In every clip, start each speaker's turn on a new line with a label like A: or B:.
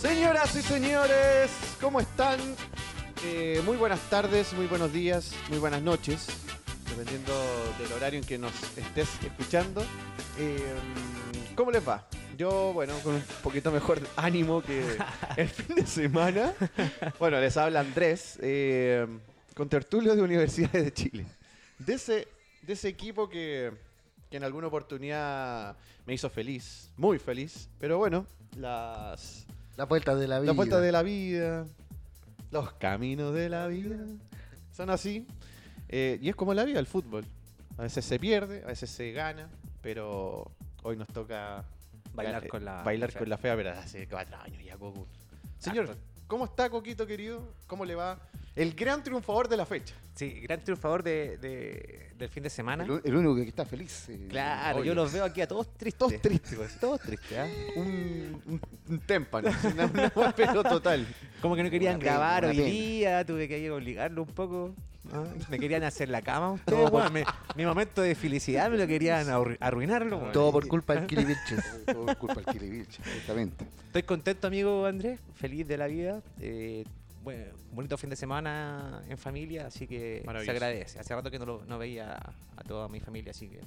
A: Señoras y señores, ¿cómo están? Eh, muy buenas tardes, muy buenos días, muy buenas noches, dependiendo del horario en que nos estés escuchando. Eh, ¿Cómo les va? Yo, bueno, con un poquito mejor ánimo que el fin de semana. Bueno, les habla Andrés, eh, con tertulios de universidades de Chile. De ese, de ese equipo que, que en alguna oportunidad me hizo feliz, muy feliz. Pero bueno, las,
B: La vuelta de la vida.
A: la vuelta de la vida. Los caminos de la vida. Son así. Eh, y es como la vida, el fútbol. A veces se pierde, a veces se gana, pero hoy nos toca
C: Bailar
A: eh,
C: con la-
A: bailar
C: la
A: con
C: fea.
A: la fea, pero hace cuatro años ya, Coco. Señor, ¿cómo está Coquito querido? ¿Cómo le va? El gran triunfador de la fecha.
C: Sí, gran triunfador de, de- del fin de semana.
B: El, el único que está feliz. eh.
C: Claro,
A: Obvio.
C: yo los veo aquí a todos tristes.
A: Todos tristes,
C: Todos tristes, ¿ah?
A: Un, un, un témpano, una, una- pero total.
C: Como que no querían
B: pena,
C: grabar
B: una
C: hoy
B: pena.
C: día, tuve que obligarlo un poco. ¿ah? Me querían hacer la cama ustedes, weón. Me- mi momento de felicidad me lo querían arru- arruinarlo. pues. weón.
B: Todo por culpa del Kili Vilches. Todo por culpa del Kili Vilches, justamente.
C: Estoy contento, amigo Andrés, feliz de la vida. eh, bueno, bonito fin de semana en familia, así que se
A: Maravilloso.
C: agradece. Hace rato que no, lo- no veía a toda mi familia, así que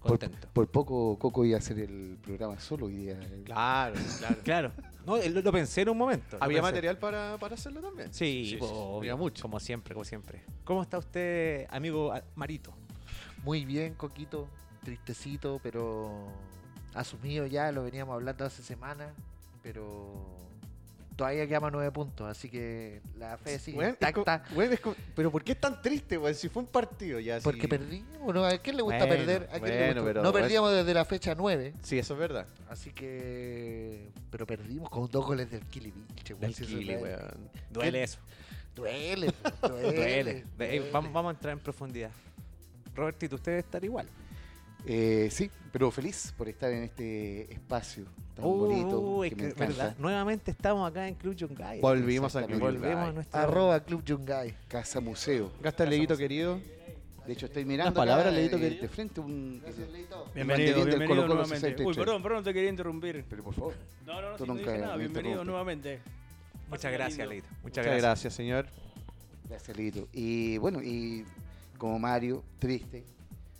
B: Por,
C: contento.
B: por poco Coco iba a hacer el programa solo hoy día.
A: Claro, claro.
C: Claro, no, eh, lo, lo pensé en un momento. lo
A: Había
C: pensé.
A: material para, para hacerlo también.
C: Sí,
A: Sí,
C: pues, po,
A: sí, sí,
C: obvio,
A: había mucho.
C: Como siempre, como siempre. ¿Cómo está usted, amigo a- Marito?
D: Muy bien, Coquito. Tristecito, pero asumido ya, lo veníamos hablando hace semana, pero todavía quedaban nueve puntos, así que la fe sigue
A: Weón, es
D: intacta.
A: co- weón, es co- pero ¿por qué es tan triste, weón? Si fue un partido ya. si-
D: Porque perdimos, ¿no? ¿A quién le gusta
A: Bueno,
D: perder? ¿A quién le
A: bueno,
D: gusta?
A: pero-
D: no perdíamos desde la fecha 9,
A: Sí, eso es verdad.
D: así que... Pero perdimos con dos goles del Kili Biche, weón, si eso
A: Tranquilo,
D: es-
A: weón.
C: Duele
D: ¿Qué?
C: eso.
D: Duele, duele.
C: Duele. Eh,
D: duele.
C: Vamos, vamos a entrar en profundidad. Robertito, usted debe estar igual.
B: Eh, sí, pero feliz por estar en este espacio tan
C: Uh,
B: bonito.
C: es
B: que me
C: que, ¿verdad?
B: encanta.
C: Nuevamente estamos acá en Club Yungay.
A: Volvimos a Club
B: Exactamente.
C: Volvemos Eh, a
A: Volvemos.
C: nuestro...
D: Arroba Club Yungay.
B: Casa Museo.
A: Gasta el leguito, querido.
B: De hecho, estoy mirando.
A: Las palabras,
B: acá,
A: Leito,
B: eh,
A: que-
B: De frente un. el banderín
E: Bienvenido,
B: del
E: bienvenido
B: Colo-Colo
E: nuevamente.
B: 63.
E: Uy, perdón, perdón, te quería interrumpir.
B: Pero por favor.
E: No, no, no,
B: Tú
E: sí, no
B: nunca
E: dije nada.
B: me
E: Bienvenido
B: interrumpes.
E: nuevamente.
C: Muchas gracias, Leito. Muchas
A: Muchas
C: gracias.
A: gracias, señor.
B: Gracias, Lito. Y bueno, y como Mario, triste,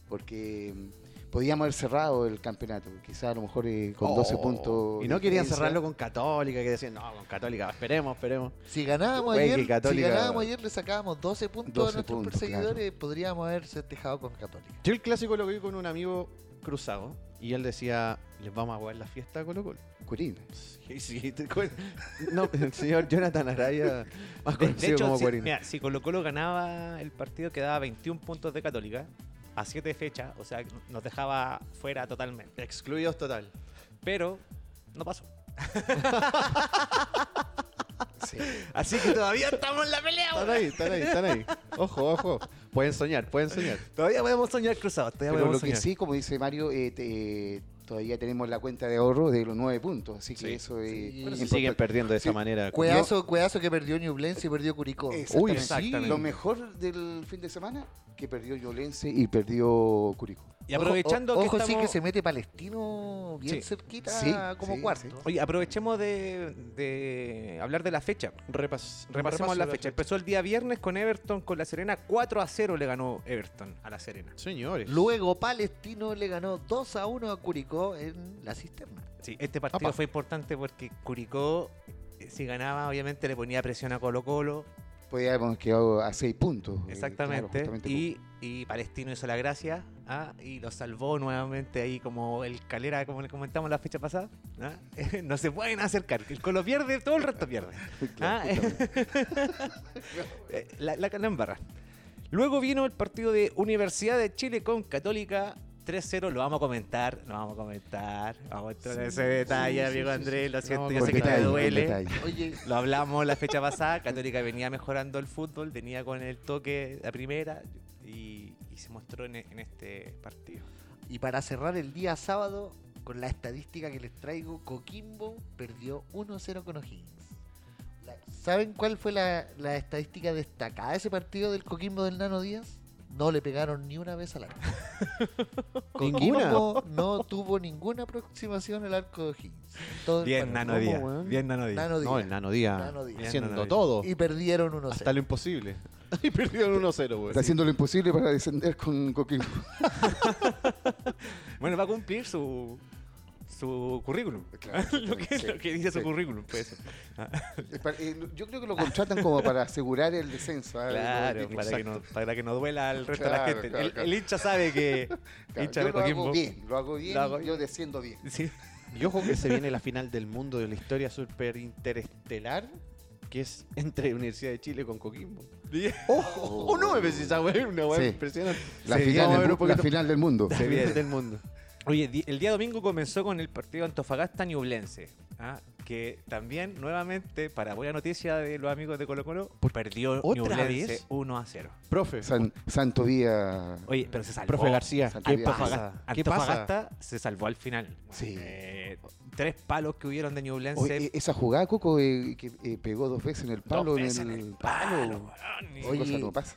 B: porque mm, podíamos haber cerrado el campeonato, quizás a lo mejor eh, con 12
A: Oh,
B: puntos.
A: Y no
B: de
A: querían
B: diferencia.
A: cerrarlo con Católica, que decían, no, con Católica, esperemos, esperemos.
D: Si ganábamos,
A: Güey, que
D: ayer, si
A: Católica-
D: ganábamos ayer, le sacábamos 12 puntos
B: 12
D: a nuestros
B: puntos,
D: perseguidores, podríamos haberse dejado con Católica.
A: Yo el clásico lo vi con un amigo cruzado y él decía, les vamos a jugar la fiesta a Colo Colo.
B: Corina.
A: Sí, sí, te cu- No, el señor Jonathan Araya, más
C: De,
A: conocido
C: de hecho,
A: como
C: si,
A: Corina.
C: mira, si Colo Colo ganaba el partido, quedaba 21 puntos de Católica a 7 fechas. O sea, nos dejaba fuera totalmente.
A: Excluidos total.
C: pero no pasó.
B: Sí.
C: Así que todavía estamos en la pelea.
A: Están ahí, están ahí, están ahí. Ojo, ojo. Pueden soñar, pueden soñar.
C: Todavía podemos soñar cruzados. Todavía
B: Pero lo
C: podemos
B: que
C: soñar.
B: sí, como dice Mario, eh, te- eh, todavía tenemos la cuenta de ahorro de los 9 puntos, así que
A: Sí.
B: eso es.
D: Sí.
A: Pero
D: Pero
A: si
B: importante.
A: siguen perdiendo de esa manera.
D: Cuedazo, cuedazo que perdió Ñublense y perdió Curicó.
A: Uy,
B: Exactamente.
C: Exactamente.
A: sí.
B: Lo mejor del fin de semana que perdió Yolense y perdió Curicó.
C: Y aprovechando
D: ojo,
C: que
D: ojo sí
C: estamos-
D: que se mete Palestino bien
C: Sí.
D: cerquita
B: Sí,
D: como
B: sí,
D: cuarto.
B: sí.
C: Oye, aprovechemos de, de hablar de la fecha.
A: Repas-
C: Repasemos la
A: repaso
C: fecha. Empezó el día viernes con Everton, con La Serena. 4 a 0 le ganó Everton a La Serena.
A: Señores.
D: Luego Palestino le ganó 2 a 1 a Curicó en la cisterna.
C: Sí, este partido
A: Apa.
C: fue importante porque Curicó, eh, si ganaba, obviamente le ponía presión a Colo Colo.
B: Podíamos haber quedado a 6 puntos. eh, claro,
C: Exactamente.
B: justamente
C: y, y Palestino hizo la gracia ¿ah? y lo salvó nuevamente ahí como el calera, como le comentamos la fecha pasada. ¿ah? no se pueden acercar. El Colo pierde, todo el resto pierde.
B: con- claro,
C: Ah,
B: justamente.
C: Eh, la, la calambarra. Luego vino el partido de Universidad de Chile con Católica 3-0. Lo vamos a comentar, lo vamos a comentar. Vamos a entrar en ese detalle,
A: sí,
C: amigo
A: sí,
C: Andrés. Lo
A: sí.
C: siento,
A: Vamos
C: yo
A: con
C: sé que te
A: detalle, con
C: duele.
B: detalle.
D: Oye,
C: Lo hablamos la fecha pasada. Católica venía mejorando el fútbol, venía con el toque a primera y, y se mostró en, e- en este partido.
D: y para cerrar el día sábado, con la estadística que les traigo, Coquimbo perdió 1-0 con O'Higgins. La- ¿Saben cuál fue la, la estadística destacada de ese partido del Coquimbo del Nano Díaz? no le pegaron ni una vez al arco.
A: Ninguna.
D: Coquimbo no tuvo ninguna aproximación al arco de O'Higgins. Todo el
C: Bien,
D: partido.
C: Nano
A: ¿cómo,
C: Díaz.
A: weón?
C: Bien, Nano Díaz.
A: No,
D: Nano Díaz.
A: el Nano Díaz
D: Nano Díaz.
A: haciendo
C: Nano Díaz.
A: todo
D: Y perdieron 1-0.
A: hasta lo imposible. y perdieron 1-0, güey.
B: Está haciendo lo imposible para descender con Coquimbo.
C: Bueno, va a cumplir su, su currículum. lo, que,
B: sí,
C: lo que dice
B: sí.
C: su currículum, pues eso.
B: Es para- eh, Yo creo que lo contratan como para asegurar el descenso. ¿ah?
C: Claro,
B: Lo-
C: para que, no, para que no duela al resto de la
B: Claro,
C: gente.
B: claro,
C: el,
B: claro.
C: el hincha sabe que.
B: Claro,
C: hincha
B: yo
C: de
B: lo hago
C: Coquimbo.
B: bien, lo hago bien,
C: Lo hago
B: y yo desciendo bien.
C: Sí.
A: Y ojo que se viene la final del mundo de la historia super interestelar, que es entre Universidad de Chile con Coquimbo. Ojo,
B: Oh.
A: no me ves esa weá, una weá
B: Sí.
A: impresionante.
B: La,
A: Sí,
B: final,
A: vamos a
B: del,
A: ver
B: mu-
A: un poquito-
B: la final del mundo.
A: La
C: Se viene.
A: final del mundo.
C: Oye, di- el día domingo comenzó con el partido Antofagasta Ñublense, ¿ah? que también nuevamente, para buena noticia de los amigos de Colo Colo, perdió
A: ¿Otra
C: Ñublense
A: vez?
C: 1 a 0.
A: Profe,
B: San- Santo Vía.
C: Oye, pero se salvó.
A: profe García,
B: Santa
A: ¿qué
B: Vía.
A: pasa?
C: Antofagasta,
A: ¿Qué pasa?
C: Antofagasta se salvó al final.
B: Sí.
C: Eh, tres palos que hubieron de Ñublense.
B: Oye, eh, esa jugada, Coco, eh, que eh, pegó dos veces en el
C: dos
B: palo.
C: veces
B: en el,
C: palo, weón, y-
B: Qué cosa
D: Oye,
B: no pasa.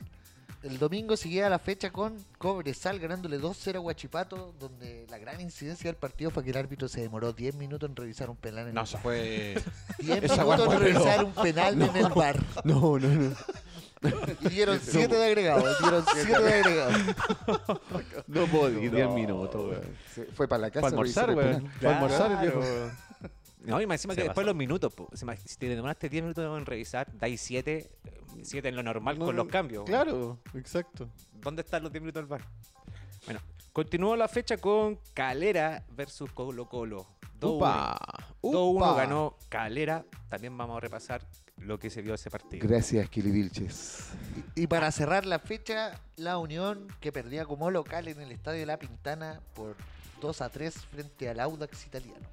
D: El domingo seguía la fecha con Cobresal ganándole 2-0 a Huachipato, donde la gran incidencia del partido fue que el árbitro se demoró 10 minutos en revisar un penal. En
A: No,
D: el,
A: se fue.
D: 10
A: esa
D: minutos
A: guagua,
D: en revisar
A: pero-
D: un penal en el bar.
A: No, no, no.
D: Y dieron 7 de agregado. Dieron 7 de agregado.
A: No puedo. Y 10
B: No,
A: minutos, weón.
B: Se fue para la casa.
A: Para almorzar,
B: revisar el
A: weón.
B: penal.
A: Para almorzar el viejo.
C: No, y más encima
A: Se
C: que después
A: pasó.
C: los minutos, po. Se imag- si te demoraste 10 minutos en revisar, dais 7, 7 en lo normal
A: No,
C: con
A: no,
C: los cambios.
A: Claro, exacto.
C: ¿Dónde están los 10 minutos del bar? Bueno, continuó la fecha con Calera versus Colo Colo. 2-1
A: Upa,
C: 2-1
A: upa.
C: ganó Calera. También vamos a repasar lo que se vio ese partido.
B: Gracias, Kili Vilches.
D: Y para cerrar la fecha, la Unión, que perdía como local en el Estadio La Pintana por 2 a 3 frente al Audax italiano.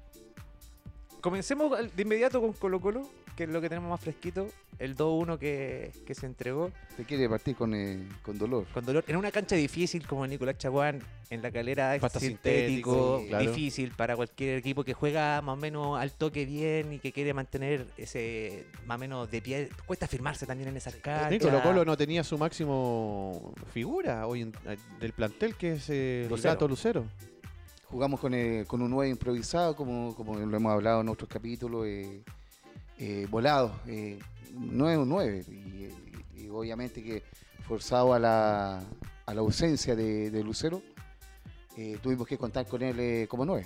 C: Comencemos al- de inmediato con Colo Colo, que es lo que tenemos más fresquito. El 2-1 que, que se entregó
B: Te quiere partir con, eh, con dolor.
C: con dolor. En una cancha difícil como el Nicolás Chaguán, en la calera es
A: Pasto
C: sintético,
A: sintético, sí, claro.
C: difícil para cualquier equipo que juega más o menos al toque bien y que quiere mantener ese más o menos de pie. Cuesta firmarse también en esas canchas.
A: Nico Colo Colo no tenía su máximo figura hoy en- eh, del plantel, que es eh, el
C: Lucero.
A: Gato Lucero.
B: Jugamos con, eh, con un 9 improvisado, como, como lo hemos hablado en otros capítulos, eh, eh, volado. eh, no es un 9. Y, eh, y- y obviamente que forzado a la, a la ausencia de, de Lucero, eh, tuvimos que contar con él eh, como 9.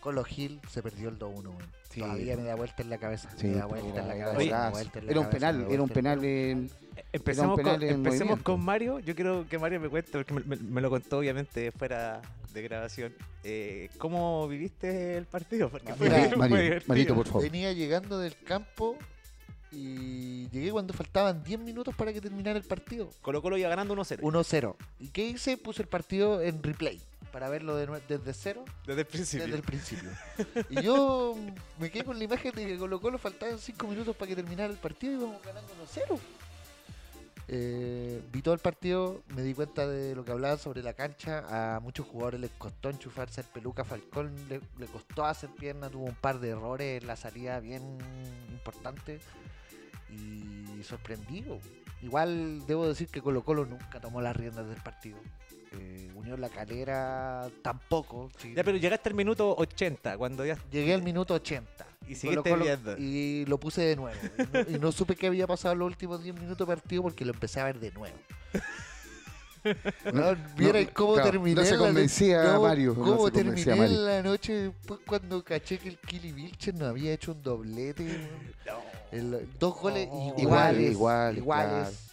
D: Colo Gil se perdió el 2-1. weón.
B: Sí.
D: Todavía me da vuelta en la cabeza.
B: Sí,
D: me da vuelta en la cabeza. me da
B: era,
D: vuelta en la
B: Eh, era un
D: cabeza, me
B: penal,
D: da
B: era un
D: vuelta en la
B: penal. eh,
C: Empecemos,
B: Era un penal
C: con,
B: en
C: empecemos
B: movimiento.
C: con Mario. Yo quiero que Mario me cuente, porque me, me- me lo contó obviamente fuera de grabación. Eh, ¿Cómo viviste el partido? Porque fue-
D: Mira,
C: fue
B: Mario,
C: divertido.
B: Marito, por favor.
D: Venía llegando del campo y llegué cuando faltaban 10 minutos para que terminara el partido.
C: Colo Colo iba ganando 1-0
D: 1-0. ¿Y qué hice? Puse el partido en replay para verlo de nue- desde cero,
C: desde el principio.
D: desde el principio. Y yo me quedé con la imagen de que Colo Colo faltaban 5 minutos para que terminara el partido y íbamos ganando 1-0. Eh, vi todo el partido, me di cuenta de lo que hablaba sobre la cancha. A muchos jugadores les costó enchufarse el peluca Falcón, le, le costó hacer pierna, tuvo un par de errores en la salida bien importante y sorprendido. Igual debo decir que Colo Colo nunca tomó las riendas del partido. Eh, Unión La Calera tampoco. sí.
C: Ya, pero llegaste al minuto 80, cuando ya
D: Llegué al minuto 80.
C: Y seguiste viendo.
D: y lo puse de nuevo. Y no, y no supe qué había pasado los últimos 10 minutos de partido porque lo empecé a ver de nuevo. Weón, Vieron
B: no,
D: cómo
B: claro,
D: terminé.
B: no se
D: la no-
B: convencía
D: cómo-
B: Mario, no
D: Cómo
B: se
D: terminé
B: convencía Mario.
D: la noche después cuando caché que el Kili Vilches no había hecho un doblete. weón. El- dos goles
C: Oh.
B: Iguales,
D: iguales.
B: iguales,
D: iguales.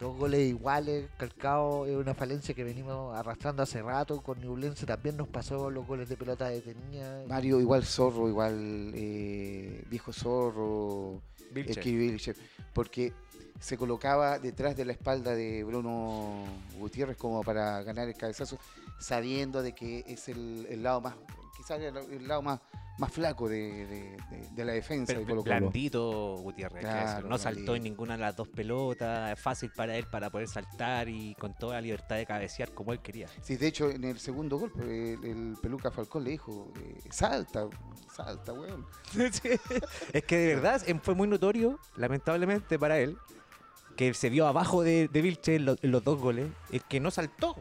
D: Dos goles iguales, calcado, es una falencia que venimos arrastrando hace rato. Con Nublense también nos pasó los goles de pelota detenida.
B: Mario, igual zorro, igual eh, viejo zorro,
C: Vilche.
B: el Kili Vilches, porque se colocaba detrás de la espalda de Bruno Gutiérrez como para ganar el cabezazo, sabiendo de que es el, el lado más, quizás el, el lado más, más flaco de, de- de- de la defensa
C: Pero
B: de Colo Colo.
C: blandito Gutiérrez, hay que
B: Claro,
C: decirlo. no saltó
B: blandito.
C: en ninguna de las dos pelotas, es fácil para él para poder saltar y con toda la libertad de cabecear como él quería.
B: Sí, de hecho, en el segundo gol, eh, el, Peluca Falcón le dijo, eh, salta, salta, weón.
C: Sí. es que de verdad em, fue muy notorio, lamentablemente para él, que se vio abajo de, de Vilche en, lo- en los dos goles, es que no saltó.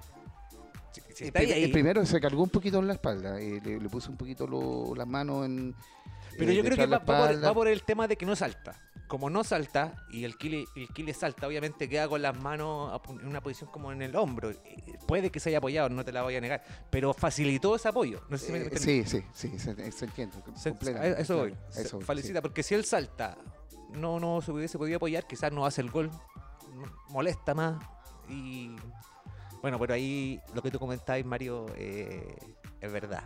C: Si- si
B: El,
C: está ahí,
B: pri- el
C: ahí.
B: primero se cargó un poquito en la espalda, eh, le, le puso un poquito lo- las manos en.
C: Pero
B: eh,
C: yo creo que
B: detrás de
C: va,
B: la
C: va por,
B: espalda.
C: va por el tema de que no salta. Como no salta y el Kile, el Kile salta, obviamente queda con las manos apu- en una posición como en el hombro. Eh, Puede que se haya apoyado, no te la voy a negar, pero facilitó ese apoyo. No sé si me
B: Eh, sí,
C: entendí.
B: sí, sí, se, se entiende.
C: Se- a
B: completamente,
C: eso voy.
B: claro, a
C: Se-
B: eso voy,
C: Felicita, porque si él salta, no, no se hubiese podido apoyar, quizás no hace el gol, no- molesta más. Y bueno, pero ahí lo que tú comentabas, Mario, eh, es verdad.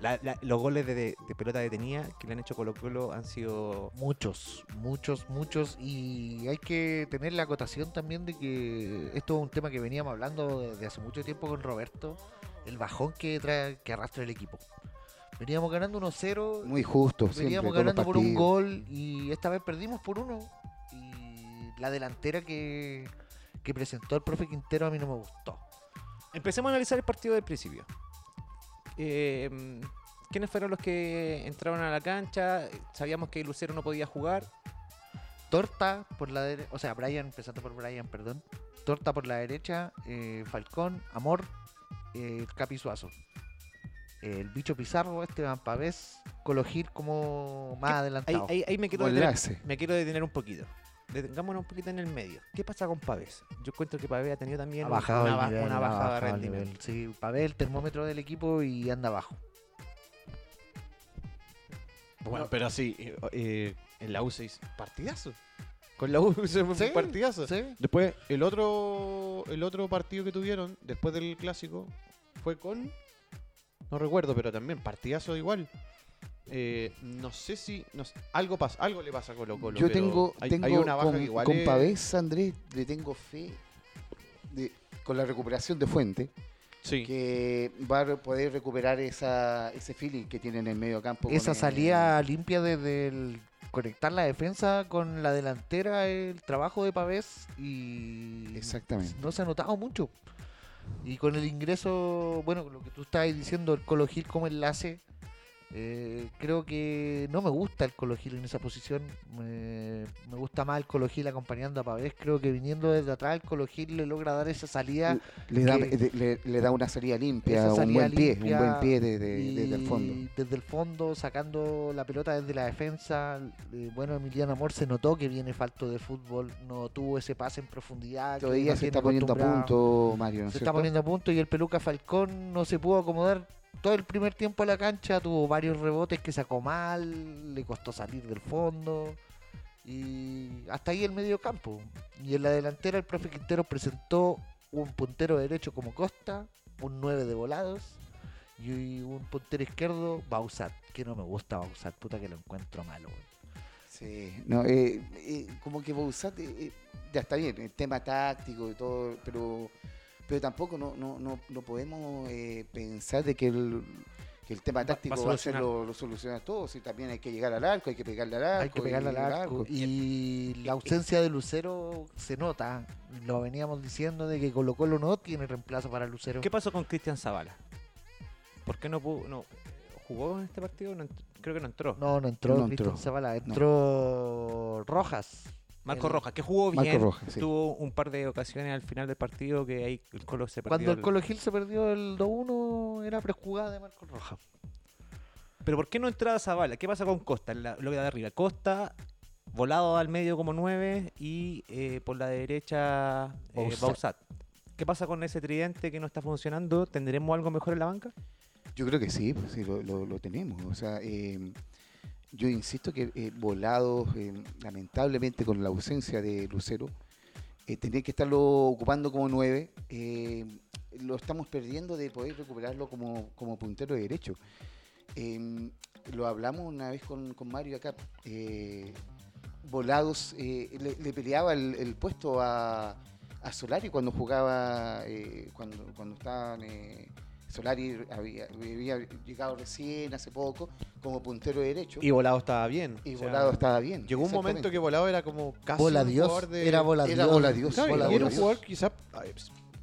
C: La- la- los goles de, de- de pelota detenida que le han hecho Colo Colo han sido...
D: Muchos, muchos, muchos. Y hay que tener la acotación también de que esto es un tema que veníamos hablando desde hace mucho tiempo con Roberto, el bajón que, tra- que arrastra el equipo. Veníamos ganando 1-0,
B: sí. Muy justo, siempre.
D: veníamos
B: todos los
D: ganando por un
B: partidos.
D: gol y esta vez perdimos por uno. Y la delantera que, que presentó el profe Quintero a mí no me gustó.
C: Empecemos a analizar el partido del principio. Eh, ¿Quiénes fueron los que entraron a la cancha? Sabíamos que Lucero no podía jugar.
D: Torta por la derecha, o sea, Brian, empezando por Brian, perdón. Torta por la derecha, eh, Falcón, Amor, eh, Capi Suazo. El bicho Pizarro, Esteban Pavés, Cologir como más
C: Ahí,
D: adelantado.
C: ahí- ahí me quiero
B: Como
C: detener-
B: enlace.
C: me quiero detener un poquito. Detengámonos un poquito en el medio. ¿Qué pasa con Pavés? Yo encuentro que Pavés ha tenido también
D: Ha
C: una,
D: bajado el
C: ba-
D: nivel,
C: una
D: ha
C: bajada de
D: bajado el
C: rendimiento.
D: nivel. Sí, Pavés, el termómetro del equipo y anda abajo.
A: Bueno, pero sí, eh, eh, en la U se hizo partidazo. Con la U se fue
D: Sí,
A: un partidazo.
D: ¿Sí?
A: Después, el otro, el otro partido que tuvieron después del clásico fue con. No recuerdo, pero también partidazo igual. Eh, no sé si. no sé, algo pasa, algo le pasa a Colo Colo.
B: Yo
A: pero
B: tengo,
A: hay,
B: tengo
A: hay una baja
B: con,
A: que igual.
B: con
A: es-
B: Pavés, Andrés, le tengo fe de- con la recuperación de Fuente,
A: Sí.
B: que va a re- poder recuperar esa, ese feeling que tiene en el medio campo. con
D: Esa
B: el-
D: salida limpia desde el conectar la defensa con la delantera, el trabajo de Pavés y
B: Exactamente.
D: no se ha notado mucho. Y con el ingreso, bueno, con lo que tú estabas diciendo, el Colo Gil como enlace, eh, creo que no me gusta el Colo Gil en esa posición. Me, me gusta más el Colo Gil acompañando a Pavés. Creo que viniendo desde atrás, el Colo Gil le logra dar esa salida.
B: Le da,
D: que-
B: le, le da una salida limpia,
D: Esa
B: un
D: salida
B: buen pie,
D: limpia
B: un buen pie de- de-
D: y
B: desde el fondo.
D: Desde el fondo, sacando la pelota desde la defensa. Eh, bueno, Emiliano Amor se notó que viene falto de fútbol. No tuvo ese pase en profundidad. que
B: Todavía
D: nos
B: se
D: tiene
B: está poniendo a
D: acostumbrados.
B: punto, Mario. ¿no es
D: se está
B: cierto?
D: poniendo a punto y el peluca Falcón no se pudo acomodar todo el primer tiempo a la cancha, tuvo varios rebotes que sacó mal, le costó salir del fondo y hasta ahí el medio campo. Y en la delantera el profe Quintero presentó un puntero derecho como Costa, un 9 de volados y un puntero izquierdo Bausat, que no me gusta Bausat, puta que lo encuentro malo. weón.
B: Sí, no, eh, eh, como que Bouzat, eh, eh, ya está bien, el tema táctico y todo, pero, pero tampoco no, no, no, no podemos eh, pensar de que el, que el tema táctico va a ser
C: solucionar.
B: lo, lo soluciona todo, si también hay que llegar al arco, hay que pegarle al arco.
D: Hay que
B: y-
D: pegarle al arco. Y la ausencia de Lucero se nota. Lo veníamos diciendo de que Colo Colo no tiene reemplazo para Lucero.
C: ¿Qué pasó con Cristian Zavala? ¿Por qué no pudo, no jugó en este partido? No ent- creo que no entró.
D: No, no entró
B: No
D: Cristian
B: entró.
D: Zavala, entró Rojas.
C: Marco
D: el-
C: Rojas, que jugó bien.
B: Marco Rojas, sí.
C: Tuvo un par de ocasiones al final del partido que ahí el Colo se perdió.
D: Cuando el
C: el-
D: Colo Gil se perdió el 2-1, era prejugada de Marco Rojas.
C: Pero ¿por qué no entraba Zavala? ¿Qué pasa con Costa? La, lo que da de arriba. Costa, volado al medio como 9 y eh, por la derecha eh,
D: Bausat.
C: Bausat. ¿Qué pasa con ese tridente que no está funcionando? ¿Tendremos algo mejor en la banca?
B: Yo creo que sí, pues, sí, lo, lo- lo tenemos. O sea, eh, yo insisto que eh, volados, eh, lamentablemente con la ausencia de Lucero, eh, tenía que estarlo ocupando como nueve. eh, lo estamos perdiendo de poder recuperarlo como, como puntero de derecho. Eh, lo hablamos una vez con, con Mario acá. eh, volados eh, le, le peleaba el, el puesto a, a Solari cuando jugaba, eh, cuando, cuando estaban. eh, Solari había, había llegado recién, hace poco, como puntero de derecho.
A: Y Volado estaba bien.
B: Y
A: o sea,
B: Volado estaba bien.
A: Llegó un momento que
B: exactamente.
A: Volado era como casi
D: Bola
A: un
D: Dios.
A: jugador de-
D: Era Bola
B: Era
D: Dios.
B: Bola Dios,
A: Claro,
B: Bola
A: y era un
B: Dios.
A: jugador quizás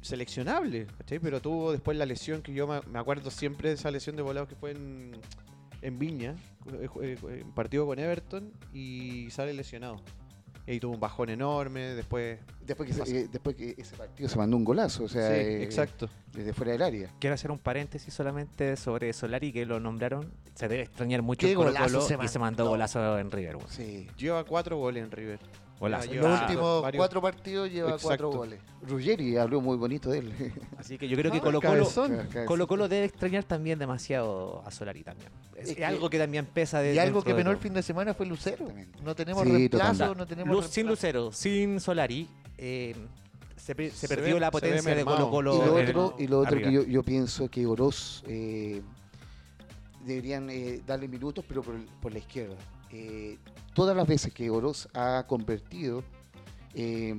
A: seleccionable, ¿cachai? Pero tuvo después la lesión que yo me me acuerdo siempre de esa lesión de volado que fue en, en Viña, eh, ju- eh, en partido con Everton, y sale lesionado. Y tuvo un bajón enorme, después...
B: Después que, se- eh, después que ese partido se mandó un golazo, o sea,
A: sí,
B: eh,
A: exacto.
B: desde fuera del área.
C: Quiero hacer un paréntesis solamente sobre Solari, que lo nombraron. Se debe extrañar mucho
D: ¿Qué
C: en Colo
D: golazo
C: Colo
D: se
C: y se mandó golazo en River. weón.
B: Sí.
A: Lleva cuatro goles en River.
C: Golazo.
A: Ya
D: En
A: lleva
D: los últimos
A: varios-
D: cuatro partidos lleva cuatro
A: Exacto.
D: goles.
B: Ruggeri habló muy bonito de él.
C: Así que yo creo que
A: Ah,
C: Colo Colo,
A: cabezón. Son-
B: Acá-
C: Colo Colo debe extrañar también demasiado a Solari también. Es,
D: Es que-
C: algo que también pesa de
D: Y algo
C: dentro
D: que
C: de
D: penó el
C: todo.
D: fin de semana fue Lucero.
B: Exactamente.
D: No tenemos
B: Sí,
D: reemplazo,
B: total.
D: no tenemos
C: Lu- sin
D: reemplazo.
C: Lucero, sin Solari, eh, se, pe- se
A: Se
C: perdió
A: ve-
C: la
A: se ve
C: potencia de
A: mermado.
C: Colo Colo.
B: Y lo
A: en-
B: otro, y lo otro
C: arriba.
B: que yo, yo pienso que Oroz eh, deberían eh, darle minutos, pero por, por la izquierda. Eh, todas las veces que Oroz ha convertido eh,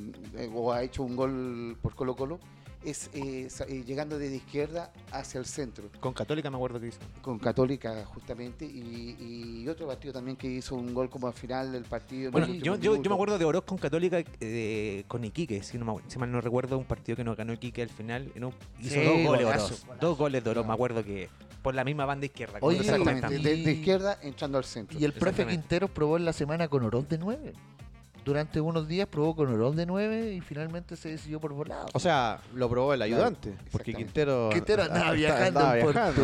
B: o ha hecho un gol por Colo Colo, es eh, sa- eh, llegando desde izquierda hacia el centro,
C: Con Católica me acuerdo que hizo.
B: con Católica justamente, y, y otro partido también que hizo un gol como al final del partido. en
C: Bueno,
B: el
C: yo,
B: último
C: yo, yo me
B: minuto.
C: acuerdo de Oroz con Católica, eh, de- con Iquique, si, no me acuerdo- si mal no recuerdo, un partido que nos ganó Iquique al final. en un- hizo
D: Sí,
C: dos goles
D: golazo,
C: Oroz.
D: golazo.
C: Dos goles de Oroz, me acuerdo que por la misma banda izquierda. como
D: Oye,
C: que se conectan.
B: Exactamente, de, de izquierda entrando al centro.
D: Y el profe
C: Exactamente.
D: Quintero probó en la semana con Oroz de 9. Durante unos días probó con Oroz de 9 y finalmente se decidió por volado.
A: O sea, lo probó el ayudante, porque
B: exactamente.
A: Quintero...
D: Quintero andaba
A: ah,
D: viajando
A: andaba
D: en
A: viajando.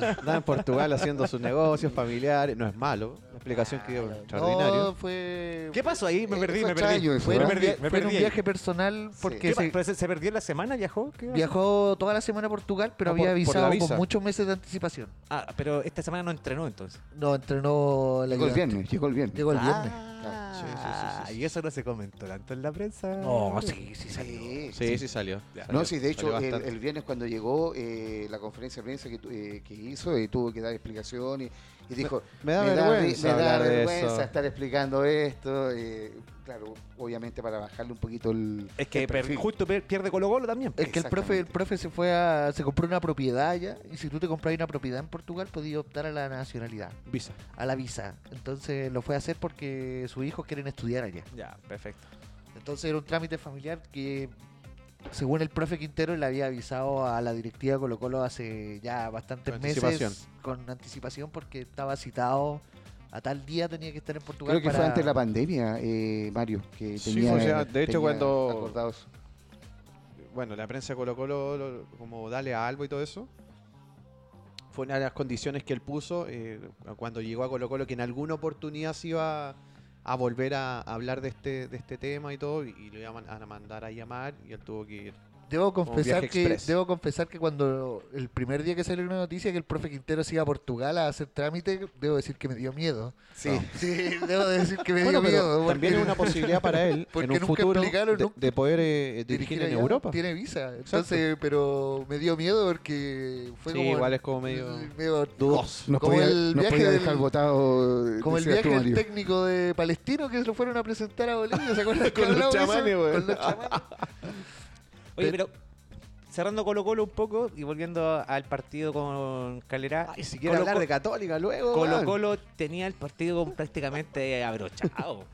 D: Portugal.
A: Andaba en Portugal haciendo sus negocios familiares, no es malo, la explicación que dio es
D: Claro.
A: extraordinario.
D: No, fue...
C: ¿Qué pasó ahí? Me
B: Eh,
C: perdí,
B: fue
C: me perdí.
B: extraño eso,
D: Fue, en
B: ¿verdad?
C: me
D: un
C: perdí,
D: via-
C: me
D: fue en un
C: perdí ahí.
D: viaje personal porque
C: ¿Qué pa-
D: se
C: pero se, se perdió en la semana? ¿Viajó? ¿Qué pasó?
D: viajó toda la semana a Portugal, pero
A: Ah, por-
D: había
A: por la
D: avisado
A: visa.
D: con muchos meses de anticipación.
C: Ah, pero esta semana no entrenó entonces.
D: No, entrenó la
B: Llegó el
D: ayudante.
B: viernes, llegó el viernes.
D: Llegó el viernes.
C: Ah,
A: Sí, sí, sí, sí, sí.
C: Y eso no se comentó tanto en la prensa.
D: No, sí, sí, salió.
B: Sí,
A: Sí, sí salió. salió,
B: No, sí, de hecho,
A: salió
B: el,
A: bastante.
B: el viernes cuando llegó eh, la conferencia de prensa que, tu- eh, que hizo, eh, tuvo que dar explicaciones y dijo,
A: me da vergüenza
B: me da
A: hablar de
B: vergüenza
A: eso".
B: estar explicando esto. eh, claro, obviamente para bajarle un poquito el...
C: Es que
B: el
C: per-
B: perfil.
C: justo per- pierde Colo Colo también.
D: Es que el profe, el profe se fue a, se compró una propiedad allá y si tú te compras una propiedad en Portugal podías optar a la nacionalidad,
A: Visa.
D: a la visa. Entonces lo fue a hacer porque sus hijos quieren estudiar allá.
C: Ya, perfecto.
D: Entonces era un trámite familiar que según el profe Quintero le había avisado a la directiva de Colo Colo hace ya bastantes
A: Con anticipación.
D: meses con anticipación porque estaba citado a tal día tenía que estar en Portugal.
B: Creo que fue
D: para-
B: antes de la pandemia, eh, Mario, que
A: Sí,
B: tenía...
A: o sea, de hecho,
B: tenía
A: cuando-
B: acordados.
A: Bueno, la prensa colocó lo, lo- como dale a algo y todo eso. Fue una de las condiciones que él puso eh, cuando llegó a Colo Colo que en alguna oportunidad se iba a volver a hablar de este, de este tema y todo y, y lo iban a mandar a llamar y él tuvo que ir.
D: Debo confesar,
A: viaje
D: que,
A: express.
D: debo confesar que cuando el primer día que salió una noticia que el profe Quintero se iba a Portugal a hacer trámite, debo decir que me dio miedo.
B: Sí.
A: No.
D: Sí, debo decir que me
A: Bueno,
D: dio
A: pero
D: miedo.
A: también es
D: porque
A: una posibilidad para él
D: porque
A: en un
D: nunca
A: futuro
D: explicaron,
A: de,
D: nunca-
A: de poder eh,
D: dirigir
A: dirigir en
D: allá
A: Europa.
D: Tiene visa. Entonces, pero me dio miedo porque fue
A: Sí,
D: como.
A: igual es como medio
D: medio-
A: dudoso.
B: Nos
D: Como
B: podía,
D: el
B: nos
D: viaje
B: podía
D: del-
B: dejar votado...
D: Como el
B: decías
D: viaje
B: tú,
D: del
B: Mario.
D: técnico de Palestino que se lo fueron a presentar a Bolivia, ¿se acuerdan? que
A: Con los
D: hablamos de
A: chamanes,
D: eso?
A: güey.
D: Con los chamanes.
C: Oye, pero cerrando Colo Colo un poco y volviendo al partido con Calera.
A: Ay, si quiere
C: Colo-
A: Ah, hablar de Católica luego.
C: Colo
A: weón.
C: Colo tenía el partido prácticamente abrochado.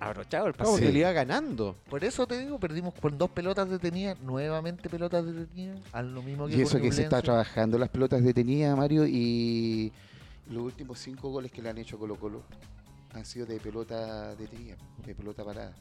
C: abrochado el
A: ¿Cómo
C: partido.
A: que le iba ganando?
D: Por eso te digo, perdimos con dos pelotas detenidas, nuevamente pelotas detenidas, a lo mismo que
B: Y eso
D: con
B: que se está
D: Ñublense.
B: trabajando las pelotas detenidas, Mario, y los últimos cinco goles que le han hecho a Colo Colo han sido de pelota detenida, de pelota parada.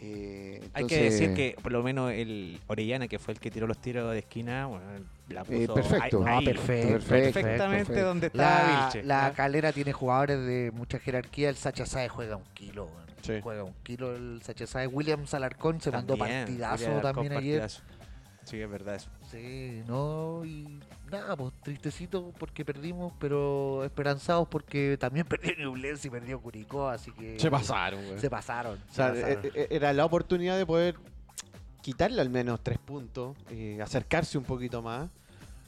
B: Eh,
C: Hay que
B: entonces,
C: decir que por lo menos el Orellana, que fue el que tiró los tiros de esquina, bueno, la puso
B: eh, perfecto.
C: ahí- ahí,
D: perfecto,
C: perfectamente
B: perfecto.
C: donde estaba
D: La,
C: Vilche. Ah,
D: la
A: ¿eh?
C: ¿ya?
D: calera tiene jugadores de mucha jerarquía. El Sacha Saez juega un kilo. weón.
A: Sí.
D: Juega un kilo el Sacha Saez. Williams Alarcón se mandó
C: También,
D: partidazo
C: Julián Alarcón,
D: también ayer.
C: partidazo. Sí, es verdad eso.
D: Sí, no, y nada, pues tristecito porque perdimos, pero esperanzados porque también perdió Ñublense y perdió Curicó, así que...
A: Se pasaron, güey.
D: Se pasaron.
A: O sea,
D: se pasaron.
A: e- e- era la oportunidad de poder quitarle al menos tres puntos, eh, acercarse un poquito más,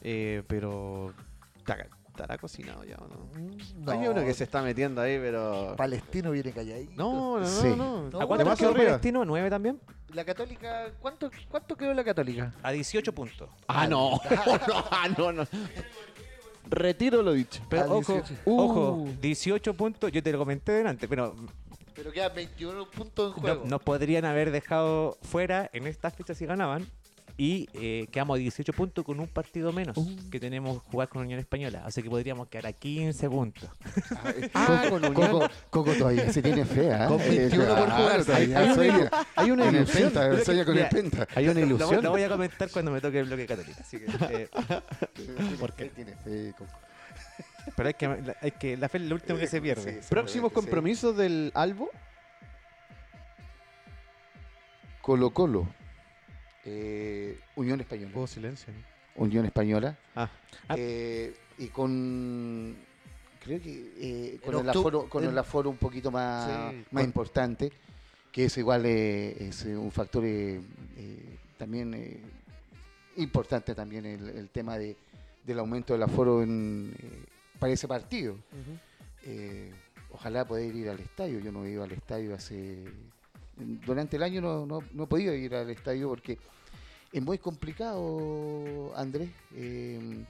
A: eh, pero está- estará cocinado ya, ¿o ¿no?
D: Mm, No,
A: eh, Hay uno que se está metiendo ahí, pero...
D: Palestino viene calladito.
A: No, no, no,
B: Sí.
A: no.
D: No,
C: ¿A
D: bueno,
C: cuánto
A: Demasiado
C: quedó
A: arriba.
C: Palestino? ¿Nueve también?
D: La Católica, ¿cuánto, cuánto quedó la Católica?
C: A 18 puntos.
A: Ah, no. no, ah, no, no. Retiro lo dicho.
C: Pero
D: Al
C: ojo,
D: 18.
C: ojo, 18 puntos, yo te lo comenté delante, pero
D: Pero quedan 21 puntos en
C: no-
D: juego.
C: nos podrían haber dejado fuera en esta fecha si ganaban. Y eh, quedamos a 18 puntos con un partido menos que tenemos que jugar con Unión Española. Así que podríamos quedar a 15 puntos.
A: Ah,
B: eh, Coco,
A: con Unión.
B: Coco, Coco todavía se tiene fea. ¿eh?
D: Con 21 por
B: claro,
D: jugar.
B: todavía
A: Hay una
B: sueña-
A: ilu- hay una
B: con el
A: ilusión.
B: penta,
C: Mira que-
B: sueña con el
C: mira,
B: penta.
A: Hay una
C: Lo, voy-
A: ilusión.
C: lo voy a comentar cuando me toque el bloque católico. Así que, eh, ¿Por qué?
B: Tiene fe, Coco.
C: pero es que, la- es que la fe es lo último que se pierde.
B: Sí,
A: Próximos
B: seguramente, sí.
A: compromisos del Albo.
B: Colo Colo. Eh, Unión Española.
A: silencio.
B: Unión Española.
A: Ah.
C: Ah.
B: Eh, y con. Creo que. eh, con,
D: En
B: el
D: octu-
B: aforo, con
D: en-
B: el aforo un poquito más,
D: Sí.
B: más importante, que es igual eh, es un factor eh, eh, también eh, importante también el, el tema de, del aumento del aforo en, eh, para ese partido. Eh, ojalá poder ir al estadio. Yo no he ido al estadio hace. Durante el año no, no, no he podido ir al estadio porque es muy complicado, Andrés. Eh,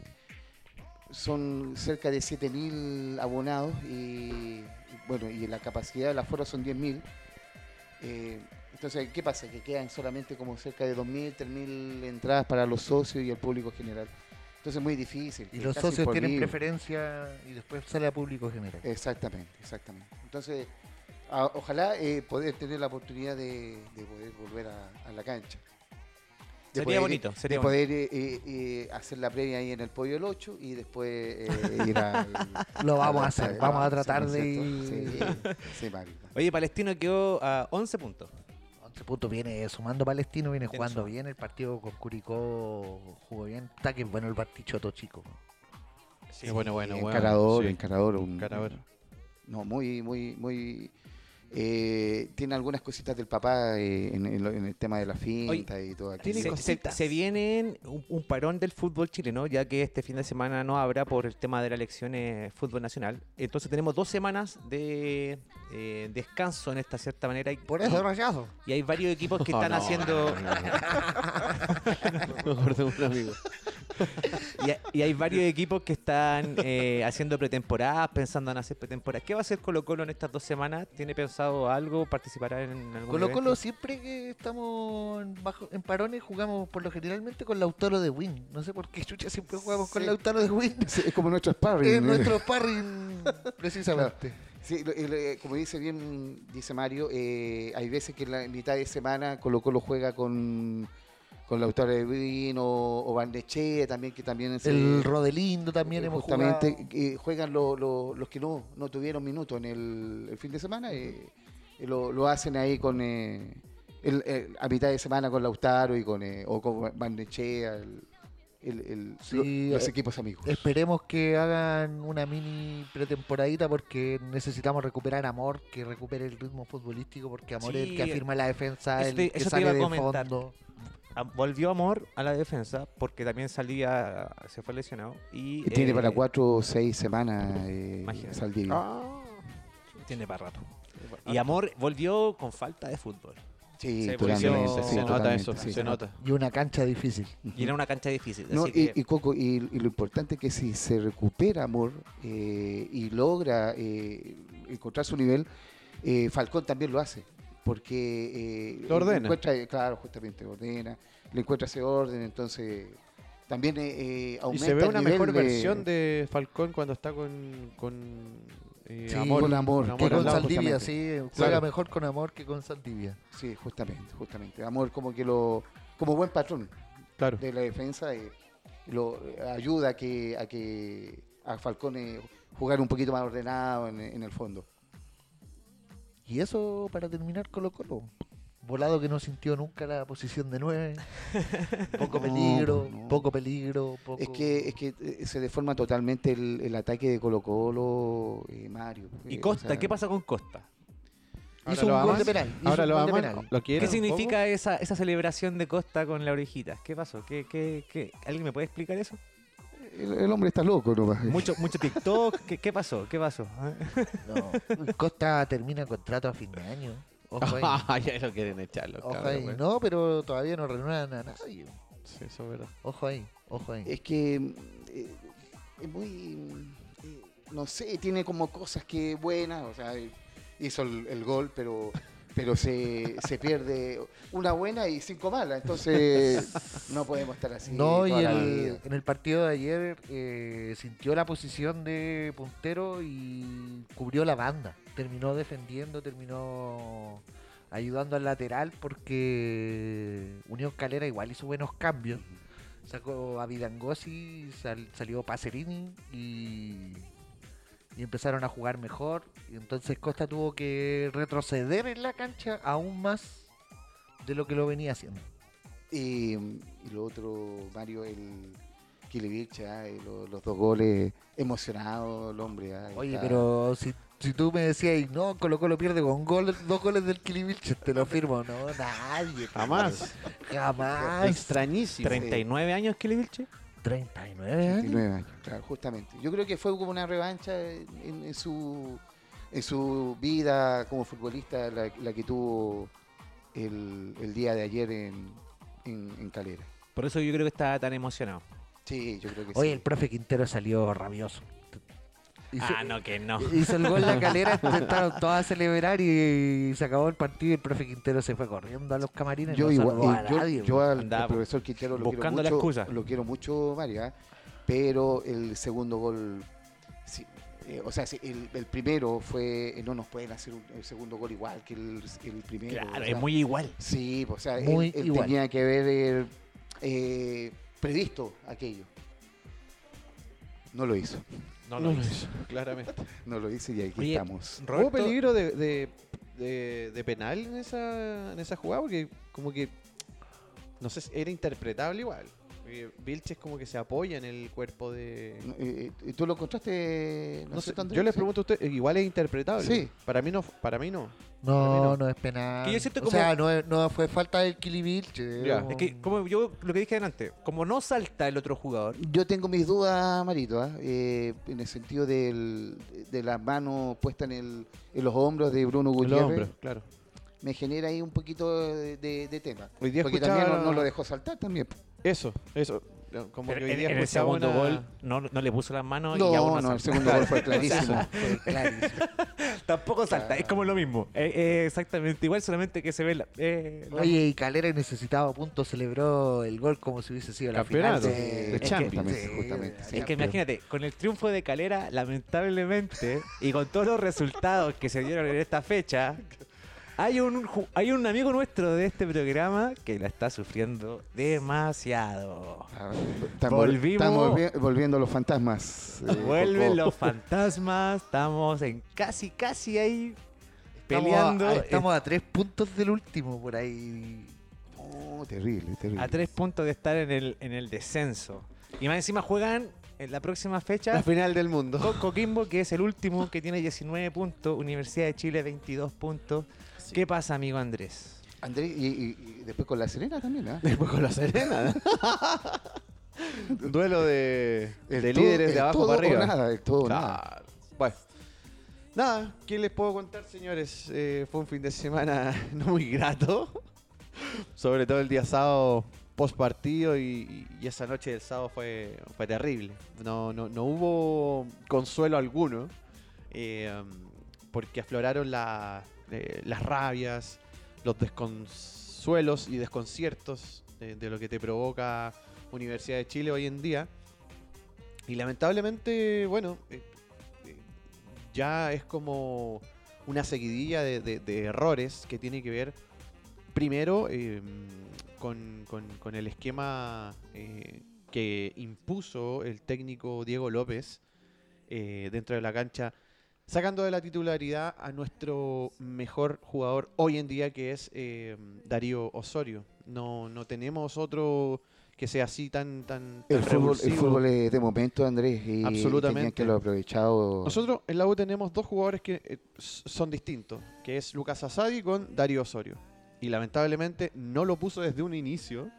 B: son cerca de 7.000 abonados y, bueno, y la capacidad del aforo son 10.000. Eh, entonces, ¿qué pasa? Que quedan solamente como cerca de 2.000, 3.000 entradas para los socios y el público general. Entonces es muy difícil.
D: Y
B: es
D: los
B: casi
D: socios tienen
B: imposible. Eh,
D: preferencia y después sale a público general.
B: Exactamente, exactamente. Entonces, a- ojalá eh, poder tener la oportunidad de, de poder volver a, a la cancha.
C: Sería
B: poder-
C: bonito, sería
B: de poder eh, eh, eh, hacer la previa ahí en el Pollo del 8 y después eh, ir al...
D: Lo vamos
B: al-
D: a hacer,
B: al-
D: vamos a
B: al-
D: tratar
B: sí,
D: de
B: ¿cierto? Sí, sí, Mario.
C: Oye, Palestino quedó a 11 puntos.
D: 11 puntos viene sumando Palestino, viene
C: Viene
D: jugando
C: sumando.
D: bien. El partido con Curicó jugó bien. Está que es bueno el partichoto chico.
C: Sí, bueno, bueno,
B: encarador, encarador, un-
A: Encarador.
B: No, muy, muy, muy... eh, tiene algunas cositas del papá eh, en, en lo- en el tema de la finta y todo aquello.
A: tiene
C: Se, se,
A: cositas.
C: se viene un, un parón del fútbol chileno, ya que este fin de semana no habrá por el tema de las elecciones eh, fútbol nacional. Entonces tenemos dos semanas de eh, descanso en esta cierta manera. Y,
D: Por eso, rayazo.
C: y hay varios equipos que están haciendo
A: Mejor de un amigo.
C: y, ha- y hay varios equipos que están eh, haciendo pretemporadas, pensando en hacer pretemporadas. ¿Qué va a hacer Colo Colo en estas dos semanas? ¿Tiene pensado algo? ¿Participará en algún
D: Colo
C: evento?
D: Colo siempre que estamos en, bajo, en parones jugamos por lo generalmente con Lautaro de Win. No sé por qué chucha siempre jugamos con
B: Sí.
D: Lautaro de Win.
B: Sí, Es como nuestro sparring.
D: Es
B: ¿eh?
D: nuestro sparring precisamente.
B: Sí, lo- el, eh, como dice bien dice Mario, eh, hay veces que en la mitad de semana Colo Colo juega con, con Lautaro de Vino o Barnechea también, que también se-
D: El Rodelindo también
B: eh,
D: hemos
B: justamente
D: jugado.
B: eh, juegan lo- lo- los que no, no tuvieron minutos en el, el fin de semana, eh, eh, lo, lo hacen ahí con eh, el- el- a mitad de semana con Lautaro y con, eh, o con Barnechea, el- el- el-
D: Sí,
B: lo- los
D: eh,
B: equipos amigos.
D: Esperemos que hagan una mini pretemporadita porque necesitamos recuperar a Amor, que recupere el ritmo futbolístico porque Amor es el que
C: Sí,
D: afirma la defensa,
C: eso
D: el
C: te-
D: que
C: eso te
D: sale
C: iba a
D: de
C: comentar.
D: fondo.
C: Ah, Volvió Amor a la defensa porque también salía, se fue lesionado. Y,
B: Que tiene
C: eh,
B: para cuatro o seis semanas eh,
C: imagínate.
B: Saldivia.
C: Tiene para rato. Y Amor volvió con falta de fútbol.
B: Sí,
C: Se
B: totalmente,
C: volvió-
B: sí,
A: se nota
B: totalmente,
A: eso,
B: sí.
A: se nota.
D: Y una cancha difícil.
C: Y era una cancha difícil.
B: No,
C: así
B: y,
C: que-
B: y Coco, y, y lo importante es que si se recupera amor eh, y logra eh, encontrar su nivel, eh, Falcón también lo hace. Porque eh,
A: Lo ordena.
B: encuentra, eh, claro, justamente ordena, le encuentra ese orden, entonces también eh, eh,
A: Y
B: aumenta
A: se ve
B: el
A: una
B: nivel
A: mejor
B: de-
A: versión de Falcón cuando está con, con eh,
B: Sí,
A: amor.
B: con Amor, que
D: Que
B: Por
A: al
D: con
A: lado.
B: Saldí-
D: Saldivia, sí. Juega
A: Claro.
D: mejor con Amor que con Saldivia.
B: Sí, justamente, justamente. Amor como que lo, como buen patrón,
A: Claro.
B: de la defensa eh, lo eh, ayuda a que a que a Falcón eh, jugar un poquito más ordenado en, en el fondo.
D: Y eso para terminar Colo Colo. Volado que no sintió nunca la posición de 9. Poco
B: No,
D: peligro,
B: pues no.
D: poco peligro, poco...
B: Es que es que eh, se deforma totalmente el, el ataque de Colo Colo eh, Mario.
C: y
B: Eh,
C: Costa,
B: o sea,
C: ¿qué pasa con Costa?
A: Ahora
D: Hizo
A: lo
D: un gol
A: aman,
D: de penal. hizo
A: Ahora
D: un
A: lo
D: gol de
A: aman.
D: penal.
A: ¿Lo quieren
C: ¿Qué
A: un
C: significa esa, esa celebración de Costa con la orejita? ¿Qué pasó? ¿Qué, qué, qué? ¿Alguien me puede explicar eso?
B: El, el hombre está loco nomás. eh.
C: Mucho, mucho TikTok. ¿Qué, qué pasó? ¿Qué pasó? ¿Ah?
D: No. Costa termina contrato a fin de año. Ojo ahí.
A: poco? ya lo quieren echarlo.
D: Ojo ahí.
A: pues.
D: No, pero todavía no renuevan a nadie.
A: Sí, eso es verdad.
D: Ojo ahí, ojo ahí.
B: Es que mm, eh, es muy mm, eh, no sé, tiene como cosas que buenas, o sea, eh, hizo el, el gol, pero pero se, se pierde una buena y cinco malas. Entonces, no podemos estar así.
D: No, y
B: toda la
D: el-
B: vida.
D: en el partido de ayer eh, sintió la posición de puntero y cubrió la banda. Terminó defendiendo, terminó ayudando al lateral porque Unión Calera igual hizo buenos cambios. Sacó a Vidangosi, sal- salió Pacerini y, y empezaron a jugar mejor. Y entonces Costa tuvo que retroceder en la cancha aún más de lo que lo venía haciendo.
B: Y, y lo otro, Mario, el Kilevich, ah, y lo- los dos goles, emocionado el hombre. ah,
D: Oye,
B: está-
D: pero si, si tú me decías, no, Colo Colo pierde con gol, dos goles del Kilibilche, te lo firmo. No, nadie.
B: Ah,
A: Jamás.
D: Jamás.
A: Extrañísimo.
B: Tre-
C: 39 años que le vilche.
D: 39 años.
B: 29 años, claro, justamente. Yo creo que fue como una revancha en, en su, en su vida como futbolista, la, la que tuvo el, el día de ayer en, en, en Calera.
C: Por eso yo creo que estaba tan emocionado.
B: Sí, yo creo que
D: Oye,
B: sí.
D: el profe Quintero salió rabioso. Hizo,
C: Ah, no, que no.
D: hizo el gol la calera, intentaron todos a celebrar y se acabó el partido y el profe Quintero se fue corriendo a los camarines.
B: yo
D: no
B: igual,
D: saludó a
B: eh, yo-
D: nadie,
B: yo al
C: Andaba
B: al profesor Quintero lo quiero,
C: buscando la
B: mucho,
C: excusa.
B: lo quiero mucho, Mario, ¿ah? pero el segundo gol, sí, eh, o sea, sí, el, el primero fue, eh, no nos pueden hacer un, el segundo gol igual que el, el primero. o
C: Claro,
B: sea,
C: es muy igual.
B: Sí, o sea, él-
D: Muy
B: él,
D: igual.
B: tenía que haber eh, eh, previsto aquello. No lo hizo,
C: No lo hizo.
A: Claramente.
B: no lo hizo y aquí
C: Oye,
B: estamos.
A: ¿Hubo
C: Roberto,
A: peligro de, de, de- de penal en esa, en esa jugada? Porque como que, no sé, si era interpretable igual. Porque Vilches como que se apoya en el cuerpo de...
B: No, eh, eh, ¿Tú lo encontraste?
A: No sé,
B: tanto?
A: yo les
B: Sí.
A: pregunto a ustedes, eh, igual es interpretable.
B: Sí.
A: Para mí no, para mí no.
D: No, no es penal.
C: Que yo siento
D: O
C: como-
D: sea, no, es- no fue falta del Kilibilche.
A: Ya.
D: como-
C: Es que, como yo lo que dije delante, como no salta el otro jugador,
B: Yo tengo mis dudas, Marito, ¿ah? Eh, en el sentido del- de las manos puestas en, el- en los hombros de Bruno Gutiérrez.
A: claro.
B: Me genera ahí un poquito de, de- de tema.
A: Hoy día
B: Porque
A: escuchaba-
B: también no, no lo dejó saltar también.
A: Eso, eso. Como que
C: en,
A: hoy día
C: en el
A: escuchaba
C: segundo
A: una-
C: gol no, no le puso las manos y aún
B: No,
C: no,
B: no, el
C: salta.
B: segundo gol fue clarísimo.
D: Fue clarísimo.
C: Tampoco salta, es como lo mismo. Es- es exactamente igual, solamente que se ve la. eh, la-
D: Oye, y Calera necesitaba puntos, celebró el gol como si hubiese sido la final
A: Campeonato
D: de,
A: de
D: es que-
A: Champions,
D: sí,
B: justamente, sí.
C: Es que imagínate, con el triunfo de Calera, lamentablemente, y con todos los resultados que se dieron en esta fecha, hay un, ju- hay un amigo nuestro de este programa que la está sufriendo demasiado.
B: Ah, Estamos,
C: Volvimos.
B: estamos volvi- volviendo a los fantasmas. eh,
C: Vuelven
B: Coco.
C: los fantasmas, estamos en casi, casi ahí
D: Estamos
C: peleando
D: a- Estamos a, tres puntos del último por ahí.
B: Oh, terrible, terrible.
C: a tres puntos de estar en el, en el descenso. Y más encima juegan en la próxima
A: La
C: fecha
A: final del mundo.
C: con Coquimbo, que es el último, que tiene 19 puntos, Universidad de Chile 22 puntos. ¿Qué pasa, amigo Andrés?
B: Andrés, y, y- y después con la Serena también, ¿ah?
A: Después con la Serena. Duelo de,
B: El
A: de
B: todo-
A: líderes
B: el
A: de abajo
B: todo
A: para arriba.
B: O nada, el todo o nada.
A: Claro. Bueno. Nada, ¿qué les puedo contar, señores? Eh, fue un fin de semana no muy grato. Sobre todo el día sábado post partido y, y esa noche del sábado fue, fue terrible. No, no, no hubo consuelo alguno eh, um, porque afloraron la- eh, las rabias, los desconsuelos y desconciertos de- de lo que te provoca Universidad de Chile hoy en día. Y lamentablemente, bueno, eh, eh, ya es como una seguidilla de, de- de errores que tiene que ver primero eh, con, con- con el esquema eh, que impuso el técnico Diego López eh, dentro de la cancha, sacando de la titularidad a nuestro mejor jugador hoy en día que es eh, Darío Osorio. No, no tenemos otro que sea así tan tan, tan
B: El fútbol, el
A: revulsivo.
B: fútbol es de momento, Andrés, y tenían
A: Absolutamente.
B: que haberlo aprovechado.
A: Nosotros en la U tenemos dos jugadores que eh, s- son distintos, que es Lucas Asadi con Darío Osorio. Y lamentablemente no lo puso desde un inicio.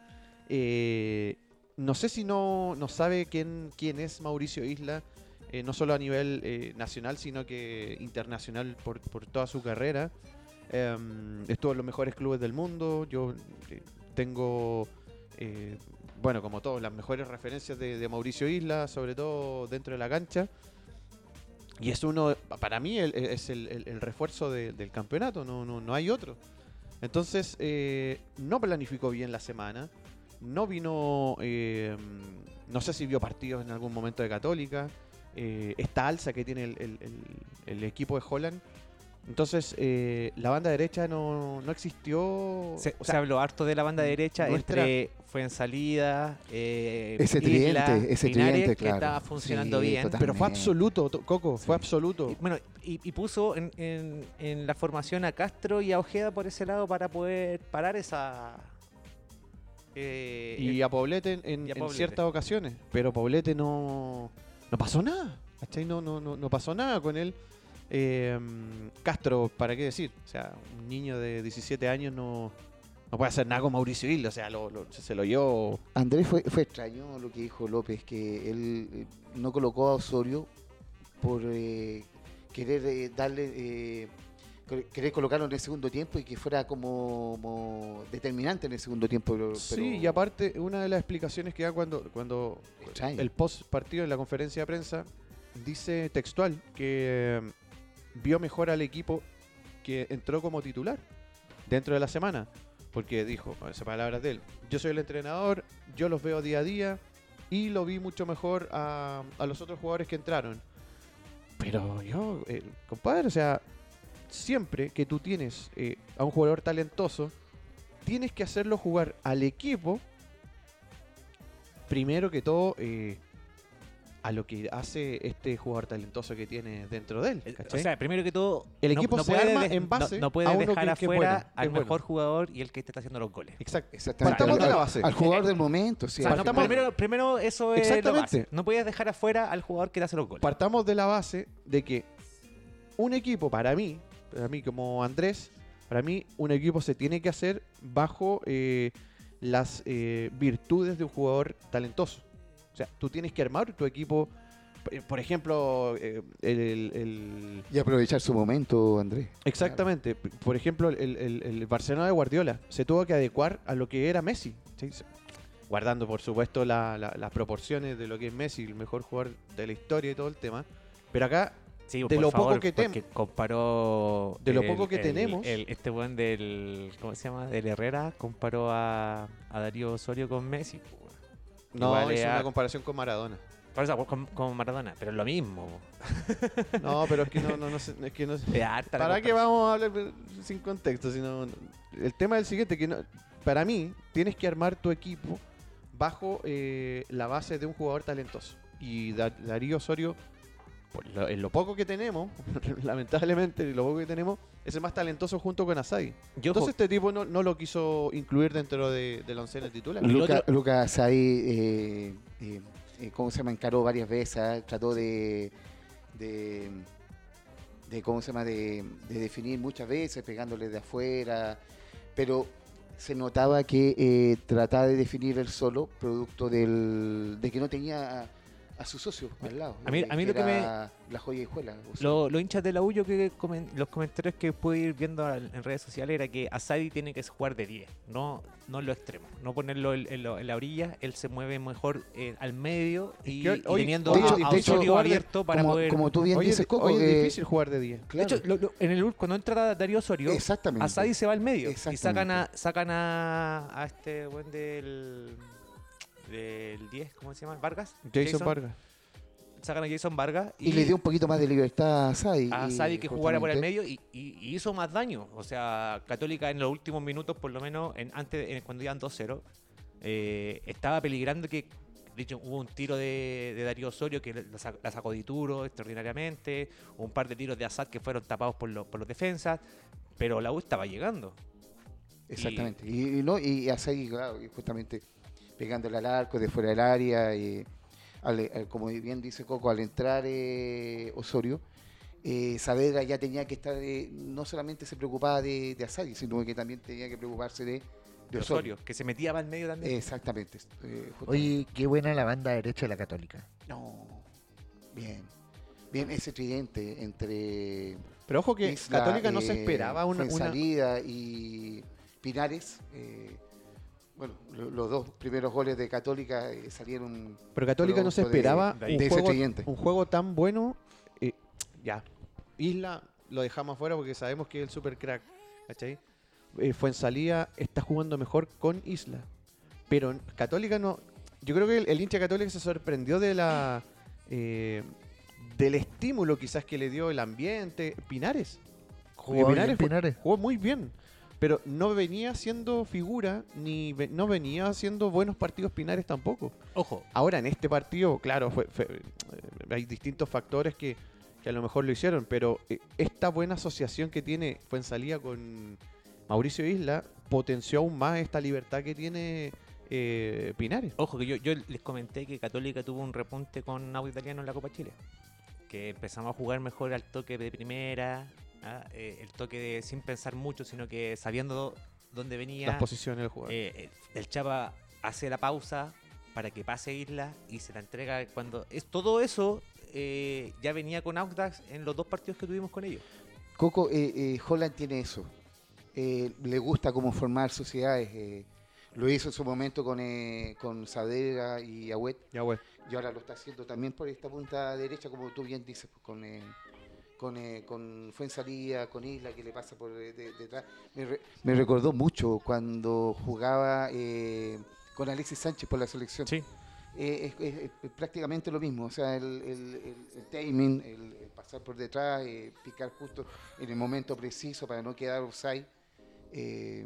A: Eh, no sé si no, no sabe quién, quién es Mauricio Isla, eh, no solo a nivel eh, nacional, sino que internacional por, por toda su carrera. Em, estuvo en los mejores clubes del mundo. Yo eh, tengo, eh, bueno, como todos, las mejores referencias de, de Mauricio Isla, sobre todo dentro de la cancha. Y es uno, para mí, el- el- es el, el- el refuerzo de- del campeonato, no, no, no hay otro. Entonces, eh, no planificó bien la semana, no vino, eh, no sé si vio partidos en algún momento de Católica, eh, esta alza que tiene el, el- el- el equipo de Holland. Entonces, eh, la banda derecha no, no existió.
C: Se,
A: o
C: se
A: sea,
C: habló harto de la banda derecha
A: nuestra-
C: entre fue en salida, eh,
B: Ese
C: Isla,
B: tridente, ese
C: Linares,
B: tridente,
C: que
B: claro.
C: estaba funcionando
B: Sí,
C: bien.
B: total.
A: pero fue
B: también.
A: absoluto, to- Coco, fue
B: Sí.
A: absoluto.
C: Y, bueno, y, y puso en, en- en la formación a Castro y a Ojeda por ese lado para poder parar esa. eh,
A: y
C: eh,
A: a Poblete en, en-
C: y a
A: en
C: Poblete.
A: ciertas ocasiones. Pero Poblete no, no pasó nada. ¿cachai? No, no, no, no pasó nada con él. Eh, Castro, ¿para qué decir? O sea, un niño de 17 años no, no puede hacer nada con Mauricio Isla. O sea, lo- lo- se, se lo llevó.
B: Andrés fue, fue extraño lo que dijo López, que él eh, no colocó a Osorio por eh, querer eh, darle, eh, cre- querer colocarlo en el segundo tiempo y que fuera como, como determinante en el segundo tiempo. pero-
A: Sí,
B: pero-
A: y aparte, una de las explicaciones que da cuando, cuando
B: Extraño.
A: el post partido en la conferencia de prensa dice textual que eh, vio mejor al equipo que entró como titular dentro de la semana. Porque dijo, esas palabras de él, yo soy el entrenador, yo los veo día a día y lo vi mucho mejor a, a los otros jugadores que entraron. Pero yo, eh, compadre, o sea, siempre que tú tienes eh, a un jugador talentoso, tienes que hacerlo jugar al equipo, primero que todo, eh, a lo que hace este jugador talentoso que tiene dentro de él.
C: eh, o
A: ¿cachai?
C: sea, primero que todo,
A: El equipo se arma en base
C: no, no puede
A: a uno
C: dejar
A: que- que es bueno,
C: afuera
A: que
C: al
A: es bueno.
C: mejor jugador y el que te está haciendo los goles.
A: Exacto.
B: Exactamente.
A: Partamos
B: Al-
A: de la
B: al-
A: base.
B: Al jugador del momento, sí.
C: O sea,
B: al
C: no,
A: partamos-
B: final.
C: primero, primero eso es lo
A: Exactamente.
C: base. No puedes dejar afuera al jugador que te hace los goles.
A: Partamos de la base de que un equipo, para mí, para mí como Andrés, para mí un equipo se tiene que hacer bajo eh, las eh, virtudes de un jugador talentoso. O sea, tú tienes que armar tu equipo. Por- Por ejemplo, eh, el- el- el,
B: Y aprovechar su momento, Andrés.
A: Exactamente. P- Por ejemplo, el, el- el Barcelona de Guardiola se tuvo que adecuar a lo que era Messi. ¿sí? Se- Guardando, por supuesto, la- la- las proporciones de lo que es Messi, el mejor jugador de la historia y todo el tema. Pero acá,
C: Sí,
A: de
C: por
A: lo poco
C: favor,
A: que tem-
C: porque comparó
A: De lo
C: el-
A: poco que
C: el-
A: tenemos.
C: el- este buen del ¿cómo se llama? del Herrera comparó a, a Darío Osorio con Messi. po, weón.
A: no
C: Igual
A: hizo
C: era-
A: una comparación con Maradona.
C: Por eso, con, con Maradona, pero es lo mismo. po.
A: No, pero es que no, no, no sé- es que no sé.
C: Es harta la
A: ¿Para qué
C: comparación.
A: vamos a hablar eh, sin contexto? Sino, el tema es el siguiente, que no- para mí tienes que armar tu equipo bajo eh, la base de un jugador talentoso. Y Da- Darío Osorio, por lo- en lo poco que tenemos, lamentablemente, en lo poco que tenemos, es el más talentoso junto con Asadi.
C: Yo,
A: Entonces este tipo no, no lo quiso incluir dentro de, de la oncena titular.
C: Lo-
B: Luca-
C: otro-
B: Lucas ahí, eh, eh, eh, ¿cómo se llama? Encaró varias veces, ah, trató de, de, de, ¿cómo se llama? De, de definir muchas veces, pegándole de afuera, pero se notaba que eh, trataba de definir él solo, producto del, de que no tenía a, a su socio al lado.
C: A mí-
B: eh,
C: a mí lo que me-
B: era La joya de escuela. o sea.
C: lo- los hinchas de la U, yo que comen- los comentarios que pude ir viendo al- en redes sociales era que Asadi tiene que jugar de 10, no, no en lo extremo, no ponerlo en, en lo- en la orilla, él se mueve mejor eh, al medio
A: Es
C: y,
A: que hoy-
C: y teniendo
A: de
C: a-
A: hecho-
C: a
A: de hecho,
C: Osorio
A: jugar de-
C: abierto para
B: como,
C: poder...
B: como tú bien
A: Hoy es-
B: dices, Coco,
A: hoy
B: que-
A: es difícil jugar de 10.
C: De
B: claro,
C: hecho, lo- lo- en el ul- cuando entra Darío Osorio,
B: exactamente.
C: Asadi se va al medio. Y sacan a,
B: Exactamente.
C: sacan a, a este buen del, del 10, ¿cómo se llama? ¿Vargas?
A: Jason Vargas.
C: Sacan a Jason Vargas
B: y le dio un poquito más de libertad a Asadi.
C: a
B: y
C: Asadi que jugara por el
B: justamente-
C: medio y, y- y hizo más daño. O sea, Católica en los últimos minutos, por lo menos en, antes en- cuando iban 2-0, eh, estaba peligrando que. De hecho, hubo un tiro de, de Darío Osorio que la, sac- la sacó de Ituro extraordinariamente. Un par de tiros de Assad que fueron tapados por, los- por los defensas. Pero la U estaba llegando.
B: Exactamente. Y, y no, y hace ahí, claro, y justamente pegándole al arco, de fuera del área, y al- al- como bien dice Coco, al entrar eh, Osorio, eh, Saavedra ya tenía que estar, eh, no solamente se preocupaba de, de Asadi, sino que también tenía que preocuparse de, de
C: de
B: Osorio.
C: Osorio, que se metía para el medio también.
B: Exactamente. eh, justamente.
D: Oye, qué buena la banda derecha de la Católica.
B: No. Bien. Bien, ese tridente entre
A: Pero ojo que
B: Isla,
A: Católica no se
B: eh,
A: esperaba una- una,
B: Fuensalida y Pinares. eh, bueno, lo- los dos primeros goles de Católica eh, salieron.
A: Pero Católica no se
B: producto de-
A: esperaba
B: de ahí.
A: un,
B: de ese
A: juego,
B: tridente.
A: un juego tan bueno. eh, ya. Isla lo dejamos afuera porque sabemos que es el super crack. ¿Cachai? Eh, Fuensalía está jugando mejor con Isla. Pero Católica no. Yo creo que el, el hincha católica se sorprendió de la. eh, del estímulo quizás que le dio el ambiente. Pinares. Porque
D: Jugó bien
A: fue-
D: Pinares.
A: jugó muy bien. Pero no venía siendo figura, ni ve- no venía haciendo buenos partidos Pinares tampoco.
C: Ojo,
A: Ahora en este partido, claro, fue- fue- eh, hay distintos factores que, que a lo mejor lo hicieron, pero eh, esta buena asociación que tiene Fuensalía con Mauricio Isla potenció aún más esta libertad que tiene eh, Pinares.
C: ojo, que yo, yo les comenté que Católica tuvo un repunte con Audio Italiano en la Copa Chile. Que empezamos a jugar mejor al toque de primera, ¿ah? Eh, el toque de sin pensar mucho, sino que sabiendo dónde venía.
A: Las posiciones del jugador.
C: Eh, el, el Chapa hace la pausa para que pase Isla y se la entrega cuando es todo eso eh, ya venía con Audax en los dos partidos que tuvimos con ellos.
B: Coco, eh, eh, Holland tiene eso. Eh, le gusta como formar sociedades. eh, lo hizo en su momento con, eh, con Sadega y Agüet.
A: ya, güey.
B: Y ahora lo está haciendo también por esta punta derecha, como tú bien dices, pues, con, eh, con, eh, con Fuenzalía, con Isla, que le pasa por eh, de- detrás. Me, re- me recordó mucho cuando jugaba eh, con Alexis Sánchez por la selección.
C: Sí.
B: Eh, es, es- es prácticamente lo mismo, o sea, el, el- el- el timing, el, el pasar por detrás, eh, picar justo en el momento preciso para no quedar offside. eh,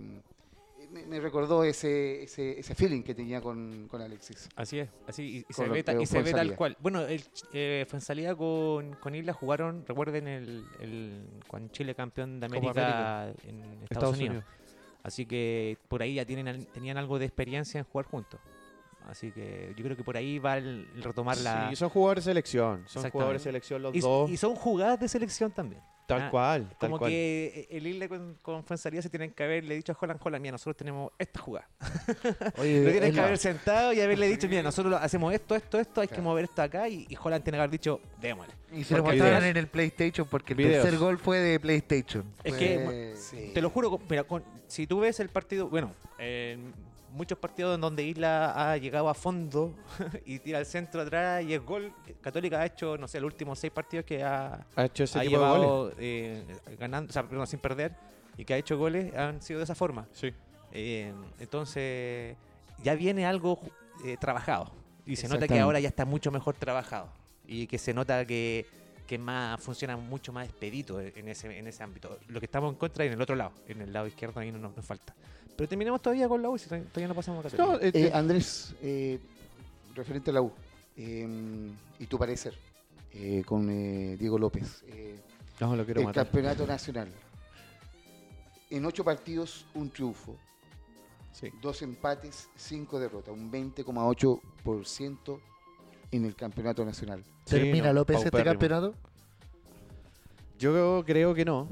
B: me, me recordó ese, ese, ese feeling que tenía con, con Alexis.
C: Así es, así y,
B: Con se lo- ve ta- pero y se ve Fuenzalida. tal
C: cual. Bueno, el, eh, fue en salida con, Isla jugaron, recuerden el, con Chile campeón de
A: Copa
C: América,
A: América
C: en Estados,
A: Estados
C: Unidos.
A: Unidos.
C: Así que por ahí ya tienen al- tenían algo de experiencia en jugar juntos. Así que yo creo que por ahí va el, el retomar la
A: Sí, son jugadores de selección. Son
C: Exactamente.
A: jugadores de selección los
C: y-
A: dos.
C: y son jugadas de selección también.
A: tal
C: ah,
A: cual, tal
C: Como
A: cual.
C: que eh, el Isla con, con Fuenzalía se tienen que haberle dicho a Holland, Holland, mira, nosotros tenemos esta jugada. Lo
D: Oye,
C: tienen que
D: Isla,
C: haber sentado y haberle dicho, mira, nosotros lo hacemos esto, esto, esto, hay que
B: Claro.
C: mover esto acá. Y, y Holland tiene que haber dicho, démosle.
D: y se lo
A: Porque
D: mostraron
A: videos.
D: en el PlayStation porque el
A: Videos.
D: tercer gol fue de PlayStation.
C: Es
B: Fue-
C: que,
B: sí.
C: te lo juro, con- mira, con- si tú ves el partido, bueno, eh, muchos partidos en donde Isla ha llegado a fondo y tira al centro atrás y es gol. Católica ha hecho, no sé, los últimos seis partidos que ha,
A: ha hecho ese
C: ha
A: tipo de goles.
C: llevado eh, ganando, o sea, perdón, sin perder y que ha hecho goles han sido de esa forma.
A: Sí.
C: Eh, entonces, ya viene algo ju- eh, trabajado. Y se nota que ahora ya está mucho mejor trabajado. Y que se nota que, que más funciona mucho más expedito en en ese, en ese ámbito. Lo que estamos en contra en el otro lado. En el lado izquierdo ahí no nos nos falta. Pero terminamos todavía con la U, si todavía todavía no pasamos a Católica.
A: No, eh,
B: Eh,
A: eh,
D: ah,
B: Andrés, eh, referente a la U, eh, y tu parecer eh, con eh, Diego López, eh,
A: no, lo quiero
B: el
A: matar.
B: campeonato nacional. En ocho partidos, un triunfo,
A: Sí.
B: dos empates, cinco derrotas, un 20,8% en el campeonato nacional.
A: Sí,
D: ¿Termina
A: no,
D: López este
A: paupérrimo.
D: campeonato?
A: Yo creo que no,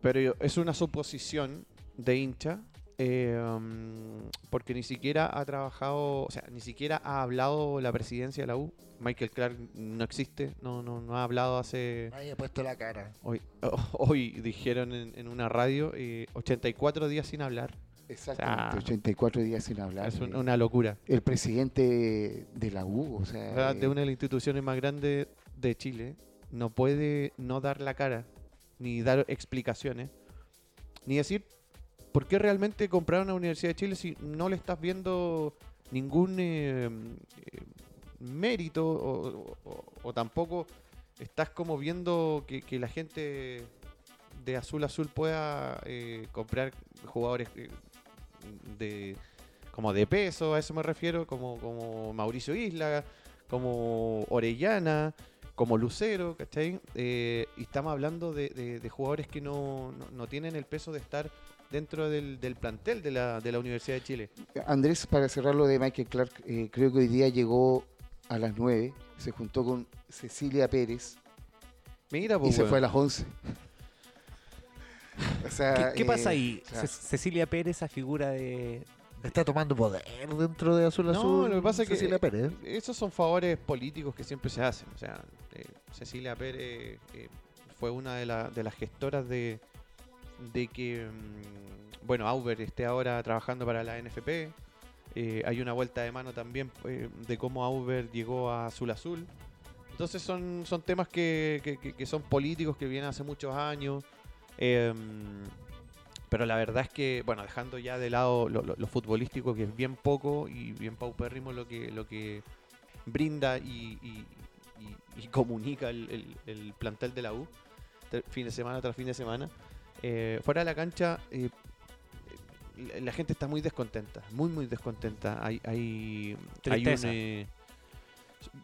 A: pero yo- es una suposición de hincha, eh, um, porque ni siquiera ha trabajado, o sea, ni siquiera ha hablado la presidencia de la U. Michael Clark no existe, no, no, no ha hablado hace...
D: Nadie ha puesto la cara.
A: Hoy, hoy dijeron en, en una radio, eh, 84 días sin hablar.
B: Exactamente, 84 días sin hablar.
A: Ah. Es un-
B: eh.
A: una locura.
B: El presidente de la U, o sea,
A: O sea, Ah, de
B: eh,
A: una de las instituciones más grandes de Chile, no puede no dar la cara, ni dar explicaciones, ni decir por qué realmente compraron a la Universidad de Chile si no le estás viendo ningún eh, eh, mérito o, o- o tampoco estás como viendo que, que la gente de azul a azul pueda eh, comprar jugadores eh, de como de peso, a eso me refiero, como, como Mauricio Isla, como Orellana, como Lucero, ¿cachai? Eh, y estamos hablando de, de- de jugadores que no, no- no tienen el peso de estar dentro del, del plantel de la, de la Universidad de Chile.
B: Andrés, para cerrar lo de Michael Clark, eh, creo que hoy día llegó a las 9, se juntó con Cecilia Pérez
A: Mira,
B: y
A: pues,
B: se
A: weón.
B: fue a las 11. O sea,
C: ¿Qué, qué pasa
B: eh,
C: ahí?
B: o sea,
C: Ce- Cecilia Pérez, esa figura de...
D: Está tomando poder dentro de Azul
A: No,
D: Azul.
A: lo que pasa es que-
D: Cecilia Pérez.
A: Esos son favores políticos que siempre se hacen. O sea, eh, Cecilia Pérez eh, fue una de, la- de las gestoras de, de que, mm, bueno, Auber esté ahora trabajando para la NFP. Eh, hay una vuelta de mano también eh, de cómo Auber llegó a Azul Azul. Entonces son, son temas que, que- que- que son políticos que vienen hace muchos años. eh, pero la verdad es que, bueno, dejando ya de lado lo, lo- lo futbolístico, que es bien poco y bien paupérrimo lo que, lo que brinda y, y- y- y comunica el, el- el plantel de la U, tra- fin de semana tras fin de semana. eh, fuera de la cancha, eh, la, la gente está muy descontenta, muy, muy descontenta. Hay, hay, hay un,
C: Tristeza.
A: eh,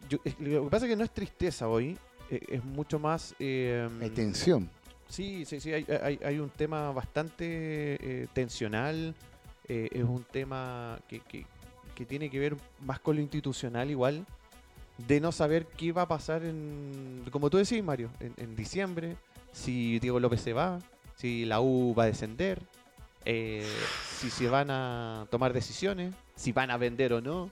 A: yo- es- lo que pasa es que no es tristeza hoy, eh, es mucho más... eh,
B: Hay tensión.
A: Sí, sí, sí, hay, hay- hay un tema bastante eh, tensional, eh, es un tema que, que- que tiene que ver más con lo institucional igual, de no saber qué va a pasar en, como tú decís Mario, en, en diciembre, si Diego López se va, si la U va a descender, eh, si se van a tomar decisiones, si van a vender o no.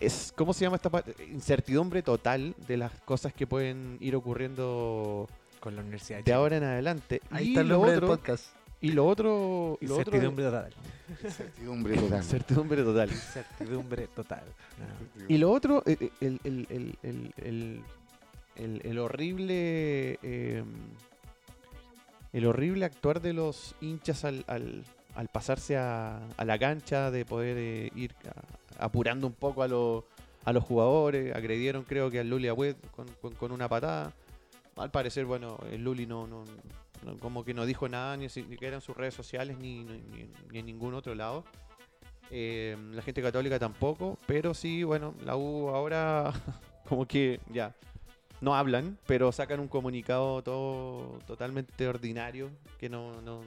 A: Es, ¿Cómo se llama esta parte? Incertidumbre total de las cosas que pueden ir ocurriendo
C: Con la Universidad de
A: de
C: Chile.
A: ahora en adelante.
D: Ahí
A: y,
D: está el
A: lo
D: nombre del
A: otro,
D: podcast.
A: y lo otro. Lo otro
C: Incertidumbre total.
B: Incertidumbre total.
A: Certidumbre total.
C: Incertidumbre total. No.
A: Y lo otro, eh, eh, el, el, el, el, el- el- el horrible. eh, el horrible actuar de los hinchas al, al- al pasarse a, a la cancha, de poder eh, ir a- apurando un poco a, lo- a los jugadores. Agredieron, creo que, al Luli Agüed con, con- con una patada. Al parecer, bueno, el Luli no, no- no- como que no dijo nada, ni siquiera en sus redes sociales, ni- ni- ni- ni en ningún otro lado. Eh, la gente católica tampoco, pero sí, bueno, la U ahora como que ya no hablan, pero sacan un comunicado todo totalmente ordinario que no, no,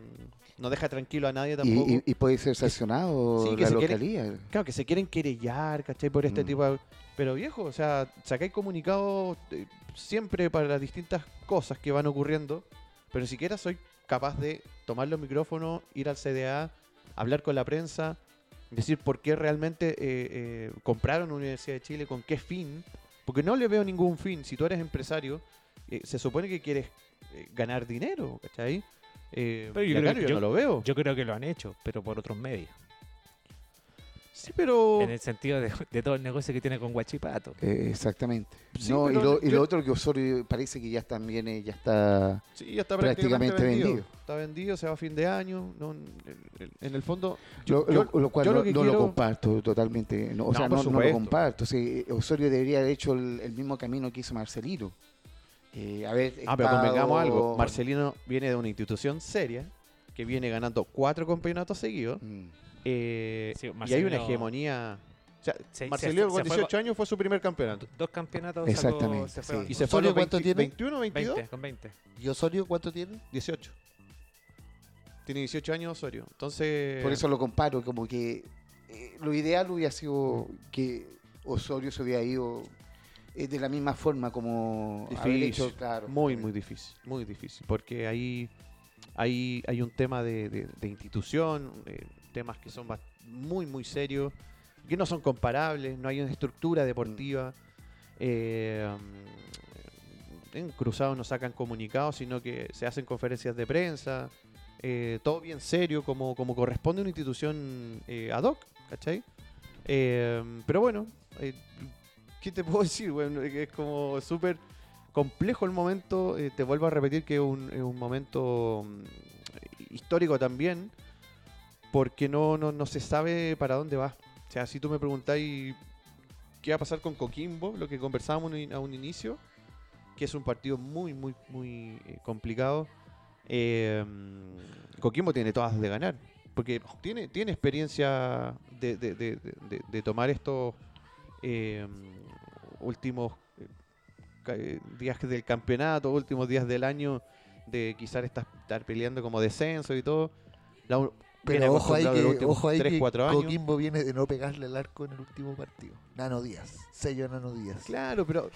A: no deja tranquilo a nadie
B: Y,
A: tampoco.
B: y- y puede ser sancionado
A: Sí, que
B: la
A: se quiere-
B: localía.
A: Claro, que se quieren querellar, ¿cachai? Por este
B: Mm.
A: tipo de... Pero viejo, o sea, sacáis comunicados eh, siempre para las distintas cosas que van ocurriendo, pero ni siquiera soy capaz de tomar los micrófonos, ir al CDA, hablar con la prensa, decir por qué realmente eh, eh, compraron Universidad de Chile, con qué fin, porque no le veo ningún fin. Si tú eres empresario, eh, se supone que quieres eh, ganar dinero, ¿cachai? Eh,
C: Pero yo
A: y
C: creo
A: acá
C: que
A: yo,
C: yo-
A: no lo veo.
C: Yo creo que lo han hecho, pero por otros medios.
A: sí, pero...
C: En el sentido de, de todo el negocio que tiene con Guachipato.
B: Oh. Eh, exactamente.
A: Sí,
B: no, y
A: pero
B: lo, y
A: yo-
B: lo otro que Osorio parece que ya también eh, ya está
A: Sí, ya está prácticamente,
B: Prácticamente
A: vendido.
B: vendido.
A: Está vendido, se va a fin de año. no- en el fondo,
B: Lo,
A: Yo-
B: lo- lo cual
A: yo lo
B: no,
A: que
B: no
A: quiero-
B: lo comparto totalmente. No, o
A: No,
B: sea,
A: por
B: no, no lo
A: supuesto.
B: comparto. O sea, Osorio debería haber hecho el, el mismo camino que hizo Marcelino. Eh, haber
A: Ah, pero
B: estado- Mm.
A: convengamos algo. Marcelino viene de una institución seria que viene ganando cuatro campeonatos seguidos.
B: Mm.
A: eh, y
C: Sí,
A: hay una
C: Marcelino-
A: hegemonía. O sea,
C: Se- se-
A: Marcelino con
C: se fue-
A: 18 años fue su primer campeonato.
C: Dos campeonatos.
B: Exactamente,
C: Sacó, se fue
B: sí.
A: Y se
C: a-
A: fue a
D: ¿Osorio
A: los
D: cuánto
A: 20
D: tiene?
A: 21, 22,
C: 20, con 20.
D: ¿Y Osorio cuánto tiene?
A: 18. Tiene 18 años Osorio. Entonces,
B: Por eso lo comparo, como que eh, lo ideal hubiera sido que Osorio se hubiera ido eh, de la misma forma como haber
A: Difícil.
B: hecho, claro.
A: muy, muy difícil. Muy difícil. Porque ahí hay, hay un tema de, de- de institución, eh, temas que son bast- muy, muy serios, que no son comparables, no hay una estructura deportiva. eh, mm, en cruzados no sacan comunicados, sino que se hacen conferencias de prensa, eh, todo bien serio, como, como corresponde a una institución eh, ad hoc, ¿cachai? Eh, pero bueno, eh, ¿qué te puedo decir? Bueno, es como súper complejo el momento. eh, te vuelvo a repetir que es un, es un momento mm, histórico también, porque no, no, no se sabe para dónde va. O sea, si tú me preguntáis qué va a pasar con Coquimbo, lo que conversábamos en- a un inicio, que es un partido muy, muy, muy eh, complicado. eh, Coquimbo tiene todas de ganar, porque tiene, tiene experiencia de, de- de- de- de- de tomar estos eh, últimos eh, ca- eh, días del campeonato, últimos días del año, de quizás estar, estar peleando como descenso y todo. La U- viene
D: Pero ojo ahí
A: acostumbrado los
D: que,
A: últimos
D: ojo ahí
A: tres,
D: que
A: cuatro años.
D: Coquimbo viene de no pegarle al arco en el último partido. Nano Díaz, sello Nano Díaz.
A: Claro, pero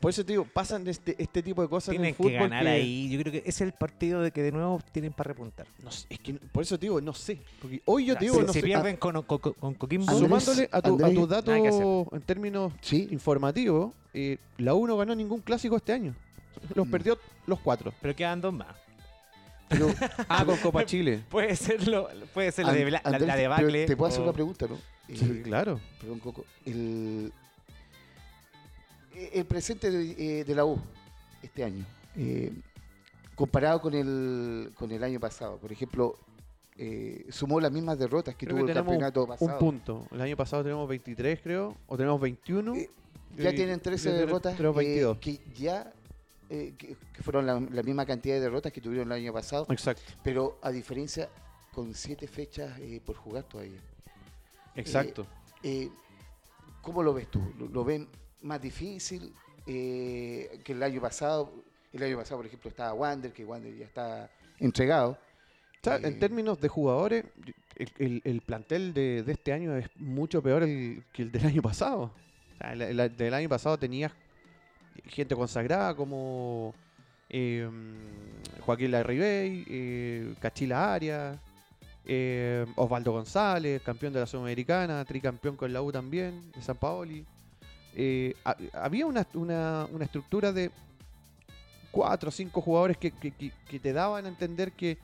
A: por eso te digo, pasan este, este tipo de cosas en
C: Tienen
A: el fútbol.
C: que ganar ahí. Yo creo que es el partido de que de nuevo tienen para repuntar.
A: no sé, es que por eso te digo, no sé. Porque hoy yo te
C: Si-
A: digo,
C: si
A: no sé.
C: pierden con, con, con Coquimbo,
A: Ah, Sumándole a tu, a
B: Andrés,
A: tu
C: nada que hacer.
A: dato en términos
B: Sí,
A: informativos, eh, la U no ganó ningún clásico este año. Los
B: Mm.
A: perdió los cuatro.
C: pero quedan dos más.
B: pero
A: Ah, con Copa Chile.
C: Puede ser, lo, puede ser la,
B: An-
C: de, la, la- la
B: Andrés, pero
C: debacle.
B: Te puedo hacer
C: o-
B: una pregunta, ¿no? Eh,
A: claro.
B: Perdón, Coco. El, eh, el presente de, eh, de la U este año, eh, comparado con el, con el año pasado, por ejemplo, eh, sumó las mismas derrotas que
A: Creo
B: tuvo
A: que
B: el
A: tenemos
B: campeonato pasado.
A: Un punto. El año pasado tenemos 23, creo. O tenemos 21.
B: Eh, Ya
A: Y-
B: tienen
A: ya
B: 13
A: tienen-
B: derrotas
A: tenemos
B: eh,
A: 22.
B: que ya eh, que, que fueron la, la misma cantidad de derrotas que tuvieron el año pasado,
A: Exacto.
B: pero a diferencia con 7 fechas eh, por jugar todavía.
A: Exacto.
B: Eh, ¿Cómo lo ves tú? ¿Lo, lo ven más difícil eh, que el año pasado? El año pasado, por ejemplo, estaba Wander, que Wander ya está entregado.
A: O sea,
B: eh,
A: en términos de jugadores, el, el- el plantel de, de este año es mucho peor el- que el del año pasado. O sea, el, el del año pasado tenías gente consagrada como eh, Joaquín Larribey, eh, Cachila Arias, eh, Osvaldo González, campeón de la Sudamericana, tricampeón con la U también, de San Paoli. Eh, ha- había una, una- una estructura de cuatro o cinco jugadores que- que- que- que te daban a entender que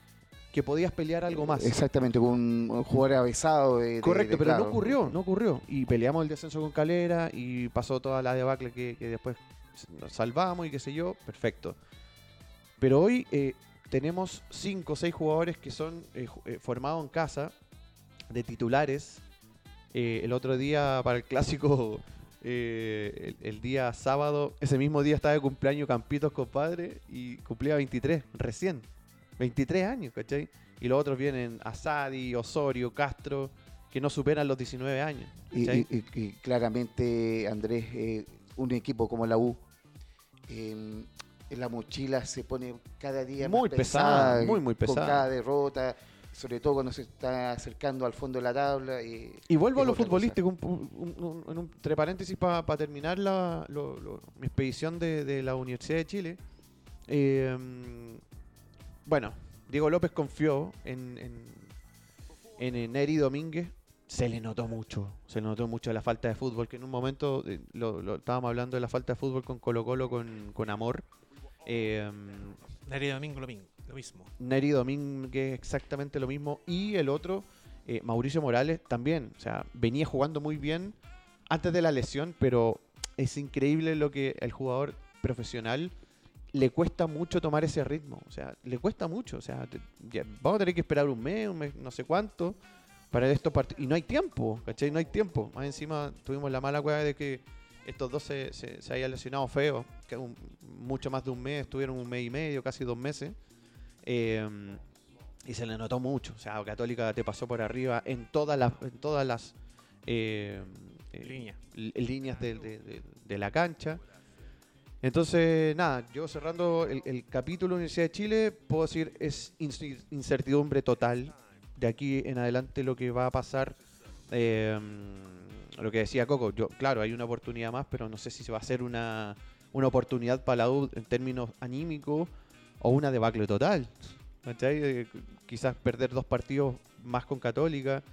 A: que podías pelear algo más.
B: Exactamente, con un jugador avesado. de- de-
A: Correcto,
B: de-
A: pero no
B: claro.
A: ocurrió, no ocurrió. Y peleamos el descenso con Calera y pasó toda la debacle que, que después nos salvamos y qué sé yo, perfecto. Pero hoy eh, tenemos 5 o 6 jugadores que son eh, ju- eh, formados en casa, de titulares. Eh, el otro día para el clásico, eh, el, el día sábado, ese mismo día estaba de cumpleaños Campitos, compadre, y cumplía 23, recién. 23 años, ¿cachai? Y los otros vienen Asadi, Osorio, Castro, que no superan los 19 años.
B: Y,
A: ¿cachai?
B: y- y- y claramente, Andrés, eh, un equipo como la U, eh, en la mochila se pone cada día más
A: Muy pesada, muy, muy pesada.
B: Con cada derrota, sobre todo cuando se está acercando al fondo de la tabla. eh,
A: Y vuelvo a
B: es
A: lo
B: otra
A: futbolístico, un, un- un- un- un- entre paréntesis para terminar la, lo- lo- mi expedición de, de la Universidad de Chile. Eh, bueno, Diego López confió en, en, en Neri Domínguez. Se le notó mucho, se le notó mucho la falta de fútbol, que en un momento eh, lo, lo estábamos hablando de la falta de fútbol con Colo Colo, con, con Amor. Eh,
C: Darío Domingo lo mi- lo mismo.
A: Neri Domínguez exactamente lo mismo. Y el otro, eh, Mauricio Morales, también. O sea, venía jugando muy bien antes de la lesión, pero es increíble lo que el jugador profesional le cuesta mucho tomar ese ritmo. O sea, le cuesta mucho. O sea, te- ya- vamos a tener que esperar un mes, un mes, no sé cuánto, para estos partidos. Y no hay tiempo, ¿cachai? No hay tiempo. Más encima tuvimos la mala cueva de que estos dos se, se- se hayan lesionado feo, que un- mucho más de un mes, estuvieron un mes y medio, casi dos meses. Eh, y se le notó mucho. O sea, Católica te pasó por arriba en todas las, en todas las eh, eh,
C: Línea.
A: l- líneas de, de- de- de la cancha. Entonces, nada, yo cerrando el, el capítulo Universidad de Chile, puedo decir es inci- incertidumbre total de aquí en adelante lo que va a pasar. eh, lo que decía Coco, yo, claro, hay una oportunidad más, pero no sé si se va a hacer una, una oportunidad para la U en términos anímicos o una debacle total. ¿Cachai? Eh, Quizás perder dos partidos más con Católica.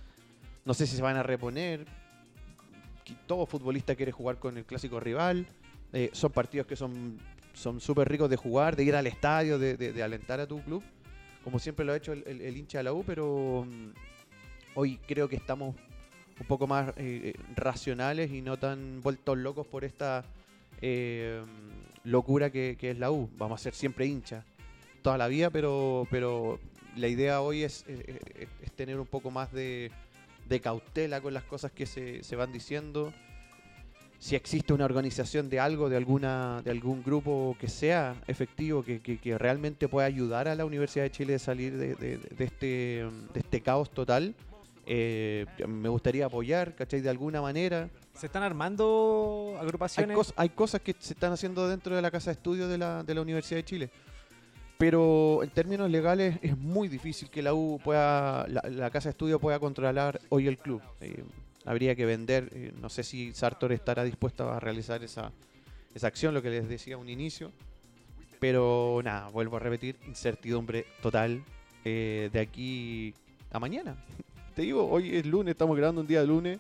A: No sé si se van a reponer. Qui- Todo futbolista quiere jugar con el clásico rival. Eh, son partidos que son son súper ricos de jugar, de ir al estadio, de, de- de alentar a tu club. Como siempre lo ha hecho el, el- el hincha de la U, pero mm, hoy creo que estamos un poco más eh, eh, racionales y no tan vueltos locos por esta eh, locura que, que es la U. Vamos a ser siempre hinchas toda la vida, pero, pero la idea hoy es, eh, eh, es, tener un poco más de, de cautela con las cosas que se, se van diciendo. Si existe una organización de algo, de alguna, de algún grupo que sea efectivo, que, que- que realmente pueda ayudar a la Universidad de Chile a salir de, de- de este, de este caos total, eh, me gustaría apoyar, ¿cachai? De alguna manera.
C: Se están armando
A: Hay,
C: agrupaciones.
A: cos- hay cosas que se están haciendo dentro de la casa de estudios de la, de la Universidad de Chile. Pero en términos legales es muy difícil que la U pueda, la, la casa de estudio pueda controlar hoy el club. Eh, habría que vender, eh, no sé si Sartor estará dispuesta a realizar esa, esa acción, lo que les decía a un inicio. Pero nada, vuelvo a repetir, incertidumbre total eh, de aquí a mañana. Te digo, hoy es lunes, estamos grabando un día de lunes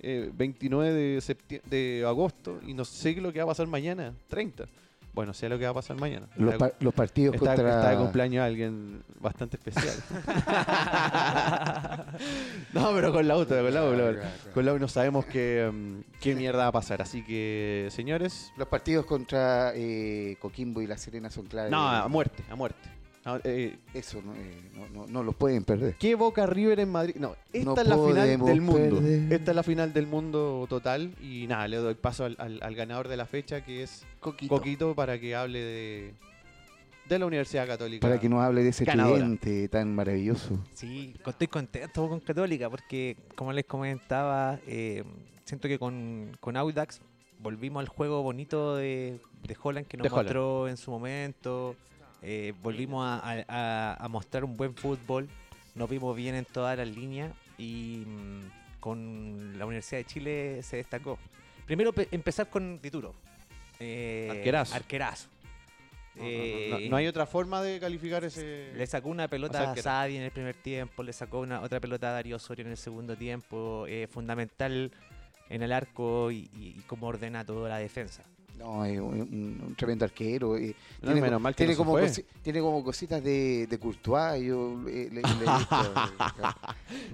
A: eh, 29 de, septie- de agosto y no sé lo que va a pasar mañana, 30. Bueno, sé lo que va a pasar mañana.
B: Los,
A: Está-
B: par- los partidos
A: está,
B: contra.
A: está de cumpleaños alguien bastante especial. no, pero con la auto, con la U, con la U. Con la U no sabemos qué, mm, qué mierda va a pasar. Así que, señores,
B: Los partidos contra eh, Coquimbo y La Serena son claves.
A: no, a muerte, a muerte. A- eh,
B: Eso no, eh, no, no- no los pueden perder.
A: ¿Qué Boca River en Madrid? No, esta
B: No
A: es la final
B: podemos
A: del mundo.
B: perder.
A: Esta es la final del mundo total. Y nada, le doy paso al, al- al ganador de la fecha, que es
D: Coquito.
A: Coquito, para que hable de, de la Universidad Católica.
B: Para que nos hable de ese
A: Ganadora.
B: cliente tan maravilloso.
C: Sí, con- estoy contento con Católica porque, como les comentaba, eh, siento que con, con Audax volvimos al juego bonito de, de Holland que nos
A: De Holland.
C: mostró en su momento. Eh, volvimos a, a- a- a mostrar un buen fútbol. Nos vimos bien en todas las líneas y mm, con la Universidad de Chile se destacó. Primero pe- empezar con Dituro. Eh,
A: Arquerazo.
C: Arquerazo.
A: No, no, no, no,
C: Eh,
A: no hay otra forma de calificar ese.
C: le sacó una pelota
A: sea,
C: a
A: que-
C: Sadi en el primer tiempo, le sacó una, otra pelota a Darío Osorio en el segundo tiempo. eh, fundamental en el arco y, y- y cómo ordena toda la defensa.
B: No, es un, un- un tremendo arquero. eh,
A: No,
B: tiene,
A: menos
B: co-
A: mal que no
B: tiene
A: se
B: como
A: fue.
B: cosi- tiene como cositas de, de Courtois. Yo eh, le, le he visto,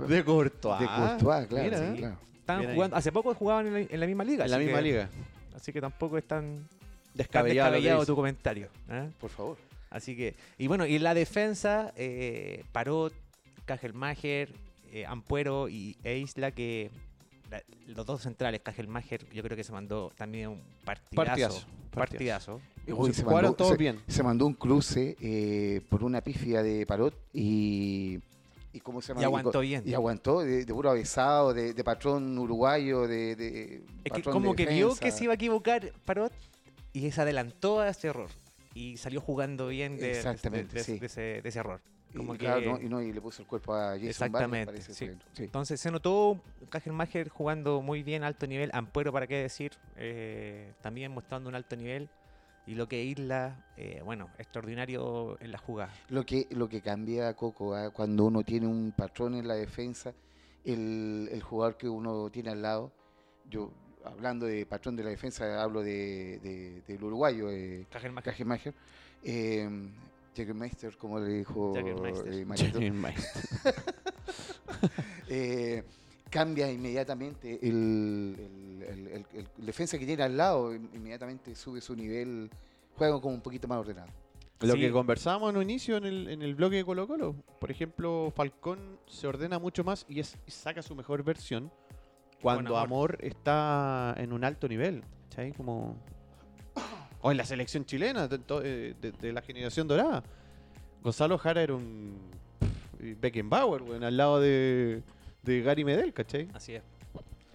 B: eh,
A: De Courtois.
B: de Courtois, claro.
A: Mira, eh.
B: sí, claro.
C: Estaban
A: Bien ahí.
C: jugando, hace poco jugaban en la, en la misma liga.
A: En la
C: así
A: misma
C: que-
A: liga.
C: Así que tampoco es tan, tan
A: Descabellado. lo que
C: descabellado
A: dice.
C: tu comentario. ¿eh?
B: Por favor.
C: Así que, y bueno, y la defensa, eh, Parot, Cajelmacher, eh, Ampuero y, e Isla, que la- los dos centrales, Cajelmacher, yo creo que se mandó también un partidazo.
A: Partidazo,
C: Partidazo.
A: partidazo.
B: Uy,
A: se
B: se
A: jugaron
B: mandó-
A: todos
B: se-
A: bien.
B: Se mandó un cruce eh, por una pifia de Parot y. ¿Y cómo se llama?
C: Y aguantó bien.
B: Y aguantó de, de puro avesado, de, de patrón uruguayo, de. de
C: Es que
B: patrón
C: como
B: de
C: que vio
B: defensa.
C: que se iba a equivocar Parot y se adelantó a ese error. Y salió jugando bien de, de-
B: Exactamente,
C: de-
B: sí.
C: de ese, de ese error.
B: Y-
C: Como
B: y claro,
C: que-
B: no, y, no, y le puso el cuerpo a Jason
C: Exactamente,
B: Vargas, parece,
C: sí.
B: fue, sí.
C: Entonces se notó Kajelmacher jugando muy bien, alto nivel. Ampuero, para qué decir, eh, también mostrando un alto nivel. Y lo que Isla, eh, bueno, extraordinario en la jugada.
B: Lo que, lo que cambia Coco, ¿ah? cuando uno tiene un patrón en la defensa, el, el jugador que uno tiene al lado, yo hablando de patrón de la defensa, hablo de, de- del uruguayo, eh,
C: Kajelmacher.
B: Kajemecher, eh, Jägermeister, como le dijo
C: Jägermeister.
B: eh, Marito,
A: Jeremy Maestro.
B: eh, cambia inmediatamente el, el- el- el- el- el defensa que tiene al lado, in- inmediatamente sube su nivel, juega como un poquito más ordenado.
A: Lo
C: Sí.
A: que conversábamos en un inicio en el, en el bloque de Colo Colo. Por ejemplo, Falcón se ordena mucho más y, es, y saca su mejor versión cuando
C: Con
A: Amor. está en un alto nivel. ¿Cachai? Como... O en la selección chilena, de, to- eh, de- de la generación dorada. Gonzalo Jara era un pff, Beckenbauer, weón, al lado de, de Gary Medel, ¿cachai?
C: Así es.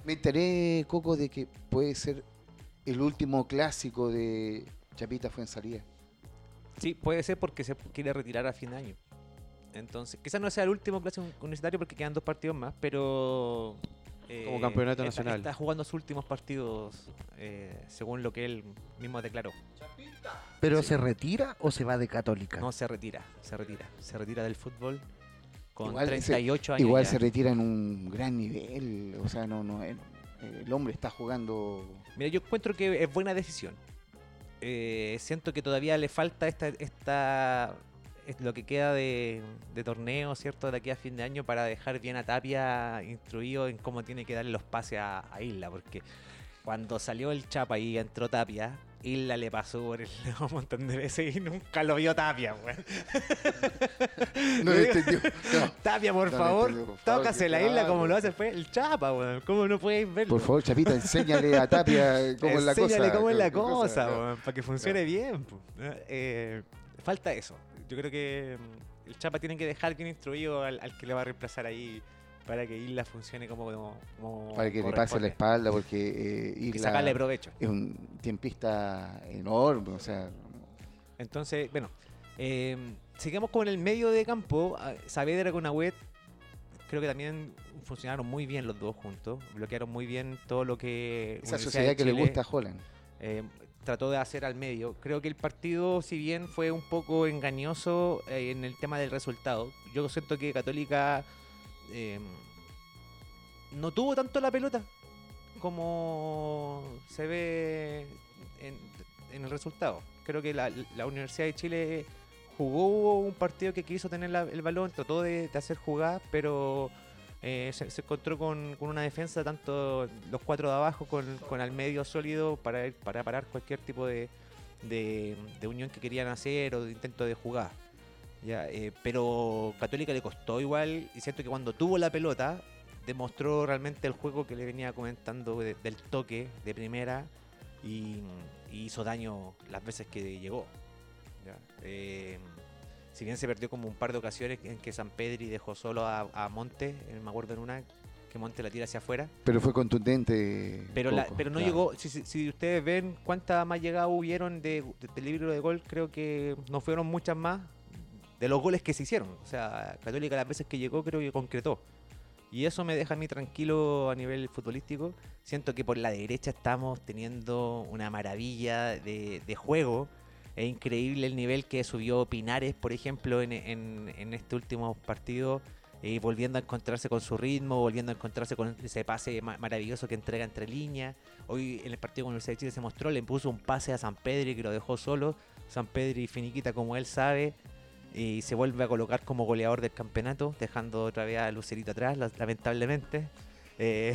B: Me enteré, Coco, de que puede ser el último clásico de Chapita Fuensalía.
C: Sí, puede ser porque se quiere retirar a fin de año. Entonces, quizás no sea el último clásico universitario porque quedan dos partidos más, pero. eh,
A: Como campeonato
C: está-
A: nacional.
C: Está jugando sus últimos partidos eh, según lo que él mismo declaró.
D: ¿Pero se retira o se va de Católica?
C: No, se retira, se retira. Se retira del fútbol con
B: Igual se-
C: 38 años.
B: Igual
C: ya.
B: se retira en un gran nivel, o sea, no, no, eh, el hombre está jugando.
C: Mira, yo encuentro que es buena decisión. Eh, siento que todavía le falta esta, esta es lo que queda de, de torneo, ¿cierto? De aquí a fin de año para dejar bien a Tapia instruido en cómo tiene que darle los pases a, a Isla, porque cuando salió el Chapa y entró Tapia, Isla le pasó por el lado un montón de veces y nunca lo vio Tapia, weón.
B: No
C: Yo
B: lo
C: digo-
B: entendió. no.
C: Tapia, por
B: No lo
C: favor,
B: entendió, por favor,
C: tócase
B: que
C: la Isla como
B: claro.
C: lo hace fue el Chapa, weón. ¿Cómo no podéis verlo?
B: Por favor, Chapita, enséñale a Tapia cómo es la cosa.
C: Enséñale cómo es la
B: qué
C: cosa,
B: no.
C: weón, para que funcione bien. po. Eh, falta eso. Yo creo que mm, el Chapa tiene que dejar bien instruido al, al que le va a reemplazar ahí para que Isla funcione como, como, como
B: Para que le pase la
C: corresponde.
B: espalda, porque eh,
C: Y
B: Isla
C: sacarle provecho.
B: es un tiempista enorme, o sea,
C: Entonces, bueno, eh, sigamos con el medio de campo. Ah, Saavedra con Agüet, creo que también funcionaron muy bien los dos juntos. Bloquearon muy bien todo lo que.
B: esa
C: Universidad de
B: sociedad que le
C: Chile-
B: gusta a Holland.
C: eh, trató de hacer al medio. Creo que el partido, si bien fue un poco engañoso eh, en el tema del resultado, yo siento que Católica eh, no tuvo tanto la pelota como se ve en, en el resultado. creo que la, la Universidad de Chile jugó un partido que quiso tener la- el balón, trató de, de hacer jugadas, pero eh, se, se encontró con, con una defensa, tanto los cuatro de abajo con, con al medio sólido para, ir- para parar cualquier tipo de, de- de unión que querían hacer o de intento de jugada. Ya, eh, pero Católica le costó igual y siento que cuando tuvo la pelota demostró realmente el juego que le venía comentando de- del toque de primera y, y hizo daño las veces que llegó. ya. Eh, si bien se perdió como un par de ocasiones en que San Pedri dejó solo a, a Monte, eh, me acuerdo en una que Monte la tira hacia afuera,
B: Pero fue contundente.
C: pero, la-
B: Coco,
C: pero no
B: claro.
C: llegó, si, si- si ustedes ven cuántas más llegadas hubieron de, de, del libro de gol, creo que no fueron muchas más de los goles que se hicieron. O sea, Católica las veces que llegó creo que concretó. Y eso me deja a mí tranquilo a nivel futbolístico. Siento que por la derecha estamos teniendo una maravilla de, de juego. Es increíble el nivel que subió Pinares, por ejemplo, en, en, en este último partido. eh, volviendo a encontrarse con su ritmo, volviendo a encontrarse con ese pase ma- maravilloso que entrega entre líneas. Hoy en el partido con la Universidad de Chile se mostró, le puso un pase a San Pedri que lo dejó solo. San Pedri finiquita como él sabe y se vuelve a colocar como goleador del campeonato, dejando otra vez a Lucerito atrás, la- lamentablemente. Eh,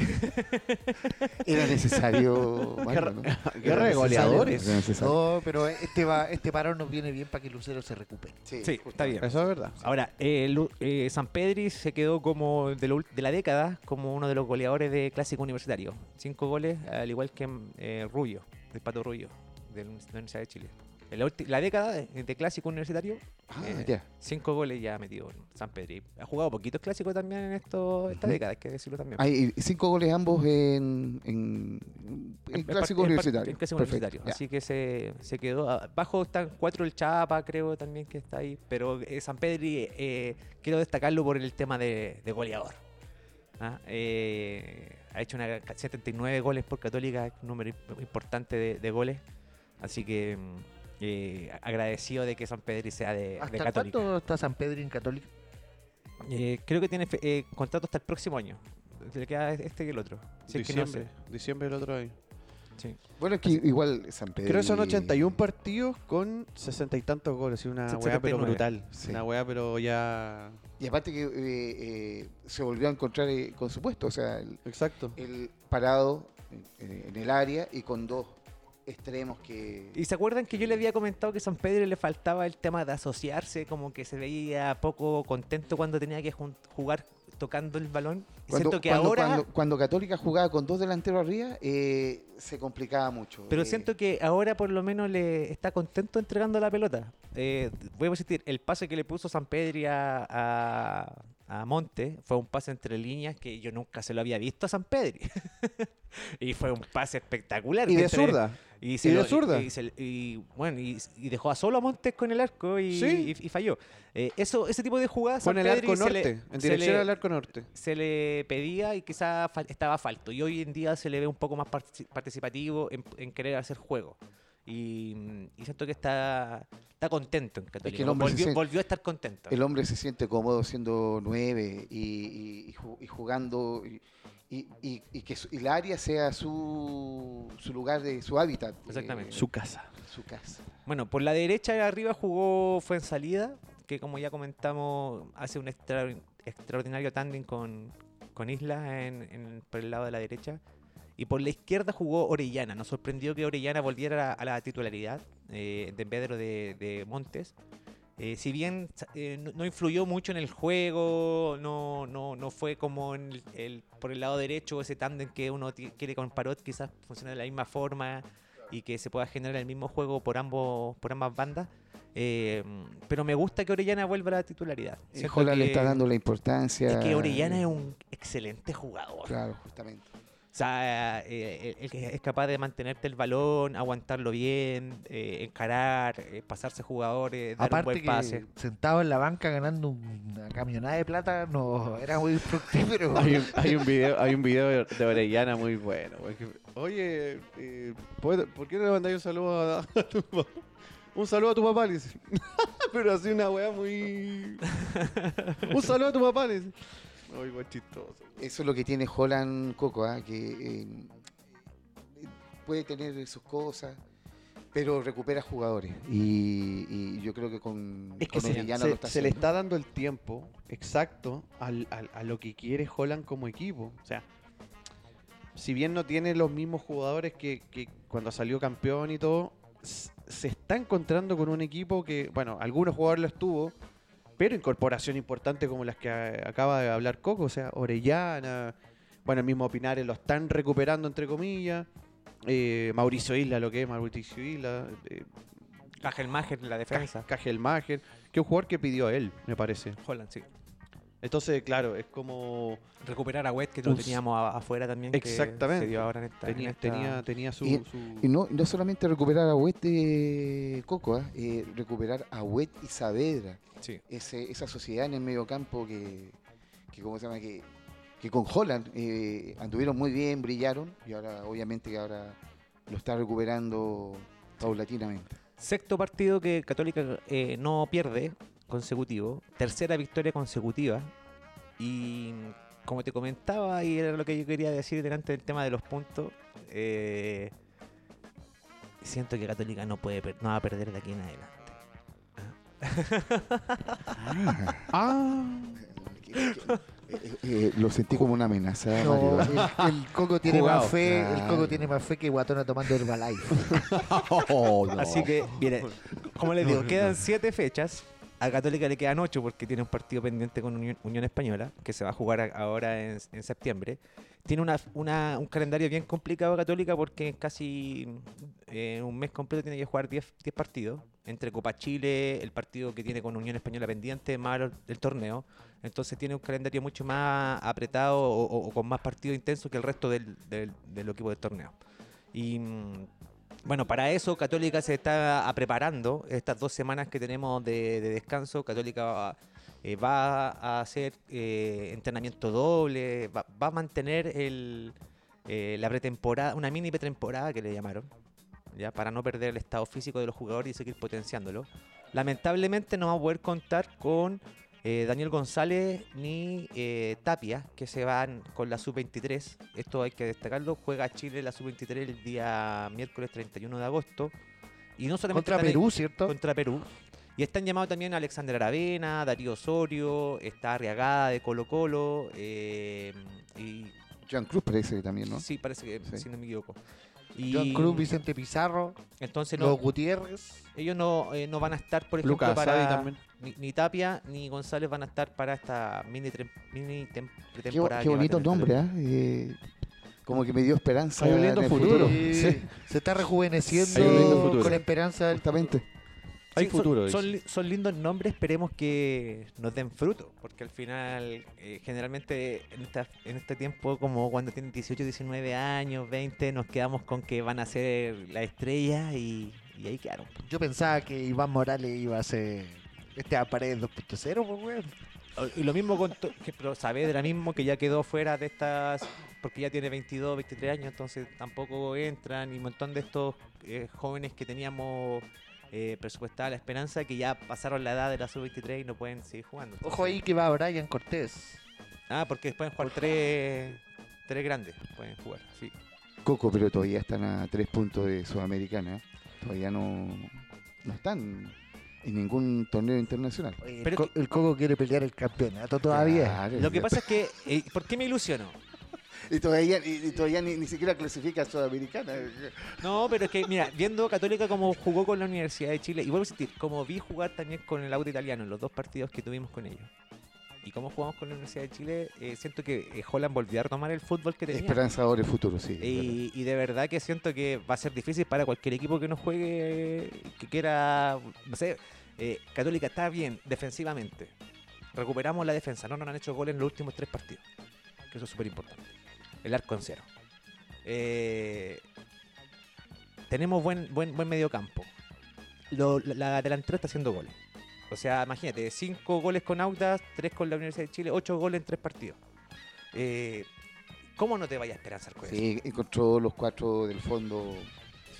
B: Era necesario. Mario, ¿no? Era
A: de
B: necesario, Oh,
A: goleadores.
B: era necesario.
D: No, pero este, va, este parón nos viene bien para que Lucero se recupere.
C: sí, está bien.
A: Eso es verdad.
C: Ahora, eh, Lu- eh, San Pedri se quedó como de, lo ul- de la década como uno de los goleadores de clásico universitario. Cinco goles, al igual que mm, eh, Rubio, del Pato Rubio, de la Universidad de Chile. En la, ulti- la década de, de clásico universitario,
B: Ah,
C: eh,
B: ya.
C: cinco goles ya ha metido San Pedri. Ha jugado poquitos clásicos también en esto, esta
B: Ujú.
C: década, hay que decirlo también.
B: Hay cinco goles ambos en, en, en
C: El
B: clásico universitario.
C: El clásico
B: Perfecto,
C: universitario.
B: ya.
C: Así que se, se quedó. Abajo están cuatro el Chapa, creo también que está ahí. Pero eh, San Pedri, eh, quiero destacarlo por el tema de, de goleador. Ah, eh, ha hecho una, 79 goles por Católica, un número imp- importante de, de goles. Así que mm, eh, agradecido de que San Pedri sea de, de
D: ¿Hasta
C: Católica.
D: cuándo está San Pedro en Católica?
C: Eh, creo que tiene fe- eh, contrato hasta el próximo año. Le queda este y el otro. Si es que no
A: diciembre,
C: sé.
A: diciembre del otro año.
C: Sí.
B: Bueno, es que igual San Pedro.
A: Creo que son 81 partidos con sesenta y tantos goles. y Una weá pero
C: 79.
A: brutal.
B: Sí.
A: Una weá pero ya...
B: Y aparte que eh, eh, se volvió a encontrar eh, con su puesto, o sea, el,
A: Exacto.
B: el parado eh, en el área y con dos extremos que.
C: ¿Y se acuerdan que yo le había comentado que a San Pedro le faltaba el tema de asociarse, como que se veía poco contento cuando tenía que jun- jugar tocando el balón? Y siento que
B: cuando,
C: ahora,
B: cuando- cuando Católica jugaba con dos delanteros arriba, eh, se complicaba mucho.
C: pero
B: eh,
C: siento que ahora por lo menos le está contento entregando la pelota. Eh, voy a insistir, el pase que le puso San Pedri a, a- a Monte fue un pase entre líneas que yo nunca se lo había visto a San Pedri. y fue un pase espectacular.
A: Y de
C: entre-
A: zurda.
C: Y, se
A: Y de
C: lo-
A: zurda.
C: Y, se- y, bueno, y, y dejó a solo a Montes con el arco y,
A: Sí.
C: y- y falló. Eh, eso, ese tipo de jugadas.
A: Con
C: San
A: el
C: Pedri
A: arco
C: se le-
A: norte. En
C: se
A: dirección
C: le-
A: al arco norte.
C: se le pedía y quizá fal- estaba falto. Y hoy en día se le ve un poco más partici- participativo en, en querer hacer juego. Y, mm, y siento que está, está contento en Católica.
B: el hombre se
C: volvió,
B: siente-
C: volvió a estar contento.
B: El hombre se siente cómodo siendo nueve y, y- y ju- y jugando y, y- y- y que su- y el área sea su, su lugar de su hábitat. eh,
C: Exactamente.
B: su,
A: Su casa.
B: su casa.
C: Bueno, por la derecha de arriba jugó fue en salida, que como ya comentamos, hace un extra- extraordinario tándem con, con Isla en, en- por el lado de la derecha. Y por la izquierda jugó Orellana. Nos sorprendió que Orellana volviera a, a la titularidad eh, de Pedro de, de Montes. Eh, si bien sa- eh, no, no influyó mucho en el juego, no, no, no fue como en el, el- por el lado derecho ese tándem que uno ti- quiere con Parot, quizás funciona de la misma forma y que se pueda generar el mismo juego por ambos por ambas bandas. Eh, pero me gusta que Orellana vuelva a la titularidad.
B: Eh,
C: Siento
B: Holland le
C: que-
B: está dando la importancia.
C: Es que Orellana es un excelente jugador.
B: Claro, justamente.
C: O sea, eh, el, el que es capaz de mantenerte el balón, aguantarlo bien, eh, encarar, eh, pasarse jugadores, dar un
D: Aparte
C: buen
D: que
C: pase.
D: sentado en la banca ganando una camionada de plata, no, era muy fructífero.
A: Hay un, hay un video, hay un video de Orellana muy bueno. güey, que- Oye, eh, ¿puedo- ¿por qué no le mandáis un saludo a, a tu papá? Un saludo a tu papá, le dice. Pero así una weá muy. Un saludo a tu papá, le dice. Ay, weón, chistoso.
B: Eso es lo que tiene Holland Coco, ¿ah? que eh, puede tener sus cosas, pero recupera jugadores. Y, y yo creo que con,
A: Es que
B: con
A: se,
B: Orellana
A: se-
B: lo está
A: se le
B: haciendo.
A: está dando el tiempo exacto al- al- a lo que quiere Holland como equipo. O sea, si bien no tiene los mismos jugadores que, que cuando salió campeón y todo, s- se está encontrando con un equipo que, bueno, algunos jugadores los tuvo, pero incorporación importante como las que eh, acaba de hablar Coco, o sea, Orellana, bueno, el mismo Pinares lo están recuperando, entre comillas. eh, Mauricio Isla, lo que es Mauricio Isla, eh,
C: Ángel Majer en la defensa.
A: Cajelmacher, que es un jugador que pidió él, me parece.
C: Holland, sí.
A: Entonces, claro, es como
C: Recuperar a Wet, que lo
A: Us-
C: teníamos a- afuera también. que
A: Exactamente.
C: se dio ahora en esta- en
A: tenía,
C: esta-
A: tenía, tenía su,
B: Y-
A: su-
B: Y no, no solamente recuperar a Huet eh, Coco, ah, eh, recuperar a Huet y Saavedra.
C: Sí.
B: Ese- esa sociedad en el medio campo que, que ¿cómo se llama? Que, que con Holland eh, anduvieron muy bien, brillaron y ahora obviamente que ahora lo está recuperando paulatinamente.
C: Sexto partido que Católica eh, no pierde consecutivo. Tercera victoria consecutiva. Y como te comentaba, y era lo que yo quería decir delante del tema de los puntos, eh, siento que Católica no, puede per- no va a perder de aquí en adelante.
A: Ah,
B: Eh, eh, lo sentí como una amenaza,
D: No,
B: Mario.
D: el, el coco tiene
C: Jugado.
D: más fe, el
B: Claro.
D: coco tiene más fe que Guatona tomando Herbalife.
C: Así que, mire, como les digo, quedan siete fechas. A Católica le quedan ocho porque tiene un partido pendiente con Unión, Unión Española, que se va a jugar a- ahora en, en septiembre. Tiene una, una- un calendario bien complicado Católica porque en casi eh, un mes completo tiene que jugar 10 10 partidos. Entre Copa Chile, el partido que tiene con Unión Española pendiente, más lo- el torneo. Entonces tiene un calendario mucho más apretado o, o- o con más partidos intensos que el resto del, del, del equipo del torneo. Y mm, bueno, para eso Católica se está a- preparando. Estas dos semanas que tenemos de, de descanso, Católica va, eh, va a hacer eh, entrenamiento doble, va, va a mantener el, eh, la pretemporada, una mini pretemporada que le llamaron, ya para no perder el estado físico de los jugadores y seguir potenciándolo. Lamentablemente no va a poder contar con eh, Daniel González ni eh, Tapia, que se van con la sub-23. Esto hay que destacarlo. Juega Chile la sub-23 el día miércoles 31 de agosto. Y no solamente
D: Contra
C: están ahí-
D: Perú, ¿cierto?
C: contra Perú. Y están llamados también Alexander Aravena, Darío Osorio, está Arriagada de Colo Colo, eh, y
B: Joan Cruz parece que también, ¿no?
C: sí, parece que,
B: Sí.
C: si no me equivoco. Y
D: John Cruz, Vicente Pizarro,
C: entonces no-
D: los Gutiérrez.
C: ellos no, eh, no van a estar, por ejemplo,
A: Lucas Asadi
C: para...
A: también.
C: Ni, ni Tapia ni González van a estar para esta mini, trem- mini tem-
B: Qué,
C: pretemporada.
B: qué
C: que va a
B: bonito
C: tener
B: nombre,
C: Católica.
B: ¿ah? Eh, como que me dio esperanza.
A: Hay un lindo
B: en el
A: futuro.
B: Sí,
D: Se está rejuveneciendo
A: Hay un lindo futuro.
D: con esperanza del
B: exactamente.
A: Hay
C: Sí, son-
A: futuro.
C: Son,
A: dice.
C: li- son lindos nombres, esperemos que nos den fruto, porque al final, eh, generalmente en, esta- en este tiempo, como cuando tienen 18, 19 años, 20, nos quedamos con que van a ser la estrella y, y ahí quedaron.
D: Yo pensaba que Iván Morales iba a ser este Paredes 2.0, pues, weón.
C: O- Y lo mismo con to- que, pero Saavedra mismo, que ya quedó fuera de estas, porque ya tiene 22, 23 años, entonces tampoco entran, y un montón de estos eh, jóvenes que teníamos eh, presupuestada la esperanza, que ya pasaron la edad de la sub-23 y no pueden seguir jugando.
D: Ojo
C: Entonces-
D: ahí que va Brian Cortés.
C: Ah, porque pueden jugar tres, tres grandes. Pueden jugar, sí.
B: Coco, pero todavía están a tres puntos de Sudamericana. ¿eh? Todavía no, no están en ningún torneo internacional.
D: Oye, el,
C: Pero
D: co- el Coco quiere pelear el campeonato todavía.
B: Claro,
C: Lo que
B: ya-
C: pasa es que, eh, ¿por qué me ilusiono?
B: Y todavía, y, y todavía ni, ni siquiera clasifica a Sudamericana.
C: No, pero es que, mira, viendo Católica como jugó con la Universidad de Chile, y vuelvo a insistir, como vi jugar también con el auto italiano en los dos partidos que tuvimos con ellos, y como jugamos con la Universidad de Chile, eh, siento que eh, Holland volvió a retomar el fútbol que tenía.
B: Esperanzador el futuro, sí. es verdad.
C: Y, y de verdad que siento que va a ser difícil para cualquier equipo que no juegue, que quiera, no sé, eh, Católica está bien defensivamente. Recuperamos la defensa, no nos han hecho goles en los últimos tres partidos, que eso es súper importante. El arco en cero. Eh, tenemos buen, buen, buen medio campo. la delantera está haciendo goles. O sea, imagínate, cinco goles con Audas, tres con la Universidad de Chile, ocho goles en tres partidos. Eh, ¿Cómo no te vaya a esperanzar con eso?
B: Sí, encontró los cuatro del fondo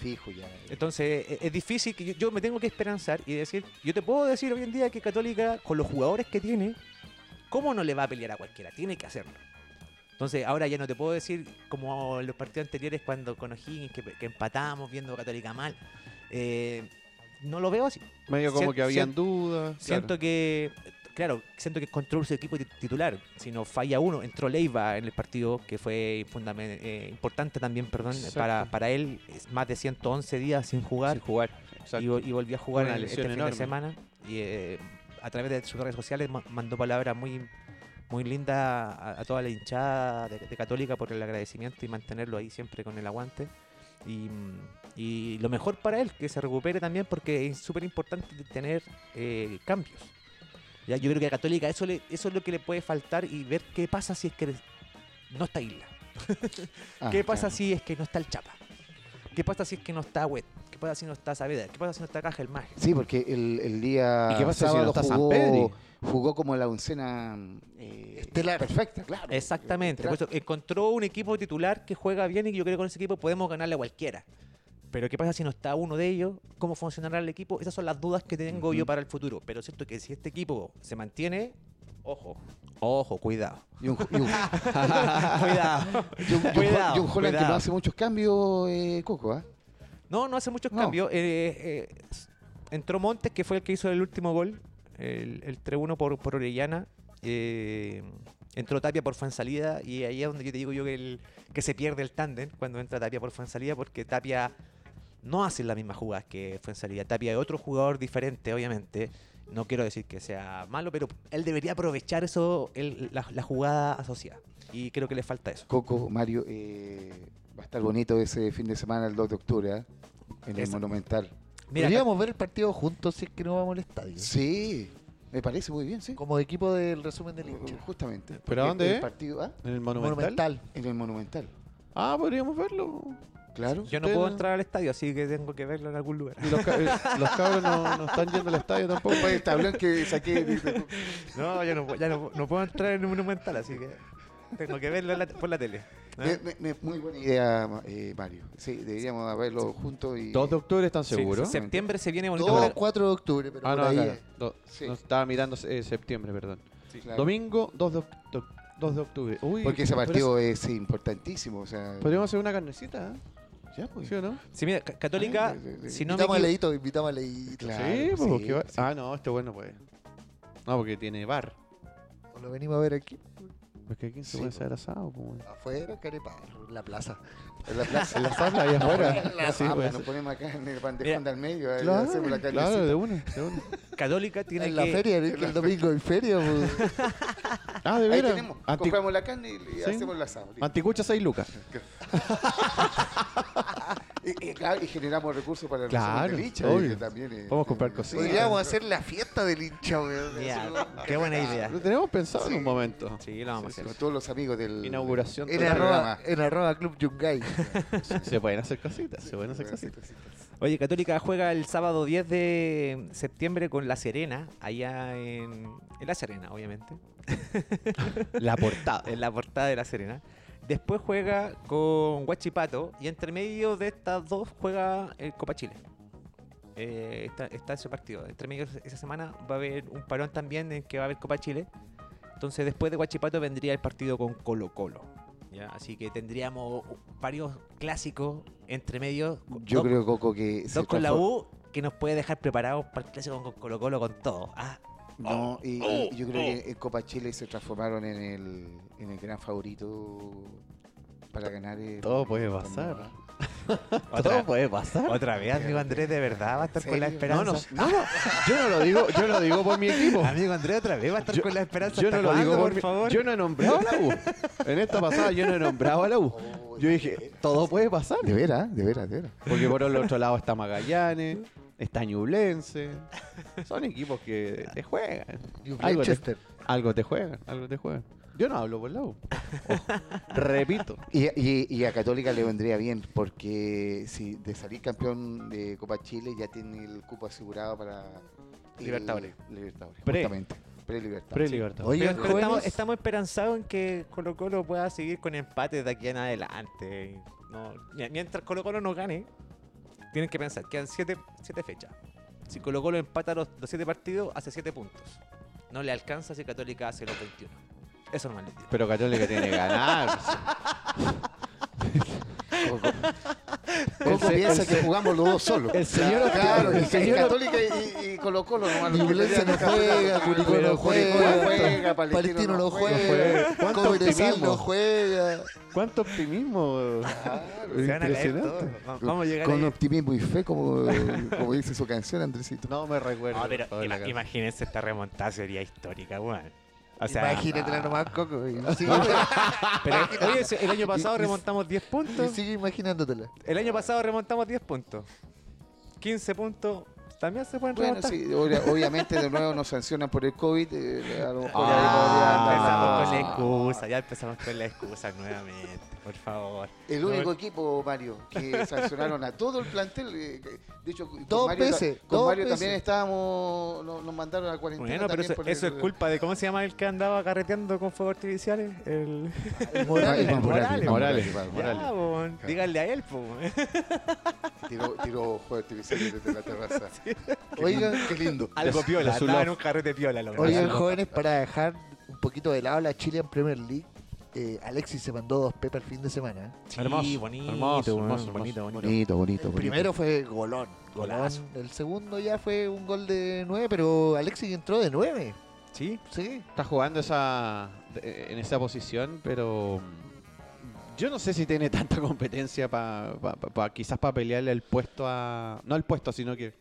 B: fijo ya.
C: Entonces, e- es difícil que yo, yo me tengo que esperanzar y decir, yo te puedo decir hoy en día que Católica, con los jugadores que tiene, ¿cómo no le va a pelear a cualquiera? Tiene que hacerlo. Entonces, ahora ya no te puedo decir como en los partidos anteriores cuando con O'Higgins, que, que empatamos viendo a Católica mal. eh, no lo veo así.
A: Medio como
C: Sien-
A: que habían dudas.
C: Siento que, claro, siento que control su equipo tit- titular. Si no falla uno, entró Leiva en el partido, que fue fundamen- eh, importante también, perdón,
A: Exacto.
C: para, para él, es más de 111 días sin jugar.
A: Sin jugar.
C: y,
A: Exacto.
C: vol- y volvió a jugar
A: Una
C: el- este
A: lesión
C: fin de
A: enorme.
C: semana. Y eh, a través de sus redes sociales ma- mandó palabras muy, muy lindas a, a toda la hinchada de, de Católica por el agradecimiento y mantenerlo ahí siempre con el aguante. Y, mm, y lo mejor para él, que se recupere también, porque es súper importante de tener eh, cambios. Ya, yo creo que a Católica eso, le, eso es lo que le puede faltar y ver qué pasa si es que no está Isla.
B: Ah,
C: ¿Qué pasa
B: claro.
C: si es que no está el Chapa? ¿Qué pasa si es que no está Wet? ¿Qué pasa si no está Saavedra? ¿Qué pasa si no está Caja el Maje?
B: Sí, porque el, el día
A: ¿Y qué pasa si
B: sábado
A: no está
B: jugó,
A: Sampedri?
B: jugó como la oncena eh,
D: Estelar.
B: perfecta, claro.
C: Exactamente. por eso encontró un equipo titular que juega bien y yo creo que con ese equipo podemos ganarle a cualquiera. Pero ¿qué pasa si no está uno de ellos? ¿Cómo funcionará el equipo? Esas son las dudas que tengo yo
A: Ujú.
C: para el futuro. Pero es cierto que si este equipo se mantiene, ojo, ojo, cuidado.
B: Y un, y un-
C: cuidado.
B: y un- y un-
C: Cuidado,
B: y un Holland que
C: cuidado.
B: no hace muchos cambios, eh, Coco, ¿ah?
C: No, no hace muchos
B: No.
C: cambios. Eh, eh, s- entró Montes, que fue el que hizo el último gol, el, el 3-1 por, por Orellana. Eh, entró Tapia por Fuensalida y ahí es donde yo te digo yo que, el- que se pierde el tándem cuando entra Tapia por Fuensalida porque Tapia no hace las mismas jugadas que Fuensalida. Tapia es otro jugador diferente, obviamente. No quiero decir que sea malo, pero él debería aprovechar eso, el- la, la jugada asociada. Y creo que le falta eso.
B: Coco, Mario, eh, va a estar bonito ese fin de semana, el 2 de octubre, ¿ah? en el
C: Esa-
B: Monumental.
C: Mira,
D: Podríamos ver el partido juntos si es que no vamos al estadio.
B: Sí, me parece muy bien, sí.
D: Como equipo del resumen del hincha.
B: Justamente.
A: ¿Pero a
B: El-
A: dónde,
B: el
A: eh?
B: partido, ¿ah?
A: ¿En el monumental?
D: Monumental.
B: En el Monumental,
A: Ah, podríamos verlo.
B: claro.
C: yo no
A: usted
C: puedo
A: no-
C: entrar al estadio, así que tengo que verlo en algún lugar.
A: Y los, ca- eh, los cabros no, no están yendo al estadio tampoco.
B: Oye, el tablón que saqué, dice,
C: No, yo no, pu- ya no, no puedo entrar en un monumental, así que tengo que verlo en la te- por la tele. ¿Ah?
A: ¿Eh?
B: Me- me- me- muy buena idea, Ma- eh, Mario. Sí, deberíamos haberlo juntos y...
A: 2 de octubre están
C: Sí,
A: seguros.
C: septiembre se viene bonito.
D: Todo
C: para-
D: 4 de octubre, pero
A: ah, no,
D: por ahí eh.
A: claro.
D: es.
A: Do-
B: Sí.
A: no, estaba mirando eh, septiembre, perdón.
B: Claro.
A: Domingo 2 de, oct- do- 2 de octubre. Uy,
B: Porque ese
A: podrías-
B: partido es importantísimo, o sea...
A: Podríamos hacer una carnecita, ¿eh?
B: Ya, pues.
A: ¿sí o no?
C: Sí, mira, Ca- Católica,
B: Ay, de- de-
C: si no me
D: invitamos a
C: equivo-
D: Leito, invitamos a Leito.
B: Claro.
A: sí, pues,
B: sí,
A: porque va-
B: sí.
A: Ah, no, este bueno pues. No, porque tiene bar.
D: Lo venimos a ver aquí,
A: Porque aquí se
B: Sí,
A: puede
B: pues.
A: hacer asado, pues. weón.
D: afuera, Carepa, en la plaza.
B: En la plaza.
A: En la sala, ahí afuera.
B: Ah,
A: Sí,
B: pues,
A: pues.
B: nos ponemos acá en el bandejón
C: Mira.
B: del medio, ahí hacemos la
A: Claro,
B: carnecita.
A: claro, de una, de una.
C: Católica tiene
D: en
C: que...
D: la feria, el, el domingo en feria. pues.
A: Ah, de
B: Ahí
A: veras.
B: tenemos,
A: Anti-
B: compramos la carne y, y
A: Sí.
B: hacemos el asado. listo.
A: Anticucha 6 lucas.
B: Y, y claro, y generamos recursos para el
A: Claro,
B: resumen del hincha,
A: obvio.
B: que también eh, es-
A: Podemos comprar
B: es-
A: cositas.
D: Podríamos hacer la fiesta del hincha, weón. Eso-
C: Ya, qué buena idea.
A: Lo tenemos pensado en un momento.
C: Sí, lo vamos a
B: Con
C: hacer.
B: todos los amigos del...
A: Inauguración
D: En
A: total.
D: arroba, en arroba Club Yungay.
A: Se pueden hacer cositas, se pueden hacer cositas.
C: Oye, Católica juega el sábado 10 de septiembre con La Serena, allá en, en La Serena, obviamente.
A: La portada.
C: en la portada de La Serena. Después juega con Huachipato y entre medio de estas dos juega el Copa Chile. Eh, está, está ese partido. Entre medio de esa semana va a haber un parón también en que va a haber Copa Chile. Entonces después de Huachipato vendría el partido con Colo Colo. ¿ya? Así que tendríamos varios clásicos entre medio.
B: Yo
C: dos,
B: creo, Coco, que... se
C: dos con la
B: transform-
C: U que nos puede dejar preparados para el clásico con Colo Colo con todo. Ah,
B: No, y, y yo creo que en Copa Chile se transformaron en el, en el gran favorito para ganar. el-
A: Todo puede
B: el
A: pasar.
B: torneo, ¿no?
C: otra,
A: puede pasar.
C: otra vez, amigo Andrés, de verdad va a estar con la
B: ¿Serio?
C: esperanza.
A: No, no, no, no, yo no lo digo, yo no lo digo por mi equipo.
C: Amigo Andrés, otra vez va a estar
A: Yo-
C: con la esperanza.
A: Yo
C: ¿Hasta
A: no lo digo
C: cuándo,
A: por,
C: por
A: mi-
C: favor.
A: Yo no he nombrado a la U. En esta pasada yo no he nombrado a la U. Yo dije, todo puede pasar.
B: De veras, de veras, de veras.
A: Porque por el otro lado está Magallanes, está Ñublense. Son equipos que te juegan. Algo te,
D: Manchester.
A: algo te juegan, algo te juegan. Yo no hablo por la U. Ojo, repito.
B: Y, y- y a Católica le vendría bien, porque si de salir campeón de Copa Chile ya tiene el cupo asegurado para. el-
C: Libertadores.
B: Libertadores,
A: Pre.
B: justamente. Pre-Libertadores.
A: Pre-libertad.
D: Oye,
C: Pero- pero
D: jóvenes.
C: estamos, estamos esperanzados en que Colo Colo pueda seguir con empates de aquí en adelante. No, mi- mientras Colo Colo no gane, tienen que pensar, quedan siete, siete fechas. Si Colo Colo empata los, los siete partidos, hace siete puntos. No le alcanza si Católica hace los 21. Eso no les digo.
A: Pero Católica tiene que ganar.
B: Coco, Coco
E: se-
B: piensa
E: el
B: que jugamos los dos solos.
E: el señor
B: Ah, claro,
E: Ortega-
B: el
E: el señor
B: Católica y, y Colo Colo nomás. los que
E: Ñublense
B: pelean
E: no
B: acá.
E: juega, Curicó
B: Pero
E: no
B: Curicó
E: juega,
B: no juega,
E: Palestino no
B: juega.
E: juega.
A: ¿Cuánto
E: Cobresal
A: optimismo?
E: no juega.
A: ¿Cuánto optimismo?
C: Se van a caer
A: Impresionante.
C: todos. Va- Vamos a llegar
E: Con
C: ahí.
E: optimismo y fe, como, como dice su canción, Andresito.
A: No me recuerdo.
C: No, Ah, pero
A: Pablo
C: ima-
A: Castro.
C: imagínense esta remontada sería histórica, weón. O sea, ah,
D: Imagínate la nomás, Coco. y
E: Sí,
C: pero- oye, si el año pasado
E: Y- y-
C: remontamos 10
E: y
C: puntos.
E: sigue imaginándotela.
C: El año pasado remontamos 10 puntos. 15 puntos también se pueden
B: Bueno,
C: remontar.
B: sí, obvia- obviamente de nuevo nos sancionan por el COVID. eh, a lo mejor ahí podría andar.
C: Ah,
E: Ah.
C: empezamos con la excusa, ya empezamos con la excusa nuevamente, por favor.
B: El único equipo, Mario, que sancionaron a todo el plantel. eh, que- De hecho, con
E: Dos
B: Mario, ta-
E: veces,
B: con
E: dos
B: Mario también
E: veces.
B: estábamos, no- nos, mandaron a cuarentena.
C: Bueno, pero
B: también
C: eso,
B: por
C: eso
B: el-
C: es culpa de, ¿cómo se llama el que andaba carreteando con fuegos artificiales? El...
E: Morales,
C: el Morales.
E: Morales,
A: Morales.
C: Ya, po, weón. díganle a él, po. weón.
B: Tiró, tiró juego artificial desde la terraza.
D: Oigan,
E: Qué lindo.
C: Algo piola,
A: su
C: estaba
A: love.
C: en un carrete piola. Lo
D: Oigan, jóvenes, para dejar un poquito de lado la Chilean Premier League, eh, Alexis se mandó dos P el fin de semana.
C: Sí,
A: Hermoso,
C: bonito,
A: hermoso,
C: weón,
A: hermoso,
C: bonito,
A: hermoso.
C: bonito.
E: Bonito, bonito.
D: El primero fue Golón.
C: Golazo.
D: Golón. El segundo ya fue un gol de nueve, pero Alexis entró de nueve.
C: Sí,
D: Sí.
A: Está jugando esa eh, en esa posición, pero mm, yo no sé si tiene tanta competencia para quizás para pelearle el puesto a no al puesto, sino que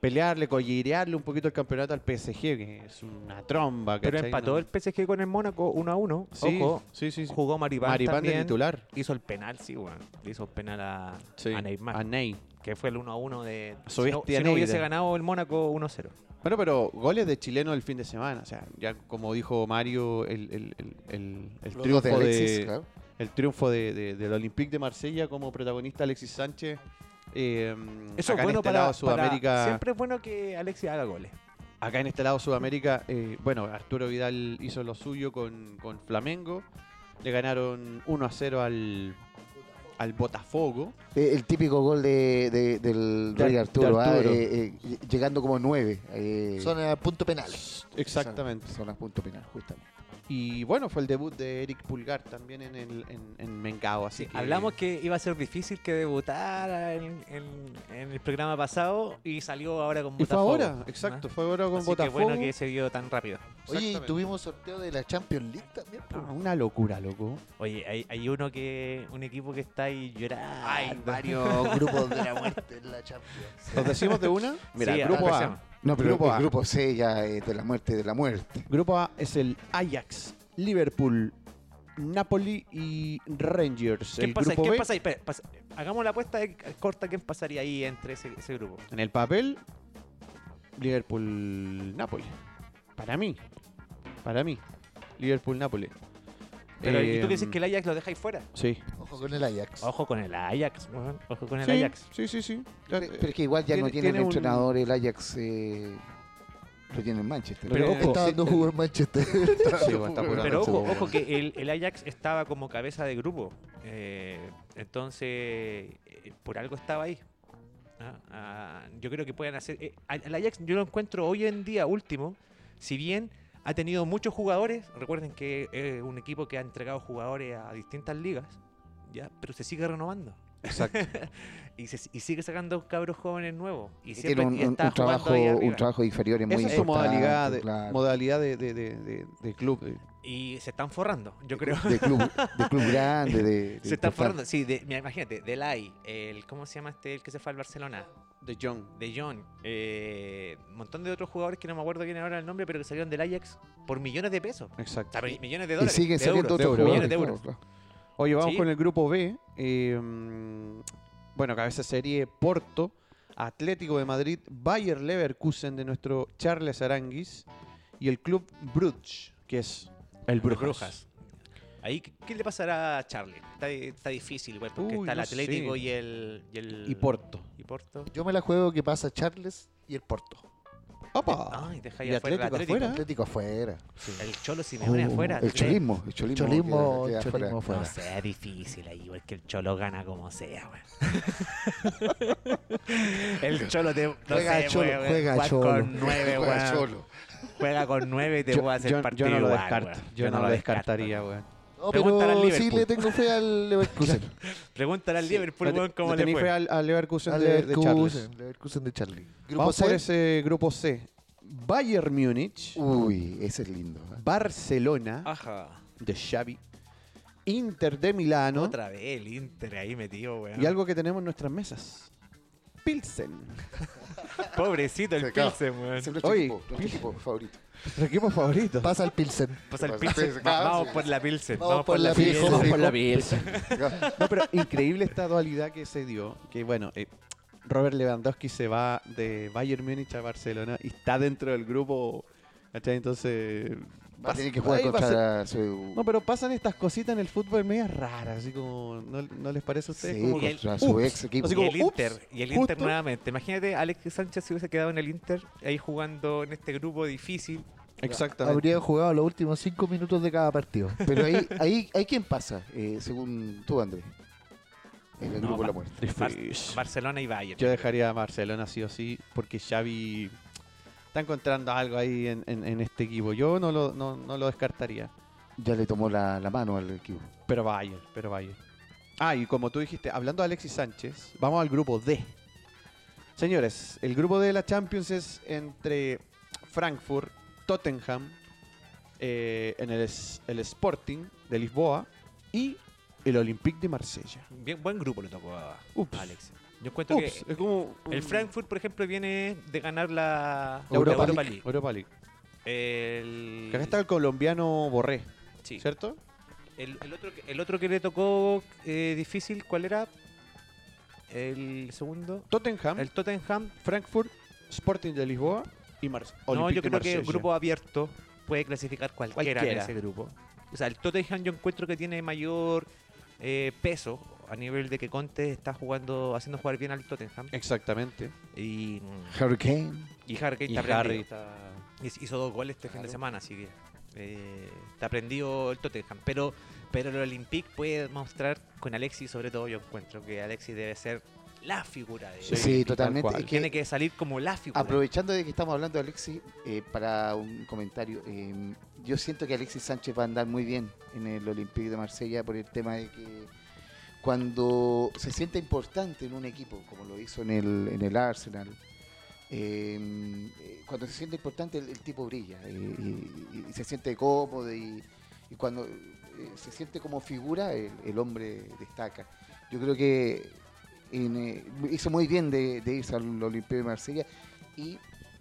A: pelearle, collirearle un poquito el campeonato al PSG, que es una tromba.
C: pero
A: ¿cachai?
C: empató
A: No-
C: el PSG con el Mónaco 1 a 1.
A: sí,
C: Ojo,
A: sí, sí, sí.
C: jugó Maripán,
A: Maripán de
C: también.
A: titular.
C: Hizo el penal, sí, weón. Le hizo el penal a,
A: Sí,
C: a Neymar,
A: A Ney.
C: que fue el 1 a 1 de. Si no,
A: Subiste a
C: si no hubiese
A: Neira.
C: ganado el Mónaco 1 a 0.
A: Bueno, pero goles de chileno el fin de semana. O sea, ya como dijo Mario, el, el- el- el- el
E: Los dos
A: triunfo
E: de
A: de,
E: Alexis, claro.
A: el triunfo de, de- del Olympique de Marsella como protagonista Alexis Sánchez. eh,
C: Eso
A: acá
C: es bueno
A: en este
C: para,
A: lado Sudamérica.
C: para- Siempre es bueno que Alexis haga goles.
A: Acá en este lado Sudamérica, eh, bueno, Arturo Vidal hizo lo suyo con, con Flamengo. Le ganaron 1 a 0 al, al Botafogo.
E: Eh, El típico gol de, de- del
A: De
E: Rey
A: Ar-
E: Arturo,
A: de
E: ¿ah?
A: Arturo.
E: Eh, eh, llegando como nueve. eh,
D: Son a punto penal.
A: Exactamente.
E: Son las puntos penal, justamente.
A: Y bueno, fue el debut de Eric Pulgar también en, el, en, en Mengao. Así que
C: Hablamos que iba a ser difícil que debutara en, en- en el programa pasado y salió ahora con
A: Y fue
C: Botafogo. ¿Ah?
A: ahora, exacto, fue ahora con
C: Así que
A: Botafogo.
C: bueno que se vio tan rápido.
D: Oye, y
A: Exactamente.
D: tuvimos sorteo de la Champions League también. po.
A: Ah, una locura, loco.
C: Oye, hay, hay uno que. un equipo que está ahí llorando.
D: Hay varios grupos de la muerte en la Champions.
A: ¿Los decimos de una? Mira,
C: Sí,
A: grupo
C: empecemos.
A: A.
E: No, pero
A: Grupo
E: el
A: A.
E: grupo C ya es de la muerte, de la muerte.
A: Grupo A es el Ajax, Liverpool, Napoli y Rangers.
C: ¿Quién
A: el
C: pasa,
A: grupo
C: ¿quién
A: B,
C: pasa ahí? Espera, pasa- hagamos la apuesta de- corta. ¿Quién pasaría ahí entre ese, ese grupo?
A: en el papel, Liverpool-Napoli. Para mí, para mí, Liverpool-Napoli.
C: Pero, ¿Y tú
A: Em,
C: qué dices que el Ajax lo dejáis fuera?
A: Sí.
D: Ojo con el Ajax.
C: Ojo con el Ajax, weón. Ojo con el
A: sí,
C: Ajax.
A: Sí, sí, sí.
E: Pero es que igual ya no
A: tiene-
E: tiene,
A: tiene
E: el
A: un-
E: entrenador, el Ajax eh, lo tiene en Manchester. Eh,
A: Pero ojo,
D: Está
A: sí,
D: dando jugo en Manchester.
A: sí, bueno, está apurado.
C: Pero ojo,
E: Ajax,
C: ojo que el, el Ajax estaba como cabeza de grupo. Eh, entonces, eh, por algo estaba ahí. Ah, ah, yo creo que pueden hacer. eh, al al Ajax yo lo encuentro hoy en día último. Si bien ha tenido muchos jugadores, recuerden que es un equipo que ha entregado jugadores a distintas ligas, ya, pero se sigue renovando.
A: Exacto.
C: Y, se- y sigue sacando cabros jóvenes nuevos. Y
E: Que tiene
C: siempre
E: un,
C: y
E: un- un
C: está jugando
E: trabajo,
C: ahí
E: un
C: arriba.
E: trabajo inferior es muy
A: Esa es su
E: importante,
A: modalidad, de,
E: claro.
A: modalidad de, de- de- de- de club. eh.
C: Y se están forrando, yo creo.
E: de club, de club grande, de, de
C: Se están
E: importante.
C: forrando, sí, de, mira, imagínate, Delay, el, ¿cómo se llama este, el que se fue al Barcelona?
A: De John.
C: De John, eh, un montón de otros jugadores que no me acuerdo quién era ahora el nombre, pero que salieron del Ajax por millones de pesos. O
A: Exacto.
C: sea, mi- millones de
E: Y
C: dólares.
E: siguen
C: de
E: saliendo
C: euros,
E: otros
A: de euros,
E: jugadores.
C: millones de
E: claro,
C: euros.
E: claro.
A: Oye, vamos
C: Sí.
A: con el grupo B. eh, mm, bueno, cabeza serie Porto, Atlético de Madrid, Bayer Leverkusen de nuestro Charles Aranguis y el club Bruges, que es el
C: Los
A: Brujas.
C: Brujas. Ahí, ¿qué qué le pasará a Charlie? Está, está difícil, igual, porque
A: Uy,
C: está el
A: no sé.
C: Atlético y el, y el-
A: Y Porto.
C: Y Porto.
D: Yo me la juego que pasa Charles y el Porto.
A: ¡Opa!
C: Ay, deja
A: ¿Y
C: ahí afuera el
A: Atlético
C: Atlético.
A: afuera?
E: Atlético afuera.
C: El Cholo Simeone
B: Oh,
C: afuera.
E: El
C: tres.
E: cholismo, el cholismo.
D: Cholismo,
E: queda- queda
D: cholismo
E: afuera.
C: No
D: fuera.
C: sea difícil ahí, igual que el Cholo gana como sea, weón. el Cholo te. No
D: Juega
C: sé,
D: Cholo,
C: weón,
D: juega
C: juega
D: Cholo.
C: con nueve,
E: Juega
C: weón.
E: solo.
C: Juega con nueve y te
A: Yo,
C: puede hacer
A: yo- yo
C: partido
A: no lo
C: igual,
A: descarto.
C: weón.
A: Yo, no, lo
C: descarto.
A: descartaría, weón.
B: No,
C: Pregúntale al
B: pero sí
C: Liverpool.
B: le tengo fe al Leverkusen.
C: Pregúntale al Liverpool,
A: No te-
C: weón, cómo
A: no
C: le
A: tení
C: fue.
A: fe al, al Leverkusen,
D: Al
A: de- de, Charles.
D: Leverkusen, Leverkusen de Charlie.
B: Grupo
A: Vamos por
B: C.
A: ese grupo C. Bayern Múnich,
C: Uh.
B: Uy, ese es lindo. ¿eh?
A: Barcelona
C: Ah. Ajá.
A: de Xavi, Inter de Milano
C: Otra vez el Inter ahí metido, weón.
A: y algo que tenemos en nuestras mesas. Pilsen.
C: Pobrecito el
B: Se acaba.
C: Pilsen, weón.
B: Ese es nuestro
A: Oye,
B: equipo, nuestro equipo favorito.
A: Nuestro equipo favorito.
D: Pasa al Pilsen.
C: Pasa el
B: pasa?
C: Pilsen.
B: Se
C: Va-
B: acaba,
C: vamos
B: sí.
C: por la Pilsen.
D: Vamos por la
B: Pilsen.
A: Vamos
B: Sí.
A: por la Pilsen. No, pero increíble esta dualidad que se dio. Que bueno, eh, Robert Lewandowski se va de Bayern Múnich a Barcelona y está dentro del grupo. ¿cachai? Entonces.
B: Va a
A: pasa-
B: tener que jugar
A: ahí va a ser-
B: contra su...
A: No, pero pasan estas cositas en el fútbol medias raras, así como. ¿No, no les parece a ustedes?
B: Sí,
A: Como que-
B: contra
A: el-
B: su
A: ups.
B: ex equipo.
A: Así
C: Y
A: como,
C: el
A: ups,
C: Inter, y el Inter
A: justo.
C: nuevamente. Imagínate, Alex Sánchez se hubiese quedado en el Inter, ahí jugando en este grupo difícil.
A: Exactamente.
D: Habría jugado los últimos cinco minutos de cada partido.
B: Pero ahí, ahí, ahí quién pasa, eh, según tú, Andrés. En el
C: No,
B: grupo de la
C: Bar-
B: muerte.
C: Bar- Barcelona y Bayern.
A: Yo dejaría a Barcelona sí o sí, porque Xavi está encontrando algo ahí en, en- en este equipo. Yo no lo, no, no lo descartaría.
B: Ya le tomó la, la mano al equipo.
A: Pero Bayern, pero Bayern. Ah, y como tú dijiste, hablando de Alexis Sánchez, vamos al grupo D. Señores, el grupo D de la Champions es entre Frankfurt, Tottenham, eh, en el, es- el Sporting de Lisboa y el Olympique de Marsella.
C: Bien, buen grupo le tocó a
A: Ups.
C: Alex. Yo encuentro
A: Ups,
C: que
A: es como
C: el
A: un-
C: Frankfurt, por ejemplo, viene de ganar la la
A: Europa
C: Europa,
A: League.
C: League.
A: Europa League.
C: El,
A: Que acá está el colombiano Borré,
C: sí.
A: ¿cierto?
C: El, el otro, que- el otro que le tocó eh, difícil, ¿cuál era? El segundo.
A: Tottenham,
C: El Tottenham.
A: Frankfurt, Sporting de Lisboa y Mars.
C: no,
A: Olympique
C: yo
A: de
C: creo que el
A: Marsella.
C: grupo abierto puede clasificar cualquiera,
A: Cualquiera.
C: en ese grupo. O sea, el Tottenham yo encuentro que tiene mayor eh, peso a nivel de que Conte está jugando, haciendo jugar bien al Tottenham.
A: Eh. Exactamente.
C: Y, mm,
B: Hurricane.
C: y Harry Kane
A: Y
C: está
A: Harry
C: prendido.
A: está...
C: Hiz- Hizo dos goles este fin de semana, así que eh, está prendido el Tottenham. Pero, pero el Olympique puede mostrar con Alexis, sobre todo yo encuentro que Alexis debe ser la figura de
B: Sí,
A: Sí, tal
B: totalmente.
A: cual.
B: Es
C: Tiene
B: que,
C: que salir como la figura.
B: aprovechando de que estamos hablando de Alexis, eh, para un comentario, eh, yo siento que Alexis Sánchez va a andar muy bien en el Olympique de Marsella por el tema de que cuando se siente importante en un equipo, como lo hizo en el, en el Arsenal, eh, eh, cuando se siente importante el, el tipo brilla eh, y, y- y se siente cómodo y, y cuando eh, se siente como figura el, el hombre destaca. Yo creo que en, eh, hizo muy bien de, de irse al Olympique de Marsella y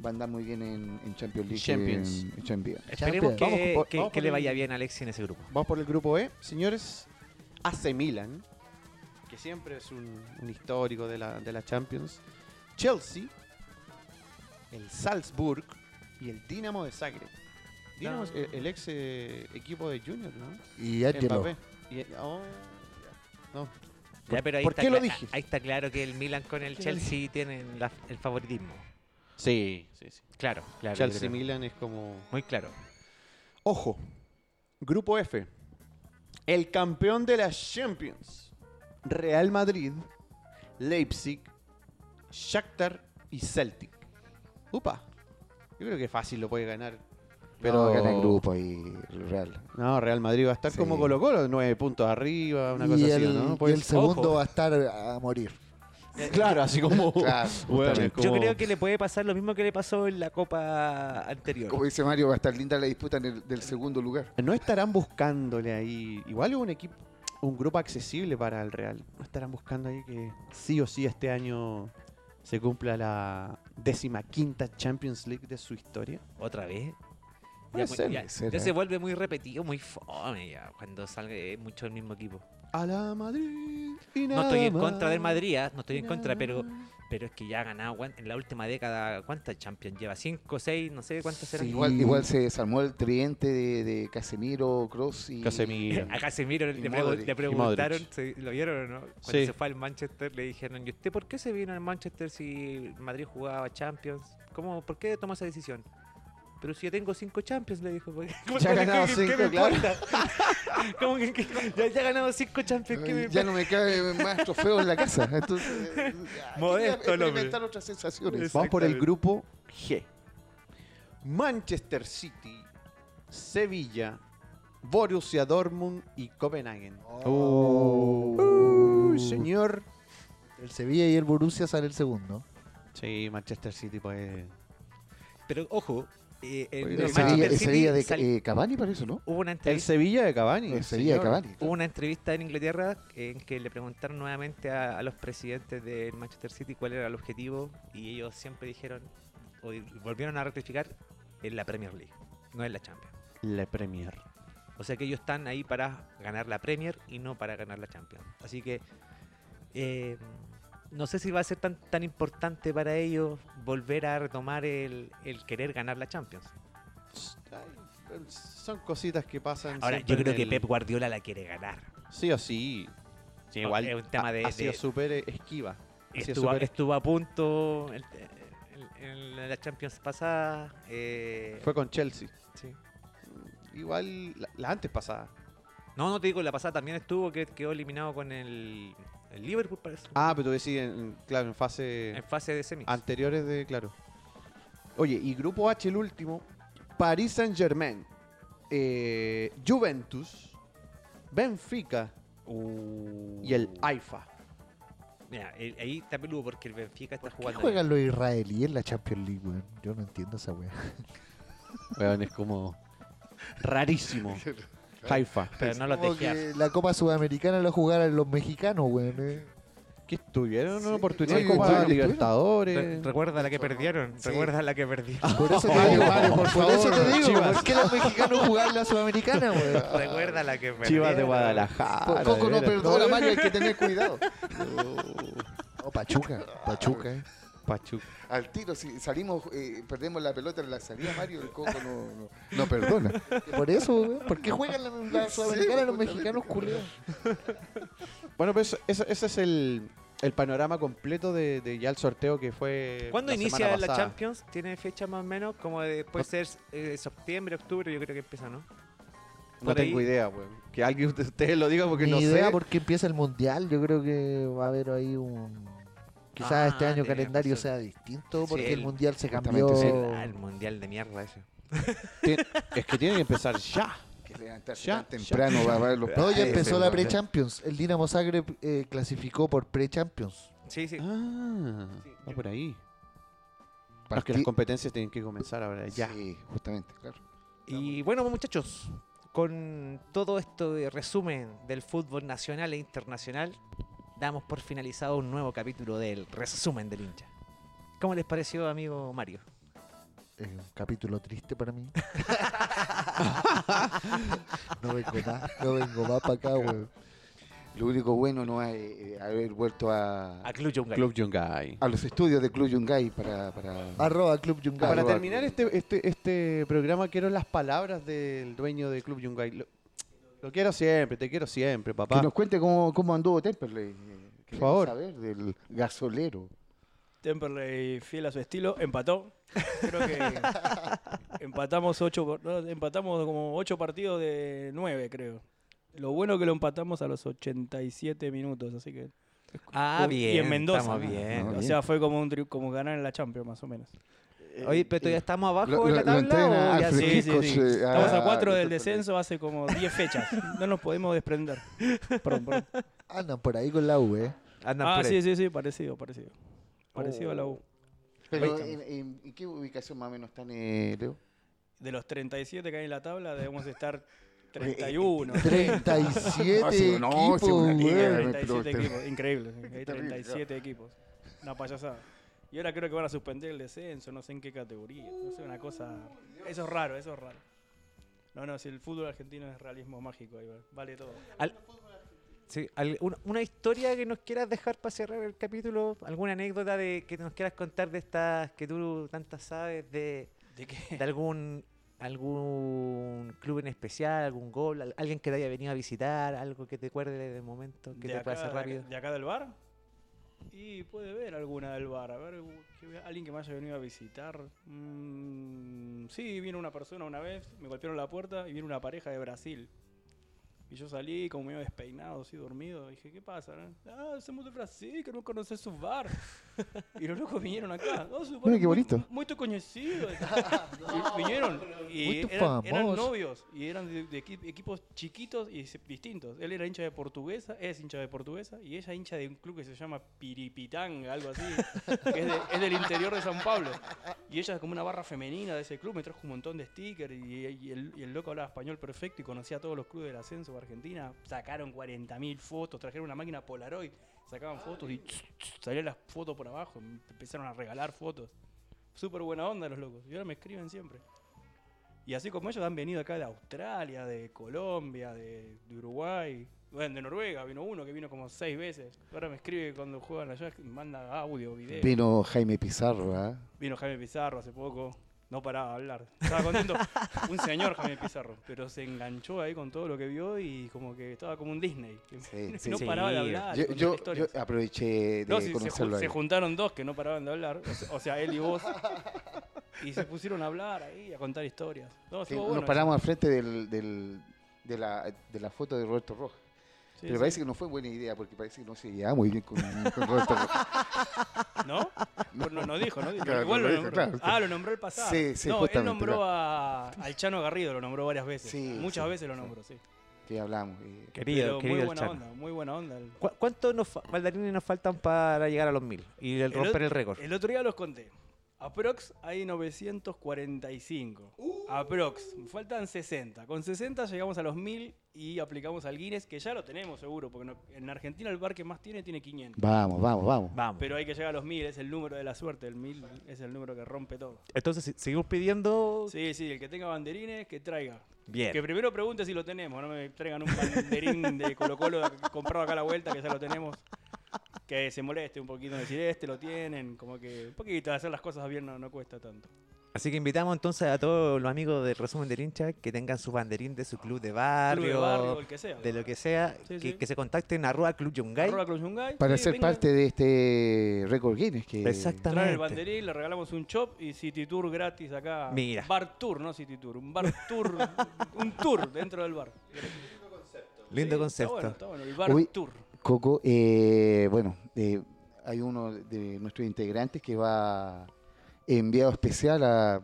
B: va a andar muy bien en, en Champions League.
A: Champions.
B: En, en Champions.
C: Esperemos
D: Champions.
C: que,
A: Vamos con-
C: que-
A: vamos
C: que
A: con
C: le
A: el-
C: vaya bien a Alexis en ese grupo.
A: Vamos por el grupo E, señores. AC Milan, que siempre es un, un histórico de la, de la Champions. Chelsea, el Salzburg y el Dinamo de Zagreb. Dinamo es el, el ex eh, equipo de Junior, ¿no?
D: Y Angelo.
A: Mbappé. Y- oh, no,
C: Ya, pero ahí
A: por
C: está
A: qué lo
C: cla-
A: dije?
C: Ahí está claro que el Milan con el
A: ¿Por qué lo
C: Chelsea tienen la- el favoritismo.
A: Sí, sí, sí.
C: Claro, claro. yo
A: Chelsea
C: creo.
A: Milan es como.
C: Muy claro.
A: Ojo, Grupo F. El campeón de la Champions. Real Madrid, Leipzig, Shakhtar y Celtic. Upa. Yo creo que fácil lo puede ganar.
B: Pero
A: Pero-
B: gana el grupo ahí, el Real.
A: No, Real Madrid va a estar
B: Sí.
A: como Colo Colo, nueve puntos arriba, una
D: y
A: cosa
D: el,
A: así, ¿no?
D: y
A: Pues-
D: el segundo
C: ojo.
D: va a estar a morir.
A: claro, así como...
B: Claro,
A: Bueno,
B: justamente.
A: como-
C: Yo creo que le puede pasar lo mismo que le pasó en la Copa anterior.
B: Como dice Mario, va a estar linda la disputa en el, del segundo lugar.
A: No estarán buscándole ahí. Igual es un equipo, un grupo accesible para el Real. No estarán buscando ahí que sí o sí este año se cumpla la décima quinta Champions League de su historia.
C: ¿Otra vez?
A: Puede
C: muy-
A: ser,
B: puede ser,
C: ya
B: ¿eh?
C: se vuelve muy repetido, muy fome ya, cuando sale eh, mucho el mismo equipo.
A: A la Madrid. y
C: No
A: nada
C: estoy en contra del
A: más.
C: Madrid, ah, no estoy en contra, pero,
A: Nada más.
C: pero es que ya ha ganado guan- en la última década, ¿cuántas Champions lleva? ¿Cinco, seis? No sé cuántas serán.
B: Sí, igual, igual se desarmó el tridente de, de Casemiro, Cross y.
A: Casemiro.
C: A Casemiro le,
B: Y
C: pregu-
B: Modric,
C: le
B: y
C: preguntaron,
A: Modric.
C: si ¿lo vieron o no? Cuando
A: Sí.
C: se fue al Manchester le dijeron, ¿y usted por qué se vino al Manchester si Madrid jugaba Champions? ¿Cómo, ¿Por qué tomó esa decisión? Pero si yo tengo cinco Champions, le dijo. "¿Por qué-
A: Ya ha
C: ¿qué-
A: ganado
C: qué-
A: cinco,
C: qué me
A: claro.
C: importa?" Como que- que- ya, ya ha ganado cinco Champions, ¿qué me
B: Ay, Ya no me cabe más trofeos en la casa. Entonces, eh, ah,
C: Modesto
B: quería
C: el hombre.
B: experimentar otras sensaciones.
A: Vamos por el
C: Exactamente.
A: grupo G. Manchester City, Sevilla, Borussia Dortmund y Copenhagen.
B: Uh.
D: Oh.
A: Uy, señor.
D: Uh. El Sevilla y el Borussia sale el segundo.
A: Sí, Manchester City, pues.
C: Pero ojo, eh, en
A: Oye,
C: el
A: el
B: Ese día,
C: Manchester
B: ese día
C: City
B: de
C: sal-
B: eh, Cavani para eso, ¿no?
C: hubo una
A: El
C: entrevista.
A: Sevilla de Cavani.
B: El Sevilla de
A: señor.
B: Cavani.
C: Hubo una entrevista en Inglaterra en que le preguntaron nuevamente a, a los presidentes del Manchester City cuál era el objetivo y ellos siempre dijeron, o di- volvieron a rectificar, en la Premier League, no en la Champions.
A: La Premier.
C: O sea que ellos están ahí para ganar la Premier y no para ganar la Champions. Así que eh, no sé si va a ser tan, tan importante para ellos volver a retomar el, el querer ganar la Champions.
A: Ay, Son cositas que pasan.
C: Ahora,
A: siempre
C: yo creo
A: en
C: que
A: el-
C: Pep Guardiola la quiere ganar.
A: Sí o sí. Sí, igual.
C: Es un tema
A: ha-
C: de-
A: Ha sido
C: de-
A: súper eh, esquiva. Ha sido
C: Estuvo,
A: súper
C: estuvo a punto en, en- en la Champions pasada. eh,
A: Fue con Chelsea. Mm,
C: sí.
A: Igual la, la antes pasada.
C: No, no te digo, la pasada también estuvo, que quedó eliminado con el, el Liverpool, parece.
A: Ah, pero tú decís, en, claro, en fase
C: En fase de semis.
A: anteriores de, claro. Oye, y grupo H el último, Paris Saint Germain, Juventus, Benfica
C: Uh.
A: y el AIFA.
C: Mira, el- ahí está peludo porque el Benfica está
D: ¿Qué
C: jugando. bien.
D: juegan los israelíes en la Champions League, weón? Yo no entiendo esa weá.
A: Weón, es como rarísimo. Haifa.
C: Pero no los
D: Como
C: dejé.
D: que la Copa Sudamericana la jugaran los mexicanos, weón. eh.
A: Que estuvieron
D: Sí,
A: una oportunidad
D: sí,
A: de Copa
D: estuvieron,
A: Libertadores.
C: Re- Recuerda la que perdieron.
D: Sí.
C: Recuerda la que perdieron.
D: Por eso te digo,
A: Mario,
D: por,
A: por favor,
D: eso te digo,
A: Chivas.
D: ¿por qué los mexicanos jugaban la Sudamericana, weón?
C: Recuerda la que perdieron.
A: Chivas de Guadalajara.
B: Por poco
A: de
B: no
A: veras.
B: perdona, Mario, hay que tener cuidado.
D: O Oh, Pachuca, Pachuca, eh.
A: Pachuca.
B: Al tiro, si salimos, eh, perdemos la pelota en la salida, Mario, el coco no, no, no perdona.
D: Por eso, weón. ¿Por qué juegan la, la Sudamericana los mexicanos culeos?
A: Bueno, pues eso- ese es el, el panorama completo de, de ya el sorteo que fue.
C: ¿Cuándo
A: la
C: inicia
A: semana
C: la
A: pasada. Pues
C: Champions? ¿Tiene fecha más o menos? Como de- puede ser eh, septiembre, octubre, yo creo que empieza, ¿no?
A: No
C: Por
A: tengo
C: ahí.
A: idea, weón. Que alguien de ustedes lo diga porque
D: Ni
A: no
D: idea
A: sé.
D: porque empieza el mundial. Yo creo que va a haber ahí un. Quizás
C: Ah,
D: este año
C: tenés
D: calendario
C: razón.
D: sea distinto
C: Sí,
D: porque el,
C: el-
D: mundial se
B: justamente
D: cambió.
B: sí.
A: Oh.
C: Ah, el mundial de mierda ese.
A: Es que tiene que empezar ya.
B: Que levantarse
A: Ya,
B: tan temprano va a ver los
D: No, ya
B: partidos,
D: empezó la
B: weón.
D: pre-champions. El Dinamo Zagreb eh, clasificó por pre-champions.
C: Sí, sí.
A: Ah, va por ahí. No, es que
B: Parti-
A: las competencias tienen que comenzar ahora ya.
B: Sí, justamente, claro.
C: Y bueno, muchachos, con todo esto de resumen del fútbol nacional e internacional, damos por finalizado un nuevo capítulo del resumen del hincha. ¿Cómo les pareció, amigo Mario?
D: Es un capítulo triste para mí. no vengo más, no vengo más para acá, weón.
B: Lo único bueno no es eh, haber vuelto a,
C: A Club Yungay.
A: Club Yungay.
B: a los estudios de Club Yungay para... para...
D: Arroba Club Yungay.
A: Para
B: Arroba
A: terminar este, este, este programa, quiero las palabras del dueño de Club Yungay. Lo, lo quiero siempre, te quiero siempre,
B: Que
A: papá.
B: nos cuente cómo, cómo anduvo Temperley. eh, queremos
A: favor.
B: saber del gasolero.
F: Temperley, fiel a su estilo, empató. Creo que empatamos ocho, por- no, empatamos como ocho partidos de nueve, creo. Lo bueno que lo empatamos a los 87 minutos, así que...
C: Ah,
F: Uy,
C: bien.
F: Y en Mendoza.
C: Estamos
F: ¿no?
C: bien.
F: O
B: bien.
F: sea, fue como, un tri- como ganar en la Champions, más o menos.
C: Oye, pero todavía estamos abajo
B: eh, Lo-
C: en la
B: lo- lo entrena
C: tabla. o ya
B: Alfred
C: sí?
F: Sí, sí,
B: Hitchcock,
F: sí.
B: eh,
F: Estamos a
B: ah,
F: cuatro
B: lo
F: del
B: que está
F: descenso hace como 10 fechas. No nos podemos desprender. Perdón, perdón.
D: Andan por ahí con la U, eh.
C: Andan
F: Ah,
C: por
F: sí,
C: ahí.
F: sí, sí, parecido, parecido. Parecido a la U.
B: Pero,
F: Ahí
B: ¿en, en- en qué ubicación más o menos están, eh, Leo?
F: De los 37 que hay en la tabla, debemos estar
D: eh,
F: 31.
D: 37
B: No, Ah, sí, no,
D: equipos,
B: sí, una liga, eh.
D: weón.
F: 37
B: pero-
F: equipos, increíble. Hay
B: terrible,
F: 37 equipos. Una payasada. Y ahora creo que van a suspender el descenso, no sé en qué categoría. No sé, una cosa. Eso es raro, eso es raro. No, no, si el fútbol argentino es realismo mágico, ahí va, vale todo.
C: Sí, al- una, una historia que nos quieras dejar para cerrar el capítulo, alguna anécdota de que nos quieras contar de estas que tú tantas sabes de,
F: ¿De qué?
C: de algún algún club en especial, algún gol, al- alguien que te haya venido a visitar, algo que te acuerde de momento, que
F: de
C: te pueda
F: acá-
C: hacer rápido.
F: ¿De acá del bar? Y puede ver alguna del bar. A ver, u- que vea- alguien que me haya venido a visitar. Mm, sí, vino una persona una vez, me golpearon la puerta y vino una pareja de Brasil. Y yo salí como medio despeinado, así dormido. Dije, ¿qué pasa? Ah, somos de Brasil, que no conoces su bar. y los locos vinieron acá. No, su bar
B: Mira,
F: es
B: qué
F: muy-
B: bonito.
F: Muy, tu conocido. Y vinieron. Y
D: Muy tu
F: eran, eran
D: famoso.
F: novios. Y eran de, de equi- equipos chiquitos y se- distintos. Él era hincha de portuguesa, es hincha de portuguesa. Y ella hincha de un club que se llama Piripitanga, algo así. que es, de- es del interior de San Pablo. Y ella es como una barra femenina de ese club, me trajo un montón de stickers y, y el, y el loco hablaba español perfecto y conocía a todos los clubes del ascenso de Argentina. Sacaron 40.000 fotos, trajeron una máquina Polaroid, sacaban fotos y tss, tss, salían las fotos por abajo, em- empezaron a regalar fotos. Súper buena onda los locos, y ahora me escriben siempre. Y así como ellos han venido acá de Australia, de Colombia, de, de Uruguay, bueno, de Noruega, vino uno que vino como seis veces. Ahora me escribe cuando juegan allá, manda audio, video.
B: Vino Jaime Pizarro, ¿ah?
F: Vino Jaime Pizarro hace poco. No paraba de hablar. Estaba contento. un señor Jaime Pizarro. Pero se enganchó ahí con todo lo que vio y como que estaba como un Disney.
B: Sí,
F: no
C: sí.
F: paraba de
C: Sí.
F: hablar.
B: Yo,
F: y contar
B: yo-
F: historias.
B: yo aproveché de
F: No, sí, se,
B: conocerlo
F: ju-
B: ahí.
F: se juntaron dos que no paraban de hablar. O se- O sea, él y vos. Y se pusieron a hablar ahí, a contar historias. No,
B: Sí,
F: estuvo
B: nos
F: bueno.
B: paramos al frente del- del- de, la, de la foto de Roberto Rojas.
F: Sí,
B: Pero
F: sí.
B: parece que no fue buena idea porque parece que no se llevaba muy bien con, con Roberto Rojas.
F: ¿No? Pues no, no dijo, ¿no? Dijo,
B: Claro,
F: Igual
B: no
F: lo
B: lo
F: nombró.
B: dijo, claro.
F: Ah, lo nombró el pasado.
B: Sí, sí,
F: no, él
B: justamente,
F: nombró
B: claro.
F: a, al Chano Garrido, lo nombró varias veces.
B: Sí,
F: Muchas
B: sí,
F: veces lo
B: sí.
F: nombró, sí.
B: Que hablamos. eh,
C: Querido,
F: Pero muy
C: querido el
F: buena
C: Chano.
F: onda, muy buena onda. el-
C: ¿Cu- ¿Cuántos nos fa- bailarines nos faltan para llegar a los mil y el-
F: ot-
C: romper el récord?
F: El otro día los conté. Aprox hay 945. Aprox. Faltan 60. Con 60 llegamos a los 1000 y aplicamos al Guinness, que ya lo tenemos seguro, porque no- en Argentina el bar que más tiene tiene 500.
B: Vamos, vamos, vamos.
C: Vamos.
F: Pero hay que llegar a los 1000, es el número de la suerte. El 1000 es el número que rompe todo.
C: Entonces, si- seguimos pidiendo.
F: Sí, sí, el que tenga banderines, que traiga.
C: Bien.
F: Que primero pregunte si lo tenemos, no me traigan un banderín de Colo Colo comprado acá a la vuelta, que ya lo tenemos. Que se moleste un poquito en decir, este lo tienen, como que un poquito, hacer las cosas bien no, no cuesta tanto.
C: Así que invitamos entonces a todos los amigos del resumen del hincha que tengan su banderín de su club de barrio,
F: Club de barrio, el que sea.
C: de lo que sea,
F: Sí,
C: que,
F: sí.
C: que se contacten a arroba Club Yungay.
F: Arroba Club Yungay,
B: Para
F: sí,
B: ser
F: venga,
B: parte de este récord Guinness. Que,
C: Exactamente.
F: Trae el banderín, le regalamos un chop y City Tour gratis acá.
C: Mira.
F: Bar Tour, no City Tour, un bar tour, un tour dentro del bar.
C: Lindo
F: Sí,
C: concepto.
F: Está bueno, está bueno, el bar
B: Uy.
F: tour.
B: Coco, eh, bueno, eh, hay uno de nuestros integrantes que va enviado especial a,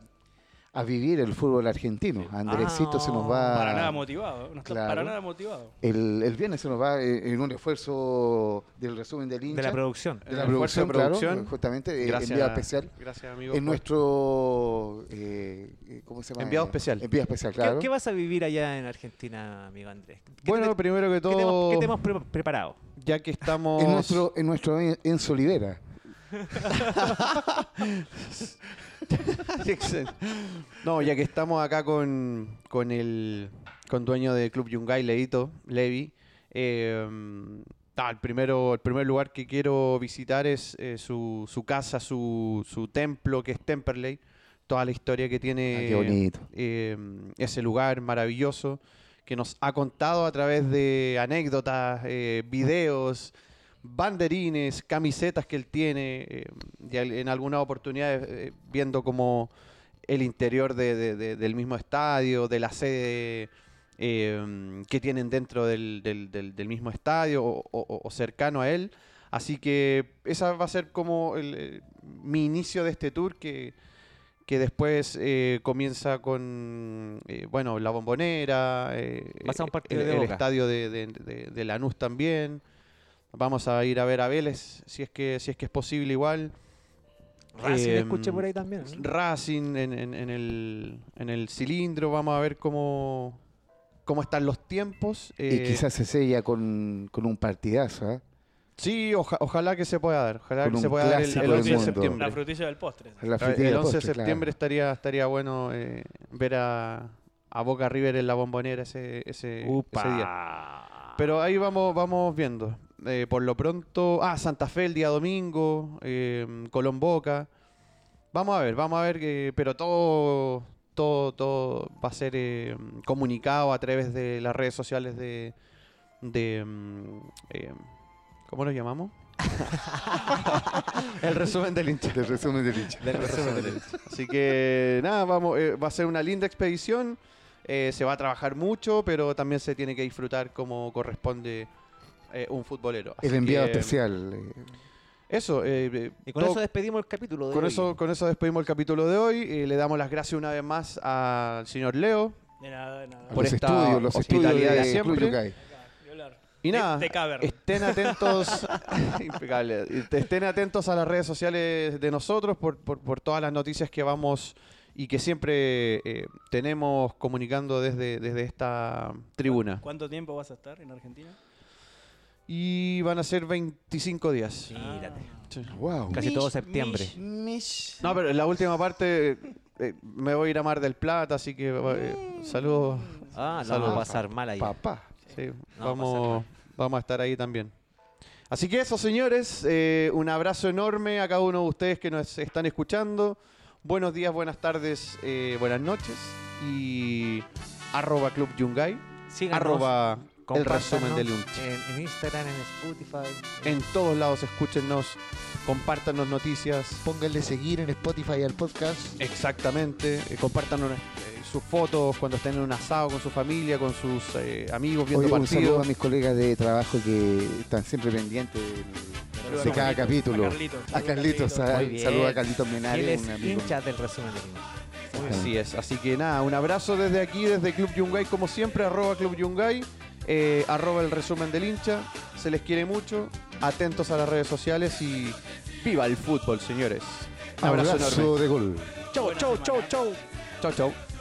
B: a vivir el fútbol argentino. Andresito se nos va.
F: Para nada motivado, no está para
B: ah, claro.
F: nada motivado.
B: el, el viernes se nos va eh, en un esfuerzo del resumen del hincha.
C: de la producción.
B: de la
A: El
B: producción,
A: esfuerzo de
B: claro,
A: producción.
B: justamente, eh,
A: Gracias.
B: enviado especial.
A: Gracias, amigo.
B: En nuestro. eh, eh, ¿Cómo se llama?
A: Enviado
B: Eh,
A: especial.
B: Enviado especial,
C: ¿Qué-
B: claro.
C: ¿Qué, vas a vivir allá en Argentina, amigo Andrés? ¿Qué te-
A: Bueno, primero que
C: ¿qué te, hemos-
A: todo,
C: qué te hemos pre- preparado?
A: ya que estamos...
B: en nuestro, en nuestro En- Enzo Olivera.
A: Excelente. no, ya que estamos acá con, con el con dueño del Club Yungay, Leito, Levi. eh, ah, el, primero, el primer lugar que quiero visitar es eh, su, su casa, su, su templo, que es Temperley. Toda la historia que tiene
B: Ah, qué bonito.
A: eh, ese lugar maravilloso que nos ha contado a través de anécdotas, eh, videos, banderines, camisetas que él tiene, eh, y al- en algunas oportunidades eh, viendo como el interior de- de- de- del mismo estadio, de la sede eh, que tienen dentro del, del- del- del mismo estadio o, o- o cercano a él. Así que esa va a ser como el, eh, mi inicio de este tour que, que después eh, comienza con, eh, bueno, la bombonera, eh,
C: Vas a un
A: eh,
C: partido
A: el,
C: de
A: el
C: Boca.
A: estadio de, de- de- de Lanús también. Vamos a ir a ver a Vélez, si es que, si es, que es posible igual.
C: Racing
A: Em,
C: escuché por ahí también. ¿eh? ¿no?
A: Racing en, en- en el, en el cilindro. Vamos a ver cómo, cómo están los tiempos.
B: Y
A: eh,
B: quizás se sella con, con un partidazo, ¿ah?
A: Sí, oja- ojalá que se pueda dar. Ojalá
B: Con
A: que se
B: un
A: pueda dar el,
B: clásico
A: el
B: del
A: 11 de
B: mundo.
A: septiembre.
F: La frutilla del postre.
B: La
A: A ver,
B: frutilla
A: Ah, el 11 de
B: de postre, claro.
A: septiembre estaría, estaría bueno eh, ver a, a Boca River en la bombonera ese, ese, ese día.
C: Upa.
A: Pero ahí vamos, vamos viendo. Eh, por lo pronto. Ah, Santa Fe el día domingo. eh, Colón Boca. Vamos a ver, vamos a ver. que- pero todo, todo, todo va a ser eh, comunicado a través de las redes sociales de. de mm, eh, ¿Cómo lo llamamos? el resumen del hincha.
B: Del resumen del hincha.
A: Así que nada, vamos, eh, va a ser una linda expedición. Eh, se va a trabajar mucho, pero también se tiene que disfrutar como corresponde eh, un futbolero.
B: El
A: Así
B: enviado
A: que,
B: especial. eh,
A: Eso. eh, eh,
C: Y con
A: todo-
C: eso despedimos el capítulo de
A: con
C: hoy.
A: eso, con eso despedimos el capítulo de hoy. Eh, le damos las gracias una vez más al señor Leo.
F: De nada, de nada.
B: a
A: Por
B: los
A: esta
B: estudios, los estudios
A: hospitalidad de
B: de Club
A: siempre.
B: Yucay.
F: Violar.
A: Y
F: De-
A: nada,
F: de Cavern.
A: estén atentos, impecable, Est- estén atentos a las redes sociales de nosotros por, por- por todas las noticias que vamos y que siempre eh, tenemos comunicando desde, desde esta tribuna.
F: ¿Cuánto tiempo vas a estar en Argentina?
A: Y van a ser 25 días.
C: Mírate.
F: Ah,
A: Sí.
B: Wow.
C: Casi todo septiembre.
A: No, pero la última parte eh, me voy a ir a Mar del Plata, así que eh, saludos.
C: Ah, no,
A: Salud.
C: vamos a pasar mal ahí.
B: Papá.
A: Sí,
C: No,
A: vamos, vamos a estar ahí también. Así que eso, señores, eh, un abrazo enorme a cada uno de ustedes que nos están escuchando. Buenos días, buenas tardes, eh, buenas noches. Y arroba Club Yungay,
C: Síganos,
A: arroba el
C: compártanos
A: resumen del lunch.
C: En, en Instagram, en Spotify.
A: En todos lados escúchennos, compártanos noticias.
E: Pónganle seguir en Spotify al podcast.
A: Exactamente, eh, compártanos eh, sus fotos cuando estén en un asado con su familia, con sus eh, amigos viendo
B: Oye, un saludo a
A: partidos.
B: mis colegas de trabajo que están siempre pendientes del-
F: Saludos
B: de
F: a
B: cada
F: Carlitos,
B: capítulo.
F: a Carlitos,
B: A
F: saludos,
B: Carlitos,
F: Carlitos.
B: a-
C: Muy bien.
B: saludo a Carlitos
C: Él
B: Menares,
C: es
B: un amigo.
C: hincha del resumen del lunch.
A: Así Pues es, así que nada, un abrazo desde aquí, desde Club Yungay, como siempre, arroba Club Yungay, eh, arroba el resumen del hincha, se les quiere mucho, atentos a las redes sociales y viva el fútbol, señores. Un abrazo,
B: Abrazo
A: enorme.
B: de gol.
A: Chau, chau, chau, chau. Chau, chau.